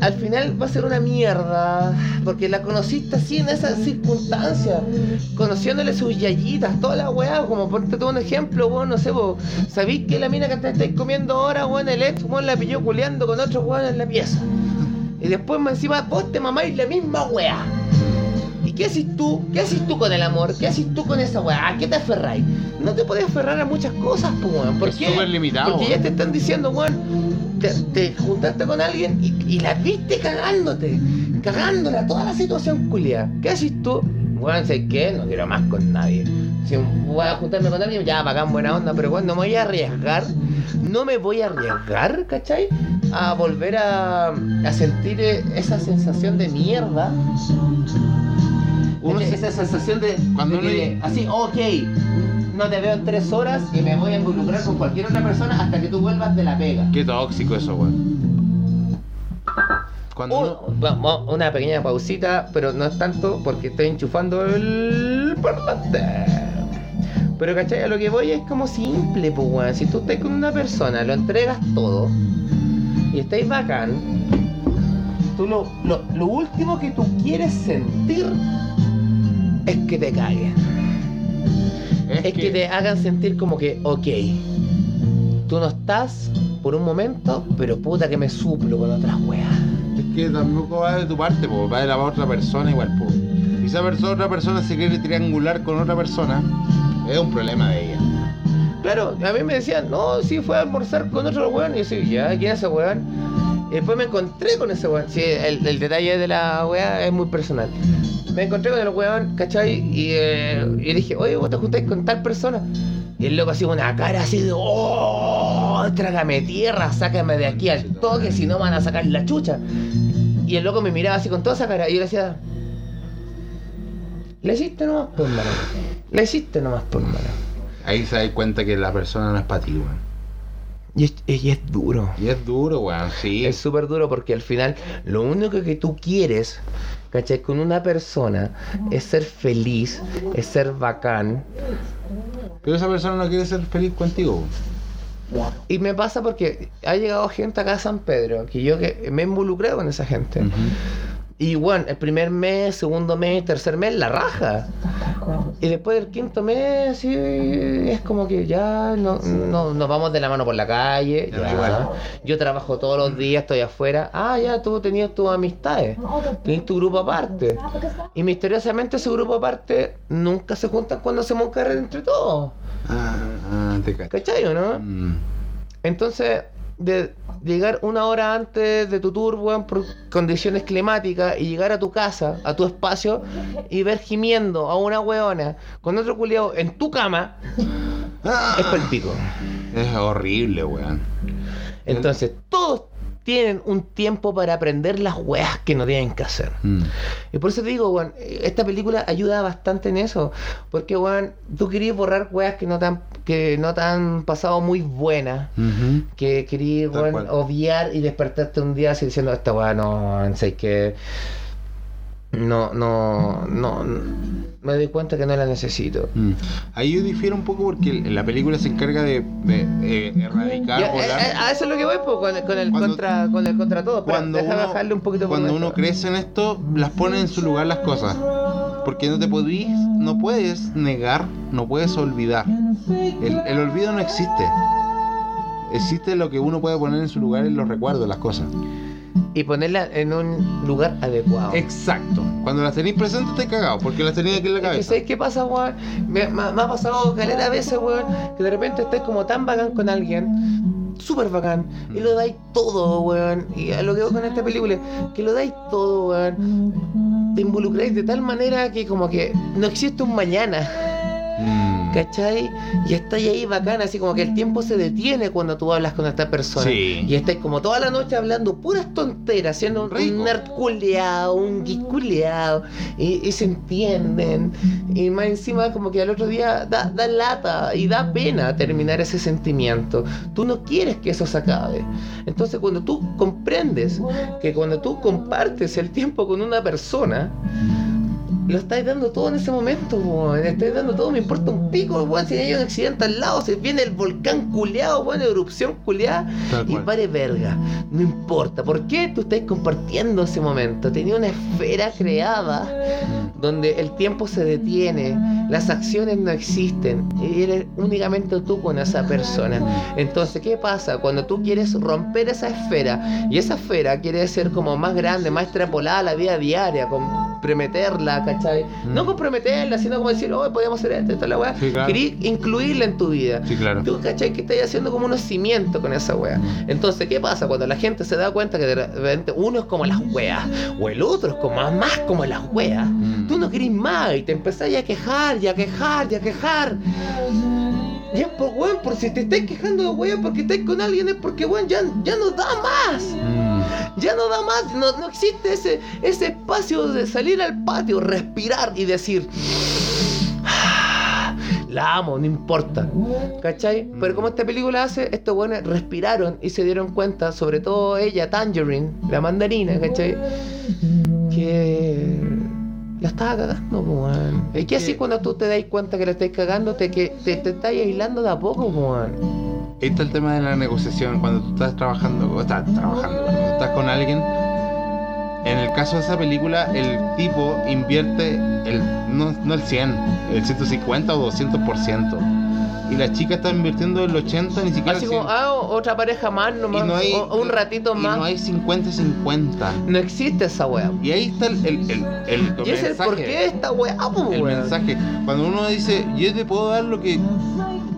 E: al final va a ser una mierda porque la conociste así en esas circunstancias, conociéndole sus yayitas, toda la weá, como ponte todo un ejemplo, weón, no sé, vos, sabéis que la mina que te estáis comiendo ahora, weón, el ex, weón, la pilló culeando con otro weón en la pieza. Y después más encima vos te mamáis la misma weá. ¿Y qué haces tú? ¿Qué haces tú con el amor? ¿Qué haces tú con esa weá? ¿A qué te aferráis? No te podés aferrar a muchas cosas, pues, weón. ¿Por
F: Es
E: qué?
F: súper limitado,
E: Porque ya
F: weón.
E: te están diciendo, weón, te, te juntaste con alguien y, y la viste cagándote, cagándola toda la situación culia. ¿Qué haces tú? Weón, sé qué? No quiero más con nadie. Si voy a juntarme con alguien, ya, bacán, buena onda, pero weón, no me voy a arriesgar. No me voy a arriesgar, ¿cachai? A volver a, a sentir eh, esa sensación de mierda
F: Uno
E: esa,
F: se-
E: esa sensación de,
F: Cuando
E: de
F: uno
E: que
F: llega-
E: así, ok, no te veo en tres horas y me voy a involucrar con cualquier otra persona hasta que tú vuelvas de la pega.
F: Qué tóxico eso, weón. Cuando uno-
E: Un- vamos, una pequeña pausita, pero no es tanto porque estoy enchufando el parlante. Pero cachai, a lo que voy es como simple, pues weón. Si tú estás con una persona, lo entregas todo y estáis bacán, tú lo, lo, lo último que tú quieres sentir es que te caguen. es que te hagan sentir como que, ok, tú no estás por un momento, pero puta que me suplo con otras weas.
F: Es que tampoco va de tu parte, po, va de la otra persona igual, po. Y esa persona, otra persona se quiere triangular con otra persona, es un problema de ella.
E: Claro, a mí me decían, no, sí, fue a almorzar con otro weón. Y yo sí, ya, ¿quién es ese weón? Y después me encontré con ese weón. Sí, el, el detalle de la weá es muy personal. Me encontré con el weón, ¿cachai? Y, eh, y le dije, oye, vos te juntáis con tal persona. Y el loco así con una cara así de, oh, trágame tierra, sácame de aquí al toque, si no van a sacar la chucha. Y el loco me miraba así con toda esa cara. Y yo le decía, le hiciste nomás, por mano. Le hiciste nomás, por mano.
F: Ahí se da cuenta que la persona no es para ti, weón.
E: Y es, y es duro.
F: Y es duro, weón, sí.
E: Es súper duro porque al final lo único que tú quieres, ¿cachai? Con una persona es ser feliz, es ser bacán,
F: Pero esa persona no quiere ser feliz contigo.
E: Y me pasa porque ha llegado gente acá a San Pedro, que yo que me involucré con esa gente. Y bueno, el primer mes, segundo mes, tercer mes, la raja. Y después del quinto mes, sí, es como que ya no, no- nos vamos de la mano por la calle. ya. Yo trabajo todos los días, estoy afuera. Ah, ya tú tenías tus amistades, tenías tu grupo aparte. Y misteriosamente ese grupo aparte nunca se juntan cuando hacemos un carrete entre todos.
F: Ah, ah, te cacho.
E: ¿Cachai o no?
F: Mm.
E: Entonces, de llegar una hora antes de tu tour, weón, por condiciones climáticas, y llegar a tu casa, a tu espacio, y ver gimiendo a una weona con otro culiao en tu cama,
F: Ah,
E: es palpico.
F: es horrible, weón.
E: Entonces, todos tienen un tiempo para aprender las weas que no tienen que hacer.
F: Mm.
E: Y por eso te digo, weón, esta película ayuda bastante en eso. Porque, weón, tú querías borrar weas que no te han, que no te han pasado muy buenas.
F: Ujú.
E: que quería
F: Tal
E: weón,
F: cual.
E: obviar y despertarte un día así diciendo esta weá no sé que no no no me doy cuenta que no la necesito
F: Mm. Ahí yo difiero un poco porque la película se encarga de, de, eh, erradicar,
E: Ya, eh,
F: volar.
E: eh, a eso es lo que voy po, con, con el
F: Cuando-
E: contra con el contra todo Espera,
F: cuando
E: déjame
F: uno,
E: bajarle un poquito por
F: cuando
E: dentro.
F: uno crece en esto, las pone en su lugar las cosas. Porque no te podís, no puedes negar, no puedes olvidar. El, el olvido no existe. Existe lo que uno puede poner en su lugar en los recuerdos, las cosas.
E: y ponerla en un lugar adecuado
F: Exacto. Cuando las tenéis presentes te cagado, porque las tenéis aquí en la
E: Es que
F: cabeza.
E: ¿sabes qué pasa, weón? Me, me- me ha pasado caleta a veces, weón, que de repente estés como tan bacán con alguien, súper bacán, y lo dais todo, weón. Y a lo que voy con esta película, que lo dais todo, weón. Te involucráis de tal manera que como que no existe un mañana,
F: Mm.
E: ¿cachai? Y estáis ahí bacán, así como que el tiempo se detiene cuando tú hablas con esta persona.
F: Sí.
E: Y estáis como toda la noche hablando puras tonteras, siendo un,
F: Rico.
E: un nerd culeado, un geek culeado, y, y se entienden. Y más encima, como que al otro día da, da lata y da pena terminar ese sentimiento. Tú no quieres que eso se acabe. Entonces, cuando tú comprendes que cuando tú compartes el tiempo con una persona, lo estáis dando todo en ese momento, weón. Estáis dando todo, me importa un pico, weón. Si hay un accidente al lado, si viene el volcán culeado, weón, erupción culeada.
F: Tal
E: Y
F: cual.
E: vale verga, no importa. ¿Por qué tú estás compartiendo ese momento? Tenía una esfera creada donde el tiempo se detiene, las acciones no existen, y eres únicamente tú con esa persona. Entonces, ¿qué pasa? Cuando tú quieres romper esa esfera, y esa esfera quiere ser como más grande, más extrapolada a la vida diaria, comprometerla, ¿cachai? No comprometerla, sino como decir, oh, podemos hacer esto, esto, la weá.
F: Mm. Sí, claro.
E: Querí incluirla en tu vida.
F: Sí, claro.
E: Tú cachai que estáis haciendo como unos cimientos con esa wea. Entonces, ¿qué pasa? Cuando la gente se da cuenta que de repente uno es como las weas, o el otro es como más como las weas, tú no querís más y te empezáis a quejar, y a quejar, y a quejar. Y es por weón, por si te estáis quejando de weón, porque estáis con alguien, es porque weón, ya, ya no da más.
F: Mm.
E: Ya no da más, no, no existe ese, ese espacio de salir al patio, respirar y decir. "Ah, La amo, no importa. ¿Cachai? Pero como esta película hace, estos buenos respiraron y se dieron cuenta, sobre todo ella, Tangerine, la mandarina, ¿cachai? Que la estaba cagando, po, weón. ¿Y qué así cuando tú te das cuenta que la estás cagando? Te, que, te, te estás aislando de a poco, po, weón.
F: Ahí está el tema de la negociación. Cuando tú estás trabajando, o estás trabajando, cuando estás con alguien, en el caso de esa película, el tipo invierte el, no, no el 100, el 150 o 200%. Y la chica está invirtiendo el 80, ni siquiera
E: Así
F: el
E: como,
F: 100.
E: ah, otra pareja más nomás,
F: Y no hay-
E: o- o un ratito
F: y
E: más.
F: no hay 50-50.
E: No existe esa weá.
F: Y ahí está el, el, el, el
E: Y es el
F: mensaje.
E: por qué esta weá, po,
F: el
E: weón.
F: mensaje. Cuando uno dice, yo te puedo dar lo que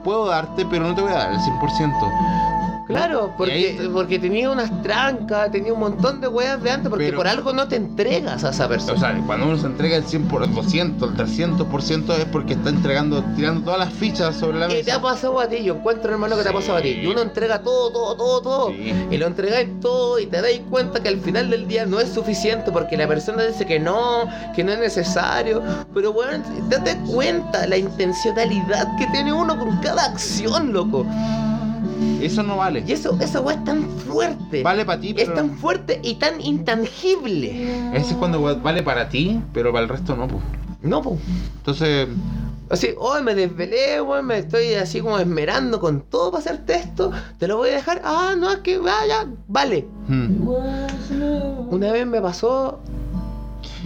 F: puedo darte, pero no te voy a dar el 100%.
E: Claro,
F: ahí
E: porque,
F: está.
E: porque tenía unas trancas, tenía un montón de weas de antes, porque
F: Pero-
E: por algo no te entregas a esa
F: O
E: persona.
F: sea, cuando uno se entrega el 100 por el 200, el 300% es porque está entregando, tirando todas las fichas sobre la
E: Y te ha
F: mesa.
E: pasado a ti, yo encuentro hermano que te ha pasado a ti. Y uno entrega todo, todo, todo, todo.
F: Sí.
E: Y lo entregáis todo y te dais cuenta que al final del día no es suficiente porque la persona dice que no, que no es necesario. Pero bueno, date cuenta la intencionalidad que tiene uno con cada acción, loco.
F: Eso no vale.
E: Y eso, esa wea es tan fuerte.
F: Vale para ti,
E: Es
F: pero
E: tan fuerte y tan intangible.
F: ese es cuando va- vale para ti, pero para el resto no. pues.
E: No, po.
F: Entonces,
E: Así, hoy me desvelé, weón, me estoy así como esmerando con todo para hacerte esto. Te lo voy a dejar. Ah, no, es que vaya, vale.
F: Mm.
E: Una vez me pasó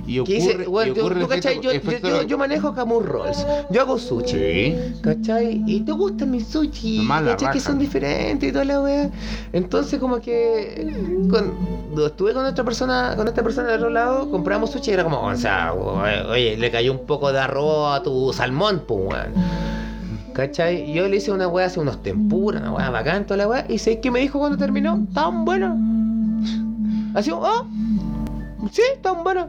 F: Y
E: que
F: ocurre,
E: hice, weón,
F: y
E: yo,
F: ocurre el
E: tú cachai,
F: efecto-
E: yo, yo-
F: efecto-
E: yo- yo manejo Camus Rolls, yo hago sushi.
F: Sí.
E: ¿Cachai? Y te gustan mis sushi.
F: Nomás la
E: ¿Cachai? Que
F: raja.
E: son diferentes y toda la weá. Entonces, como que. Cuando estuve con otra persona, con esta persona de otro lado, compramos sushi y era como, o sea, we- oye, le cayó un poco de arroz a tu salmón, pues weón. ¿Cachai? Y Yo le hice una weá, hace unos tempura, una weá bacán, toda la weá. Y sé que me dijo cuando terminó, tan bueno. Así, oh, sí, tan bueno.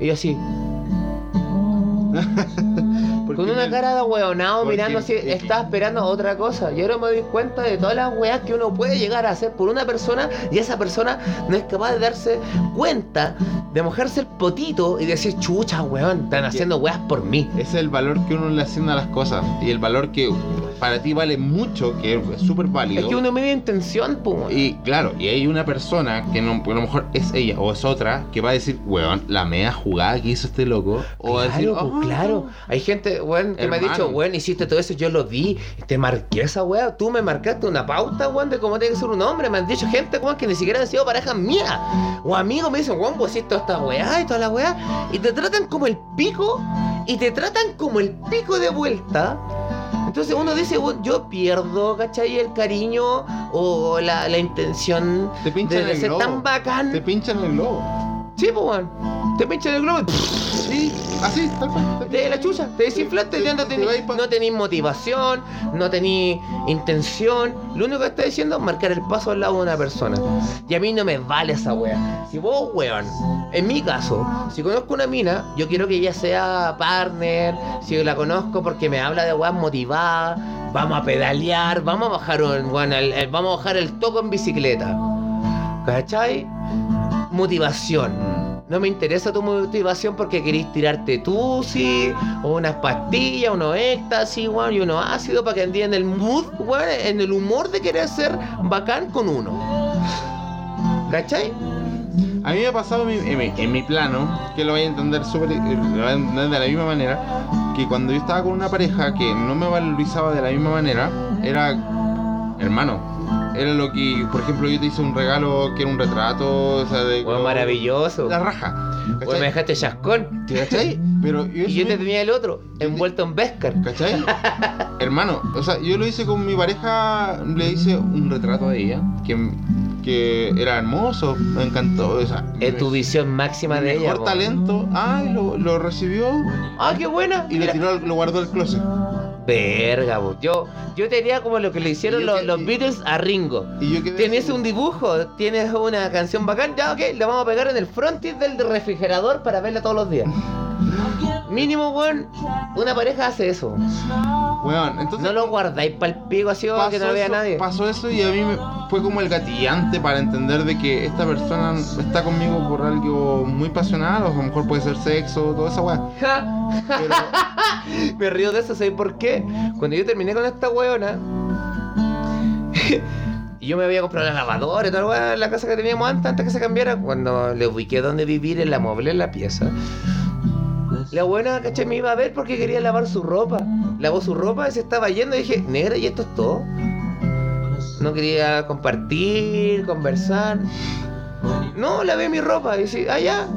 E: Y yo así,
F: Porque
E: Con una
F: me-
E: cara de hueonado
F: porque-
E: mirando así,
F: porque-
E: estaba esperando otra cosa. Y ahora me doy cuenta de todas las weas que uno puede llegar a hacer por una persona y esa persona no es capaz de darse cuenta, de mojarse el potito y decir, chucha, weón, están haciendo weas por mí.
F: Es el valor que uno le asigna a las cosas. Y el valor que para ti vale mucho, que es súper válido.
E: Es que uno mide intención, pum.
F: Y claro, y hay una persona que no, a lo mejor es ella o es otra que va a decir, weón, la mea jugada que hizo este loco. O va a
E: claro,
F: decir,
E: pues,
F: "Ah".
E: claro. Hay gente, weón, que me ha
F: Hermano.
E: dicho, weón, hiciste todo eso, yo lo vi, te marqué esa wea, tú me marcaste una pauta, weón, de cómo tiene que ser un hombre. Me han dicho gente, weón, que ni siquiera han sido parejas mías. O amigos me dicen, weón, vos hiciste toda esta weá y toda la weá. Y te tratan como el pico, y te tratan como el pico de vuelta. Entonces uno dice, weón, yo pierdo, ¿cachai? El cariño o la, la intención
F: Te pinchan
E: de
F: el
E: ser
F: globo.
E: tan bacán.
F: Te pinchan el globo.
E: Sí, pues, weón. Te pinchan el globo. y
F: Sí, así, tal cual.
E: te de la chucha, te desinflaste, ya no
F: Te
E: tenís
F: vais pa-
E: no tenís motivación, no tenís intención. Lo único que está diciendo es marcar el paso al lado de una persona. Y a mí no me vale esa wea. Si vos, weón, en mi caso, si conozco una mina, yo quiero que ella sea partner, si la conozco porque me habla de weas motivadas, vamos a pedalear, vamos a bajar un, weón, el- el- vamos a bajar el toco en bicicleta. ¿Cachai? Motivación.
F: Mm.
E: No me interesa tu motivación porque querís tirarte tú, sí, o unas pastillas, unos éxtasis, weón, y unos ácidos para que andí en el mood, weón, en el humor de querer ser bacán con uno. ¿Cachai?
F: A mí me ha pasado en mi, en mi- en mi plano, que lo vaya a entender súper, eh, lo vaya a entender de la misma manera, que cuando yo estaba con una pareja que no me valorizaba de la misma manera, era hermano. Era lo que, por ejemplo, yo te hice un regalo que era un retrato, o sea, de...
E: Weón, maravilloso.
F: La raja.
E: Weón, me
F: ¿cachai?
E: dejaste chascón.
F: ¿Cachai? Pero yo,
E: Y yo te
F: asumí-
E: tenía el otro, envuelto en Vescar.
F: ¿Cachai? Hermano, o sea, yo lo hice con mi pareja, le hice un retrato de ella, que, que era hermoso, me encantó. O sea,
E: Es tu
F: mi-
E: visión máxima
F: mi
E: de ella.
F: mejor
E: weón.
F: talento, ay, lo, lo recibió
E: Ah, qué buena.
F: y lo,
E: Mira.
F: tiró, al- lo guardó al closet.
E: Verga, weón. Yo, yo tenía como lo que le
F: Y
E: hicieron
F: yo
E: los,
F: que-
E: los Beatles a Ringo.
F: Y yo quedé
E: Tienes
F: así,
E: un dibujo, tienes una canción bacán, ya ok, la vamos a pegar en el frontis del refrigerador para verla todos los días. Mínimo, weón, una pareja hace eso.
F: Weón, entonces...
E: No lo guardáis para el pico así weón, que no lo vea
F: eso,
E: nadie.
F: pasó eso y a mí me fue como el gatillante para entender de que esta persona está conmigo por algo muy pasional, o a lo mejor puede ser sexo, toda esa weá.
E: Ja,
F: Pero
E: me río de eso, ¿sabes por qué? Cuando yo terminé con esta weona, y yo me había comprado la lavadora y toda la weá en la casa que teníamos antes, antes que se cambiara, cuando le ubiqué dónde vivir, en la mueble, en la pieza. La buena, caché, me iba a ver porque quería lavar su ropa. Lavó su ropa y se estaba yendo y dije, negra, ¿y esto es todo? No quería compartir, conversar. No, lavé mi ropa. Y dije, ah, ya.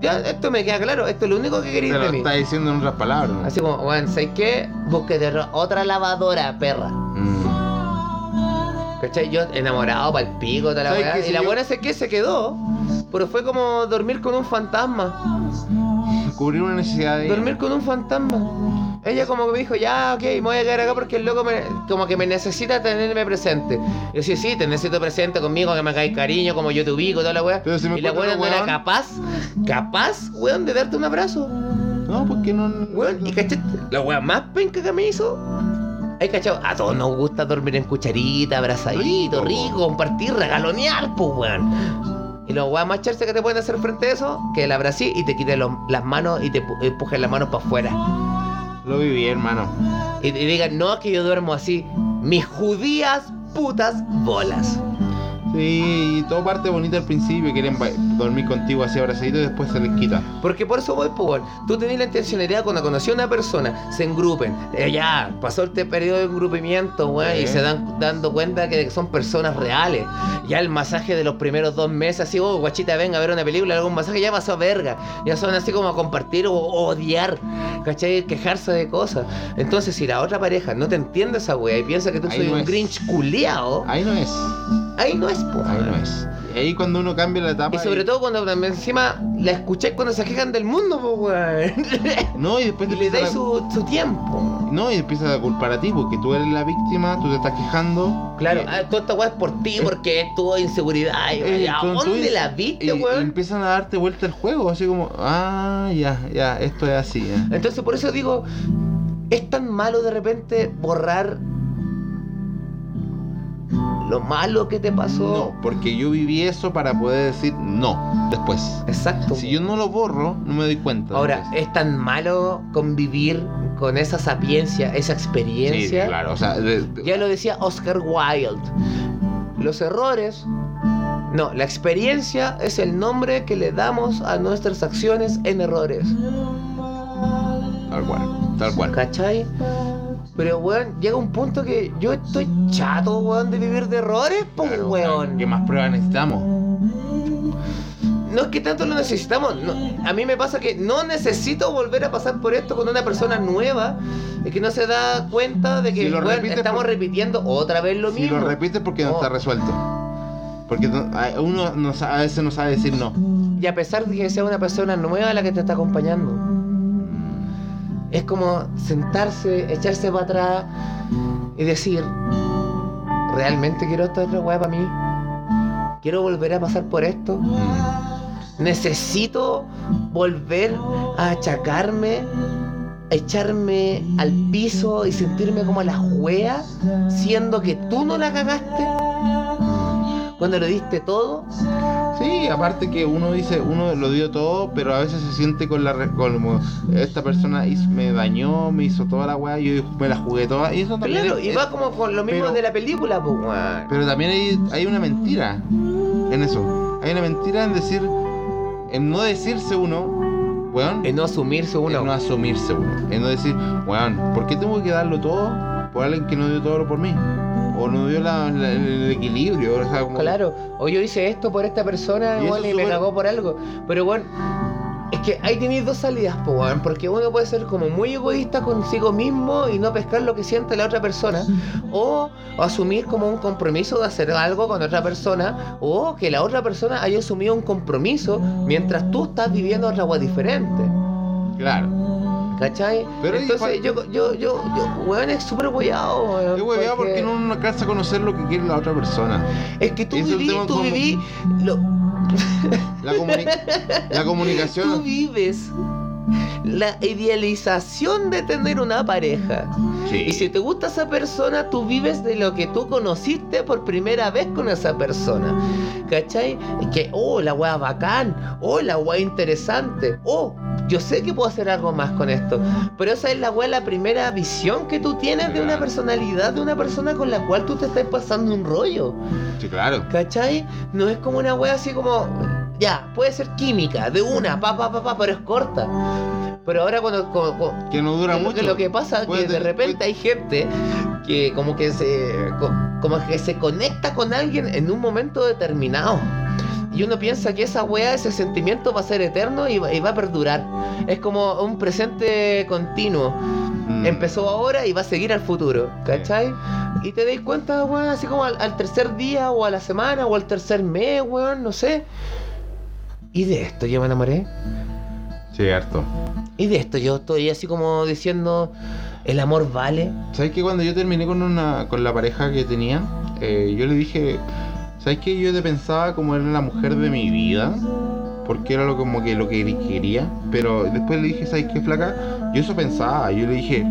E: Ya, esto me queda claro. Esto es lo único que quería
F: te lo
E: de mí.
F: está diciendo en otras palabras.
E: Así como, bueno, ¿sabes qué? Búsquete ro- otra lavadora, perra.
F: Mm.
E: ¿Cachai? Yo enamorado pa'l pico, toda la
F: ¿Sabes
E: weá.
F: qué?
E: Y
F: Si
E: la
F: yo-
E: buena es que se quedó. Pero fue como dormir con un fantasma.
F: cubrir una necesidad de
E: Dormir con un fantasma. Ella como que me dijo, ya, ok, me voy a quedar acá porque el loco me- como que me necesita tenerme presente. Yo decía, sí, te necesito presente conmigo, que me hagáis cariño, como yo te ubico, toda la weá.
F: Pero si me
E: y la
F: encuentro
E: weá no era
F: otro weón.
E: capaz, capaz, weón, de darte un abrazo.
F: No, porque no.
E: Weón, y cachate, la weá más penca que me hizo. Hay cachado, a todos nos gusta dormir en cucharita, abrazadito,
F: Rico.
E: rico, compartir, regalonear, pues weón. Y lo weá más charse que te pueden hacer frente a eso, que la abrací y te quiten las manos y te pu- empujen las manos para afuera.
F: Lo viví, hermano.
E: Y, y digan, no, es que yo duermo así. Mis judías putas bolas.
F: Sí, y todo parte bonito al principio, quieren ba- dormir contigo así abrazadito y después se les quita.
E: Porque por eso voy, pues, weón. Tú tenés la intencionalidad cuando conocí a una persona, se engrupen. eh, ya, pasó el te- periodo de engrupimiento, weón, y
F: Sí.
E: se dan dando cuenta que son personas reales. Ya el masaje de los primeros dos meses, así, oh, guachita, venga a ver una película, algún masaje, ya pasó verga. Ya son así como a compartir o, o odiar, ¿cachai? Quejarse de cosas. Entonces, si la otra pareja no te entiende esa weá y piensa que tú
F: Ahí
E: soy
F: no
E: un
F: es.
E: grinch culiao,
F: Ahí no es,
E: ahí no es, pues.
F: ahí no es. Y ahí cuando uno cambia la etapa.
E: Y sobre todo cuando encima la escuché cuando se quejan del mundo, pues, weón.
F: No, y después
E: Y
F: te
E: le dais
F: empieza
E: su,
F: la-
E: su tiempo.
F: No, y empiezas a culpar a ti, porque tú eres la víctima, tú te estás quejando.
E: Claro,
F: y-
E: ah, toda esta weá es por ti, porque tuvo inseguridad. Y,
F: Eh,
E: ¿A
F: entonces,
E: dónde la
F: y-
E: viste,
F: y
E: weón?
F: empiezan a darte vuelta el juego, así como, ah, ya, ya, esto es así. ¿eh?". ya".
E: Entonces, por eso digo, es tan malo de repente borrar lo malo que te pasó.
F: No, porque yo viví eso para poder decir no después.
E: Exacto.
F: Si yo no lo borro, no me doy cuenta.
E: Ahora,
F: después.
E: es tan malo convivir con esa sapiencia, esa
F: Sí,
E: experiencia.
F: claro, o sea, de- de-
E: Ya lo decía Oscar Wilde. Los errores. No, la experiencia es el nombre que le damos a nuestras acciones en errores.
F: tal cual, tal cual.
E: ¿Cachai? Pero, weón, llega un punto que yo estoy chato, weón, de vivir de errores, pues,
F: Claro,
E: weón.
F: ¿Qué más pruebas necesitamos?
E: No es que tanto lo necesitamos. no. a mí me pasa que no necesito volver a pasar por esto con una persona nueva y que no se da cuenta de que
F: Si lo
E: weón,
F: repites
E: estamos
F: por-
E: repitiendo otra vez lo
F: si
E: mismo.
F: lo repites porque no
E: Oh.
F: está resuelto. Porque no- a- uno no sa- a veces no sabe decir no.
E: Y a pesar de que sea una persona nueva la que te está acompañando.
F: Mm.
E: Es como sentarse, echarse para atrás y decir, ¿realmente quiero esta otra weá para mí? ¿Quiero volver a pasar por esto? ¿Necesito volver a achacarme, a echarme al piso y sentirme como la juega, siendo que tú no la cagaste? Cuando lo diste todo,
F: Sí, aparte que uno dice, uno lo dio todo, pero a veces se siente con la re- con- como, esta persona hizo- me dañó, me hizo toda la weá, yo me la jugué toda. Y eso también
E: Claro,
F: es-
E: y
F: es-
E: va como con lo mismo
F: pero-
E: de la película, pues, weón.
F: Pero también hay, hay una mentira en eso. Hay una mentira en decir, en no decirse uno, weón,
E: En Eh, no asumirse uno.
F: en no asumirse uno. En no decir, weón, ¿por qué tengo que darlo todo por alguien que no dio todo por mí? O no dio la- la- el equilibrio, o sea, como-
E: Claro, o yo hice esto por esta persona
F: Y eso
E: weón, y,
F: es
E: me
F: súper-
E: cagó por algo. Pero bueno, es que ahí tenéis dos salidas, po, weón, porque uno puede ser como muy egoísta consigo mismo y no pescar lo que siente la otra persona, o asumir como un compromiso de hacer algo con otra persona, o que la otra persona haya asumido un compromiso mientras tú estás viviendo otra agua diferente.
F: claro.
E: ¿Cachai?
F: Pero ahí
E: Entonces yo, yo, yo, yo, weón, es súper weado, weón.
F: Es hueveado porque uno no alcanza a conocer lo que quiere la otra persona.
E: Es que tú
F: Es un
E: vivís,
F: tema
E: tú
F: como-
E: vivís, lo,
F: La, comuni- la comunicación.
E: tú vives la idealización de tener una pareja.
F: Sí.
E: Y si te gusta esa persona, tú vives de lo que tú conociste por primera vez con esa persona. ¿Cachai? Es que, oh, la weá bacán, oh, la weá interesante, oh, yo sé que puedo hacer algo más con esto. Pero esa es la weá, la primera visión que tú tienes de una
F: Claro.
E: personalidad, de una persona con la cual tú te estás pasando un rollo.
F: Sí, claro.
E: ¿Cachai? No es como una wea así como. Ya, puede ser química, de una, pa, pa, pa, pa, pero es corta. Pero ahora cuando. como- como-
F: Que no dura
E: que lo,
F: mucho.
E: que lo que pasa es
F: Puede
E: que de
F: tener-
E: repente hay gente que como que se. co- como que se conecta con alguien en un momento determinado. Y uno piensa que esa wea, ese sentimiento va a ser eterno y va, y va a perdurar. Es como un presente continuo.
F: Mm.
E: Empezó ahora y va a seguir al futuro, ¿cachai? Y te dais cuenta, weón, así como al, al tercer día o a la semana o al tercer mes, weón, no sé. Y de esto yo me enamoré.
F: Sí, harto.
E: Y de esto yo estoy así como diciendo, el amor vale.
F: ¿Sabes que cuando yo terminé con una con la pareja que tenía, eh, yo le dije, ¿sabes que yo te pensaba como era la mujer de mi vida? Porque era lo como que lo que quería, pero después le dije, ¿sabes qué, flaca? Yo eso pensaba, yo le dije,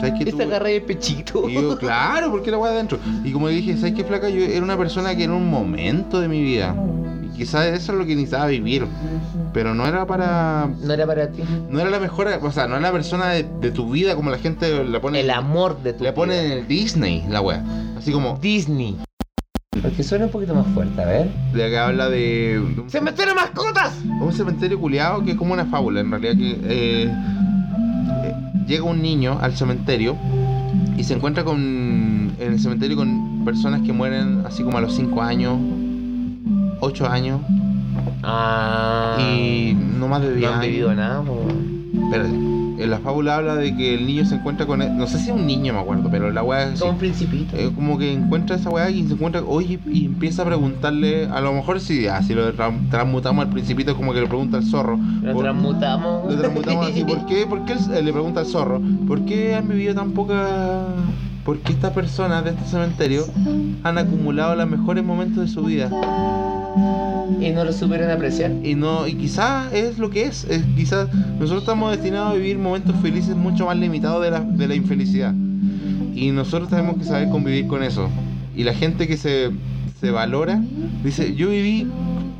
F: ¿sabes qué
E: Y se agarré el pechito.
F: Y yo, claro, porque la voy adentro. Y como le dije, ¿sabes qué, flaca? Yo era una persona que en un momento de mi vida. Y quizás eso es lo que necesitaba vivir. Pero no era para.
E: No era para ti.
F: No era la mejor. O sea, no era la persona de, de tu vida como la gente la pone.
E: El amor de tu
F: Le
E: vida.
F: ponen en el Disney la wea. Así como.
E: Disney. Porque suena un poquito más fuerte, a ver.
F: De acá habla de de un,
E: ¡Cementerio de mascotas!
F: un cementerio culiado que es como una fábula, en realidad. que eh, eh, Llega un niño al cementerio y se encuentra con, en el cementerio con personas que mueren así como a los 5 años, 8 años
E: Ah.
F: y no más de 10
E: no han
F: años.
E: vivido nada, po.
F: Espérate. En la fábula habla de que el niño se encuentra con. No sé si es un niño, me acuerdo, pero la weá es.
E: Como un principito.
F: Eh, como que encuentra esa weá y se encuentra, oye, y empieza a preguntarle, a lo mejor si, ah, si lo tra- transmutamos al principito, como que le pregunta al zorro.
E: Lo
F: por-
E: transmutamos.
F: lo transmutamos así, ¿por qué? ¿Por qué el- eh, le pregunta al zorro? ¿Por qué han vivido tan poca... ¿Por qué estas personas de este cementerio han acumulado los mejores momentos de su vida?
E: Y no lo supieron apreciar.
F: Y no, y quizás es lo que es, es quizás nosotros estamos destinados a vivir momentos felices mucho más limitados de la, de la infelicidad. Y nosotros tenemos que saber convivir con eso. Y la gente que se, se valora dice, yo viví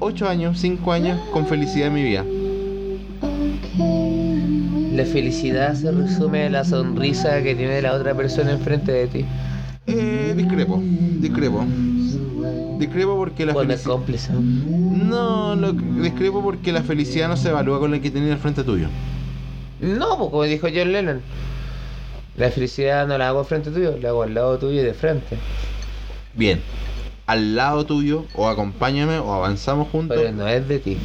F: 8 años, 5 años con felicidad en mi vida.
E: La felicidad se resume en la sonrisa que tiene la otra persona enfrente de ti.
F: Eh, discrepo, discrepo. Discrepo porque la
E: Cuando es
F: felicidad...
E: cómplice.
F: No, lo discrepo porque la felicidad no se evalúa con la que tenía al frente tuyo.
E: No, pues como dijo John Lennon. La felicidad no la hago frente tuyo, la hago al lado tuyo y de frente.
F: Bien, al lado tuyo, o acompáñame, o avanzamos juntos.
E: Pero no es de ti.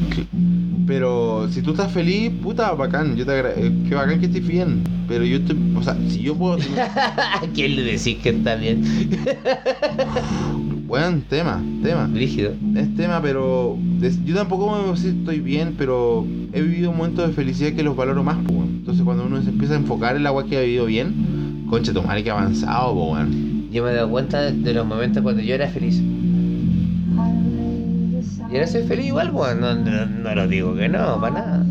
F: Pero si tú estás feliz, puta, bacán. Yo te agra- eh, Qué bacán que estés bien. Pero yo estoy. O sea, si yo puedo.
E: ¿A quién le decís que está bien?
F: Buen tema, tema.
E: Rígido.
F: Es tema, pero. des- Yo tampoco me voy a decir estoy bien, pero he vivido momentos de felicidad que los valoro más, pues. Entonces, cuando uno se empieza a enfocar en la agua que ha vivido bien, concha, tu madre que ha avanzado, po, weón.
E: Yo me he dado cuenta de los momentos cuando yo era feliz. Y ahora soy feliz igual, weón. No, no- no lo digo que no, para nada.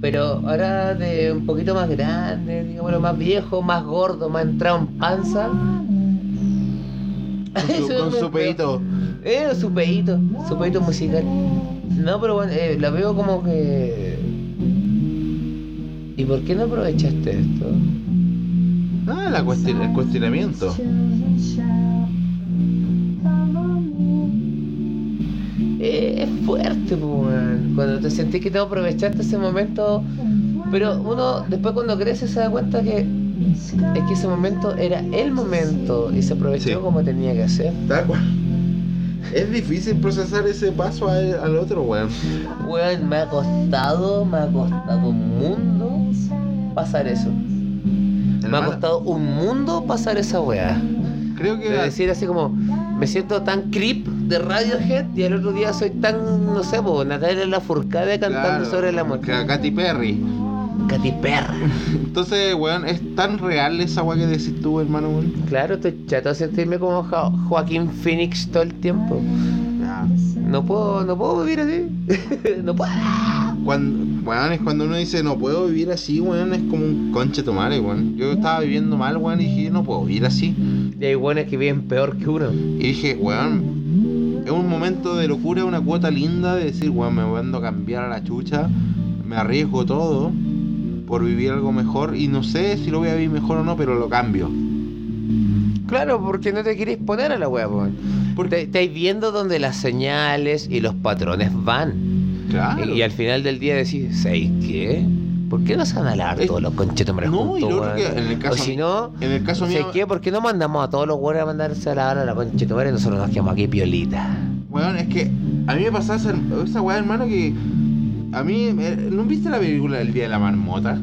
E: Pero ahora de un poquito más grande, digámoslo, más viejo, más gordo, más entrado en panza.
F: Con su, con su pedito.
E: Eh, su pedito, su pedito musical. No, pero bueno, eh, la veo como que. ¿Y por qué no aprovechaste esto?
F: Ah, la cuestion- el cuestionamiento.
E: Eh, es fuerte, po, weón. Cuando te sentís que no aprovechaste ese momento. Pero uno después cuando crece se da cuenta que es que ese momento era el momento y se aprovechó
F: Sí.
E: como tenía que hacer.
F: Tal cual. Es difícil procesar ese paso al, al otro, weón.
E: Weón, me ha costado, me ha costado un mundo pasar eso. Me ha
F: Hermana,
E: costado un mundo pasar esa weá.
F: Creo que
E: De
F: a-
E: decir así como, me siento tan creep de Radiohead y al otro día soy tan, no sé, po, Natalia Lafourcade cantando
F: Claro,
E: sobre el amor.
F: que a Katy Perry.
E: Katy Perry.
F: Entonces, weón, es tan real esa weá que decís tú, hermano, weón.
E: Claro, estoy chato de sentirme como Jo- Joaquín Phoenix todo el tiempo. No puedo, no puedo vivir así. no puedo.
F: Cuando, weón, es cuando uno dice, no puedo vivir así, weón, es como un conche tomare, weón. Yo estaba viviendo mal, weón, y dije, no puedo vivir así.
E: Y hay buenas que viven peor que uno.
F: Y dije, weón, es un momento de locura, una cuota linda de decir, weón, me voy a cambiar a la chucha, me arriesgo todo por vivir algo mejor y no sé si lo voy a vivir mejor o no, pero lo cambio.
E: Claro, porque no te querés poner a la wea, po. Te- Estáis viendo donde las señales y los patrones van.
F: Claro.
E: Y, y al final del día decís, ¿sabéis qué? ¿Por qué no se van a hablar
F: Es-
E: todos los conchetumares
F: No, y
E: juntos,
F: lo otro
E: weón?
F: que en el
E: O
F: caso
E: si
F: mío-
E: no,
F: en el caso
E: ¿sabéis
F: mío-
E: qué? ¿Por qué no mandamos a todos los weones a mandarse a la hora a la conchetumare y nosotros nos quedamos aquí piolita?
F: Weón, es que a mí me pasaba esa, esa weá, hermano, que a mí... eh, ¿No viste la película del Día de la Marmota?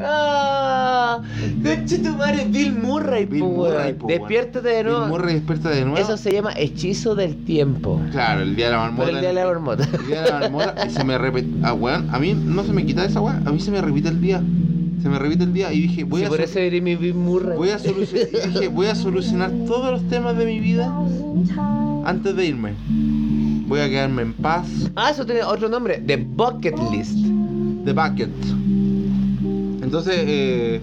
E: ¡Ah! Conchetumare, Bill Murray,
F: Bill
E: po, weón.
F: Murray, po, weón.
E: Despiértate de
F: Bill
E: nuevo.
F: Murray despierta de nuevo.
E: Eso se llama hechizo del tiempo.
F: Claro, el Día de la Marmota.
E: Pero el día de la marmota.
F: El día de la marmota y se me repite. Ah, weón, a mí no se me quita esa weá, a mí se me repite el día. Se me repite el día y dije, voy
E: Si
F: a
E: por
F: solu-
E: eso eres mi Bill Murray.
F: voy a solucionar dije, voy a solucionar todos los temas de mi vida antes de irme. Voy a quedarme en paz.
E: Ah, eso tiene otro nombre. The Bucket List.
F: The Bucket. Entonces, eh,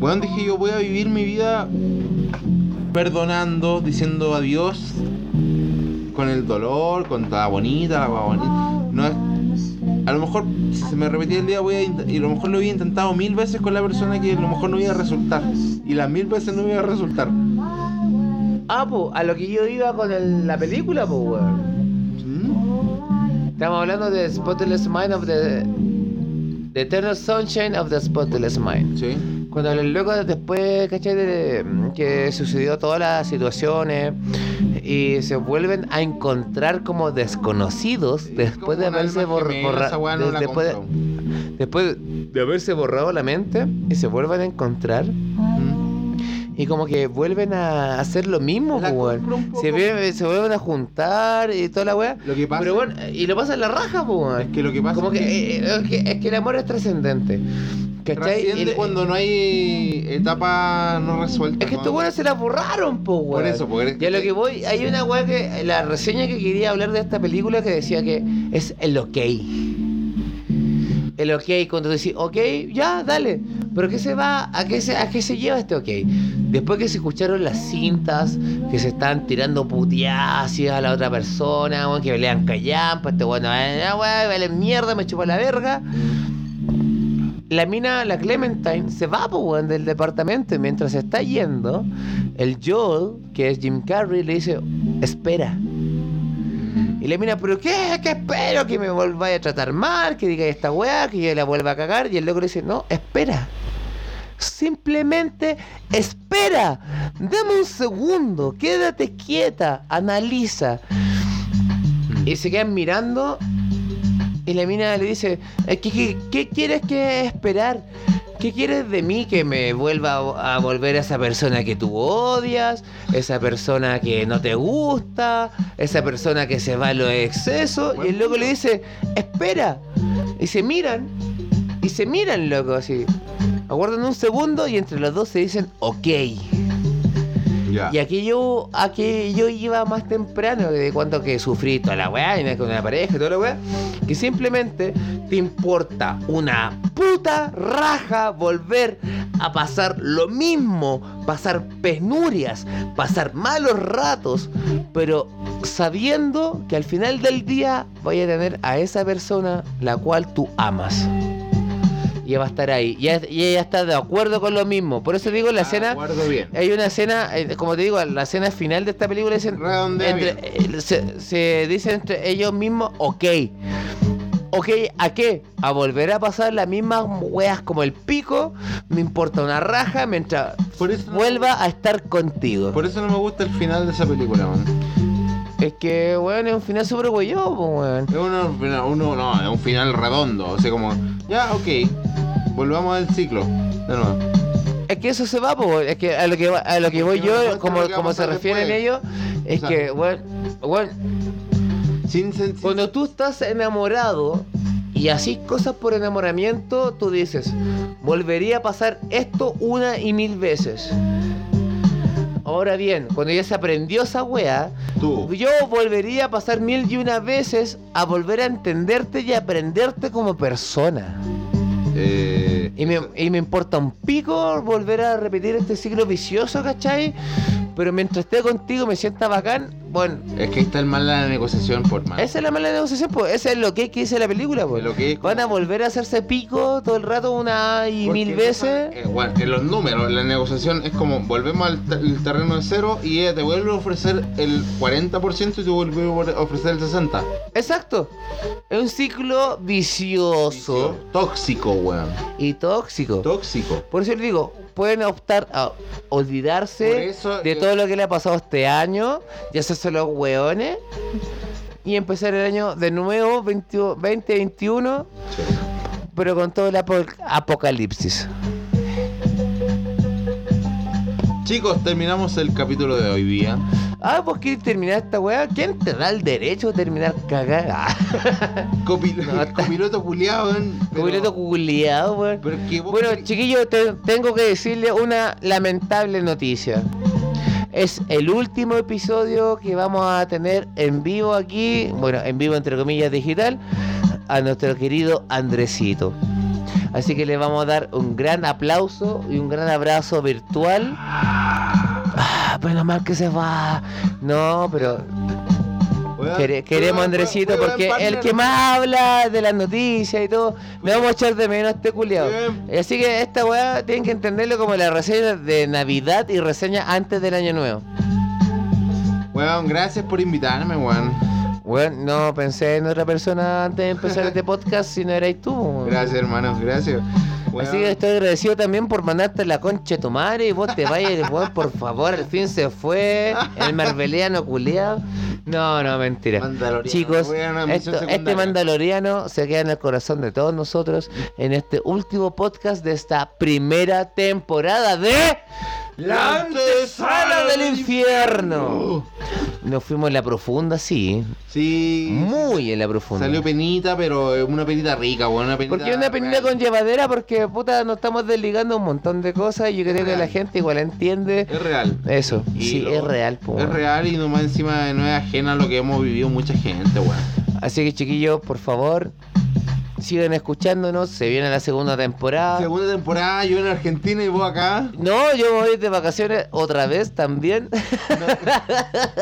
F: weón, dije yo voy a vivir mi vida perdonando, diciendo adiós con el dolor, con toda bonita, la weá bonita. No es- a lo mejor, si se me repetía el día, voy a int- y a lo mejor lo había intentado mil veces con la persona que a lo mejor no iba a resultar. Y las mil veces no iba a resultar.
E: Ah, po, a lo que yo iba con el- la película, po, weón.
F: ¿Mm?
E: Estamos hablando de Spotless Mind of the. The Eternal Sunshine of the Spotless Mind.
F: Sí.
E: Cuando los locos después, ¿cachai? De- que sucedió todas las situaciones y se vuelven a encontrar como desconocidos después de
F: Como un
E: haberse
F: alma
E: bor-
F: gemela,
E: borra-
F: esa weá no
E: de-
F: la
E: después, de-
F: compro.
E: después de haberse borrado la mente y se vuelven a encontrar
F: Mm.
E: y como que vuelven a hacer lo mismo,
F: La
E: po, weón.
F: compro un poco.
E: Se, ve- se vuelven a juntar y toda la weá.
F: Lo que pasa
E: Pero bueno, y lo pasan la raja, po, weón.
F: es que lo que pasa
E: Como
F: es
E: que,
F: que
E: eh, eh, es que es que el amor es trascendente. ¿Cachai?
F: trasciende
E: El-
F: cuando no hay etapa no resuelta.
E: Es que
F: ¿no?
E: estos weones se la borraron, po, weón.
F: Por eso, porque-
E: Y a lo que voy, hay una weá que. La reseña que quería hablar de esta película que decía que es el ok. El ok, cuando decís, ok, ya, dale. Pero ¿qué se va? ¿A qué se, a qué se lleva este ok? Después que se escucharon las cintas, que se están tirando puteadas a la otra persona, weón, que pelean callampa, este weón, ah, weón, vale mierda, me chupa la verga. La mina, la Clementine, se va po, weón, del departamento y mientras se está yendo, el Joel, que es Jim Carrey, le dice, espera. Y la mina, pero qué, que espero que me volváis a tratar mal, que diga esta weá, que yo la vuelva a cagar. Y el loco le dice, no, espera. Simplemente espera. Dame un segundo, quédate quieta, analiza. Y se quedan mirando y la mina le dice, eh, ¿qué, qué, qué quieres que esperar? ¿Qué quieres de mí que me vuelva a a volver a esa persona que tú odias? Esa persona que no te gusta, esa persona que se va a los excesos. Y el loco le dice, espera. Y se miran, y se miran, loco, así. Aguardan un segundo y entre los dos se dicen, ok.
F: Ya.
E: Y aquí yo, aquí yo iba más temprano de cuanto que sufrí toda la weá, y me- con la pareja y toda la weá, que simplemente te importa una puta raja volver a pasar lo mismo, pasar penurias, pasar malos ratos, pero sabiendo que al final del día vaya a tener a esa persona la cual tú amas. Y ella va a estar ahí. Y ella, y ella está de acuerdo con lo mismo. Por eso digo la escena.
F: Ah, Acuerdo bien.
E: Hay una escena, eh, como te digo, la escena final de esta película dicen,
F: Redondea
E: entre,
F: bien.
E: eh, se, se dicen entre ellos mismos, ok. Ok, ¿a qué? A volver a pasar las mismas weas como el pico, me importa una raja mientras
F: Por eso no-
E: vuelva a estar contigo.
F: Por eso no me gusta el final de esa película, man.
E: Es que, weón, es un final súper huellado, po, weón.
F: Es uno, uno, no, es un final redondo. O sea, como, ya, ok. Volvamos al ciclo. De nuevo.
E: Es que eso se va, po, es que a lo que, va- a lo que voy
F: que no
E: yo,
F: muestra lo
E: como,
F: que va a
E: como se
F: pasar
E: refieren
F: después.
E: ellos, es
F: O sea-
E: que, weón, weón,
F: Sin sentido.
E: Cuando tú estás enamorado y haces cosas por enamoramiento, tú dices, volvería a pasar esto una y mil veces. Ahora bien, cuando ya se aprendió esa wea,
F: Tú.
E: yo volvería a pasar mil y una veces a volver a entenderte y aprenderte como persona.
F: Eh,
E: Y me, y me importa un pico volver a repetir este ciclo vicioso, ¿cachai? Pero mientras esté contigo y me sienta bacán, bueno,
F: es que ahí está el mal la negociación, por mal.
E: esa es la mala negociación, pues. Ese es lo que, que dice la película, pues.
F: Lo que Ah. es
E: Van a
F: como-
E: volver a hacerse pico todo el rato una y
F: Porque
E: mil
F: no
E: veces.
F: saben- eh, bueno, en los números, la negociación es como volvemos al te- el terreno de cero y ella te vuelve a ofrecer el 40% y tú vuelves a ofrecer el 60%.
E: Exacto. Es un ciclo vicioso,
F: Tóxico, weón.
E: y tóxico.
F: Tóxico.
E: Por eso les digo, pueden optar a
F: Por
E: olvidarse
F: eso
E: de
F: yo-
E: todo lo que le ha pasado este año y hacerse los hueones y empezar el año de nuevo 20 2021, pero con todo el apo- apocalipsis.
F: Chicos, terminamos el capítulo de hoy día.
E: Ah, ¿por qué terminar esta weá? ¿Quién te da el derecho de terminar cagada? Ah,
F: Copil-
E: No, está-
F: copiloto culiado, weón. pero-
E: Copiloto culiado, weón.
F: pero es que vos
E: Bueno,
F: querés-
E: chiquillos, te- tengo que decirle una lamentable noticia. Es el último episodio que vamos a tener en vivo aquí, bueno, en vivo entre comillas digital, a nuestro querido Andresito. Así que le vamos a dar un gran aplauso y un gran abrazo virtual. Ah, menos mal que se va. No, pero
F: Weón,
E: Quere- queremos a
F: weón,
E: Andresito
F: weón,
E: porque
F: partner.
E: el que más habla de las noticias y todo, me vamos a echar de menos este culiado.
F: Bien.
E: Así que esta weá tienen que entenderlo como la reseña de Navidad y reseña antes del año nuevo.
F: Weón, gracias por invitarme, weón.
E: Bueno, no pensé en otra persona antes de empezar este podcast si no erais tú. weón.
F: Gracias, hermanos, gracias. Weón.
E: Así que estoy agradecido también por mandarte la concha de tu madre y vos te vayas, weón, por favor, al fin se fue el marveliano culiao. No, no, mentira.
F: Mandaloriano,
E: Chicos,
F: weón, una misión
E: esto- este
F: secundaria.
E: mandaloriano se queda en el corazón de todos nosotros en este último podcast de esta primera temporada de La Antesala del Infierno. Nos fuimos en la profunda, sí.
F: Sí.
E: Mm. Muy en la profunda.
F: Salió penita, pero eh, una penita rica, weón. Una penita
E: Porque una penita
F: real.
E: con llevadera, porque puta, nos estamos desligando un montón de cosas y yo creo que la gente igual entiende
F: Es real.
E: eso.
F: Y
E: Sí,
F: lo-
E: es real, po.
F: Es real y nomás encima no es ajena a lo que hemos vivido mucha gente, weón.
E: Así que chiquillos, por favor, sigan escuchándonos, se viene la segunda temporada.
F: Segunda temporada, yo en Argentina y vos acá.
E: no, yo me voy de vacaciones otra vez también.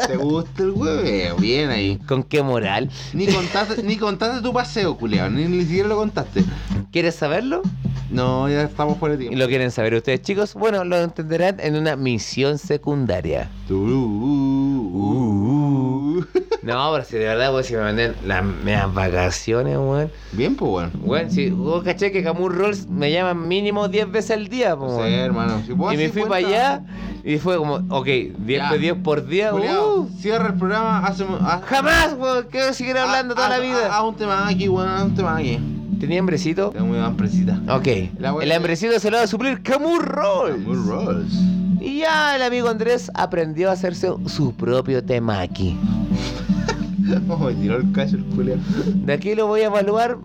F: ¿Te gusta el hueveo? Bien ahí.
E: ¿Con qué moral?
F: Ni contaste, ni contaste tu paseo, culiao. Ni, ni siquiera lo contaste.
E: ¿Quieres saberlo?
F: No, ya estamos fuera de
E: ¿Y
F: tiempo.
E: lo quieren saber ustedes, chicos? Bueno, lo entenderán en una misión secundaria.
F: uh, Turú.
E: No, pero si de verdad, pues si me mandé las meas vacaciones, weón.
F: Bien, pues, weón.
E: Bueno, si vos caché que Camus Rolls me llaman mínimo 10 veces al día, po,
F: No sé,
E: weón.
F: hermano. Si vos
E: Y me
F: así
E: fui
F: cuentas-
E: para allá y fue como, ok, 10
F: Ya.
E: pedidos por día,
F: Culiao,
E: uh,
F: Cierra el programa, hace. ha-
E: jamás, weón, quiero seguir hablando
F: ha-
E: toda la
F: ha-
E: vida.
F: ha- Haz ah, un tema aquí, weón. Haz un tema aquí.
E: ¿Tenía hambrecito?
F: Tengo muy hambrecita.
E: Ok,
F: ah. La wea-
E: el hambrecito se lo va a suplir Camus Rolls.
F: Muy rolls.
E: Y ya el amigo Andrés aprendió a hacerse su propio temaki.
F: Oh, me tiró el cacho el culiao.
E: De aquí lo voy a evaluar.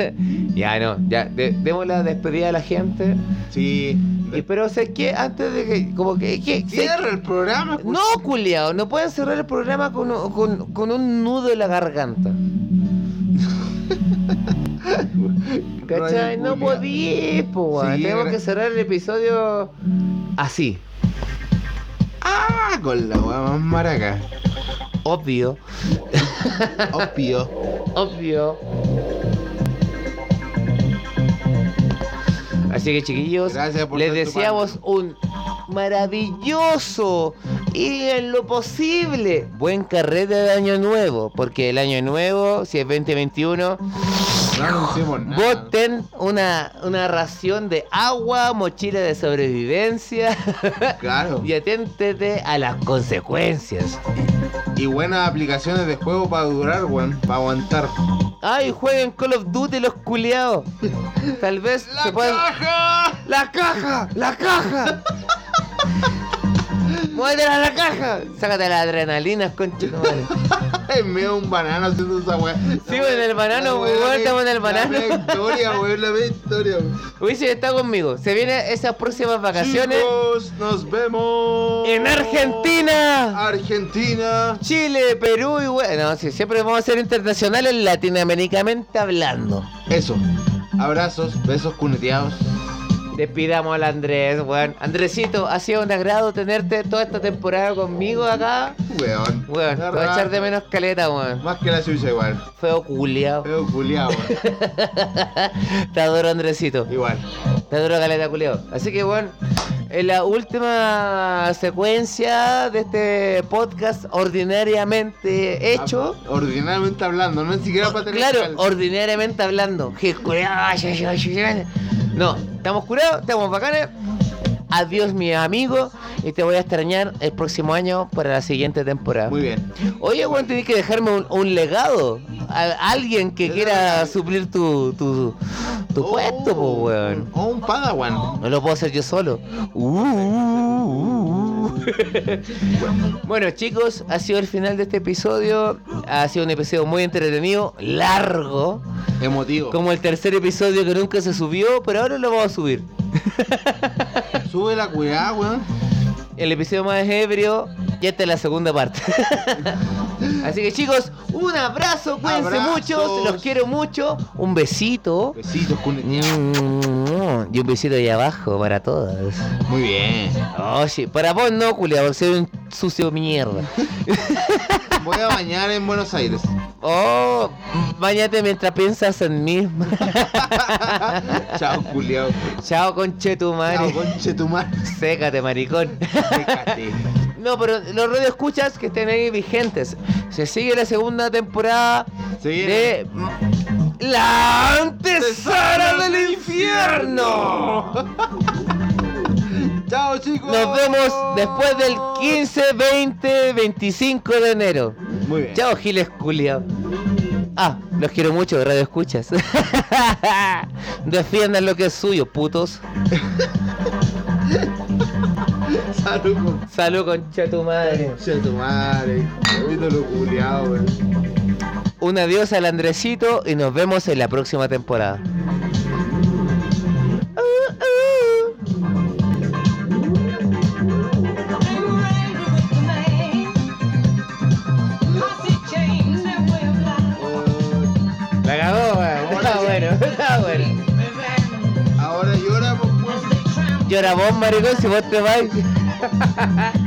E: ya no, ya, de- demos la despedida a la gente.
F: Sí.
E: Y, pero, sé que Antes de que, como que, que- sé que-
F: Cierra el programa, culiao.
E: No, culiao, no pueden cerrar el programa con, un- con- con un nudo en la garganta. ¿Cachai?
F: Radio
E: No
F: culiao.
E: podí, po, weón.
F: Sí,
E: Tenemos
F: gra-
E: que cerrar el episodio así.
F: Ah, con la weá más maraca.
E: Obvio,
F: Opio.
E: obvio. Así que chiquillos,
F: Gracias por
E: les
F: ser tu
E: deseamos un maravilloso y en lo posible buen carrete de año nuevo, porque el año nuevo, si es 2021,
F: No anunciemos nada.
E: Voten una, una ración de agua, mochila de sobrevivencia
F: Claro.
E: y aténtete a las consecuencias.
F: Y buenas aplicaciones de juego para durar, weón. Para aguantar.
E: Ay, jueguen Call of Duty los culiados. Tal vez se puedan.
F: caja!
E: ¡La caja! ¡La caja! ¡Muévete a la caja! Sácate las adrenalinas, concha. de tu madre.
F: En medio de un banano haciendo esa weá.
E: Sí, weón, en el banano, weón, estamos en el banano.
F: La media historia, weón, la media historia. weón.
E: Hubiese estado conmigo. Se vienen esas próximas vacaciones
F: Chicos, nos vemos.
E: en Argentina.
F: Argentina.
E: Chile, Perú y bueno, sí, siempre vamos a ser internacionales latinoamericamente hablando.
F: Eso. Abrazos, besos cuneteados.
E: Despidamos al Andrés, weón. Andresito, ha sido un agrado tenerte toda esta temporada conmigo acá.
F: Weón.
E: Weón, te voy a echar de menos caleta, weón.
F: Más que la suya igual.
E: Feo culiao.
F: Feo culiao, weón.
E: Te adoro, Andresito.
F: Igual.
E: Te adoro, caleta culiao. Así que, weón, en la última secuencia de este podcast ordinariamente hecho.
F: Ah, Ordinariamente hablando, no es siquiera para tener
E: Claro,
F: cal-
E: ordinariamente hablando. Je, curado, ay, ay, ay, ay. No, estamos curados, estamos bacanes. Adiós, mi amigo. Y te voy a extrañar el próximo año para la siguiente temporada.
F: Muy bien.
E: Oye, weón, tenés que dejarme un, un legado. A- alguien que quiera suplir tu, tu, tu puesto, po, weón.
F: O Oh, un padawan.
E: No lo puedo hacer yo solo. Uh, uh, uh, uh. bueno, chicos, ha sido el final de este episodio. Ha sido un episodio muy entretenido, largo.
F: Emotivo.
E: Como el tercer episodio que nunca se subió, pero ahora lo vamos a subir.
F: Sube la cuidada, weón.
E: El episodio más ebrio, y esta es la segunda parte. Así que chicos, un abrazo, cuídense
F: Abrazos.
E: mucho, los quiero mucho, un besito.
F: Besitos, cuneteados.
E: Mm, Y un besito ahí abajo para todas.
F: Muy bien.
E: Oye, para vos no, culiao, por ser un sucio mierda.
F: Voy a bañar en Buenos Aires.
E: Oh, bañate mientras piensas en mí.
F: Chao, culiao.
E: Chao, conche tu
F: Chao,
E: madre.
F: conche tu madre.
E: Sécate, maricón.
F: Sécate.
E: No, pero los radio escuchas que estén ahí vigentes. Se sigue la segunda temporada
F: Se viene.
E: de La antesala del infierno.
F: Chao chicos.
E: Nos vemos después del 15, 20, 25 de enero.
F: Muy bien.
E: Chao, Giles Culia. Ah, los quiero mucho, radio escuchas. Defiendan lo que es suyo, putos.
F: Salud. con-
E: Salud, concha tu madre.
F: Che, tu madre. Viéndolo culiado, weón.
E: Un adiós al Andresito y nos vemos en la próxima temporada. La cagó, weón. Está bueno, está bueno.
F: Ahora llora, pues,
E: Llora vos, maricón, si vos te vas.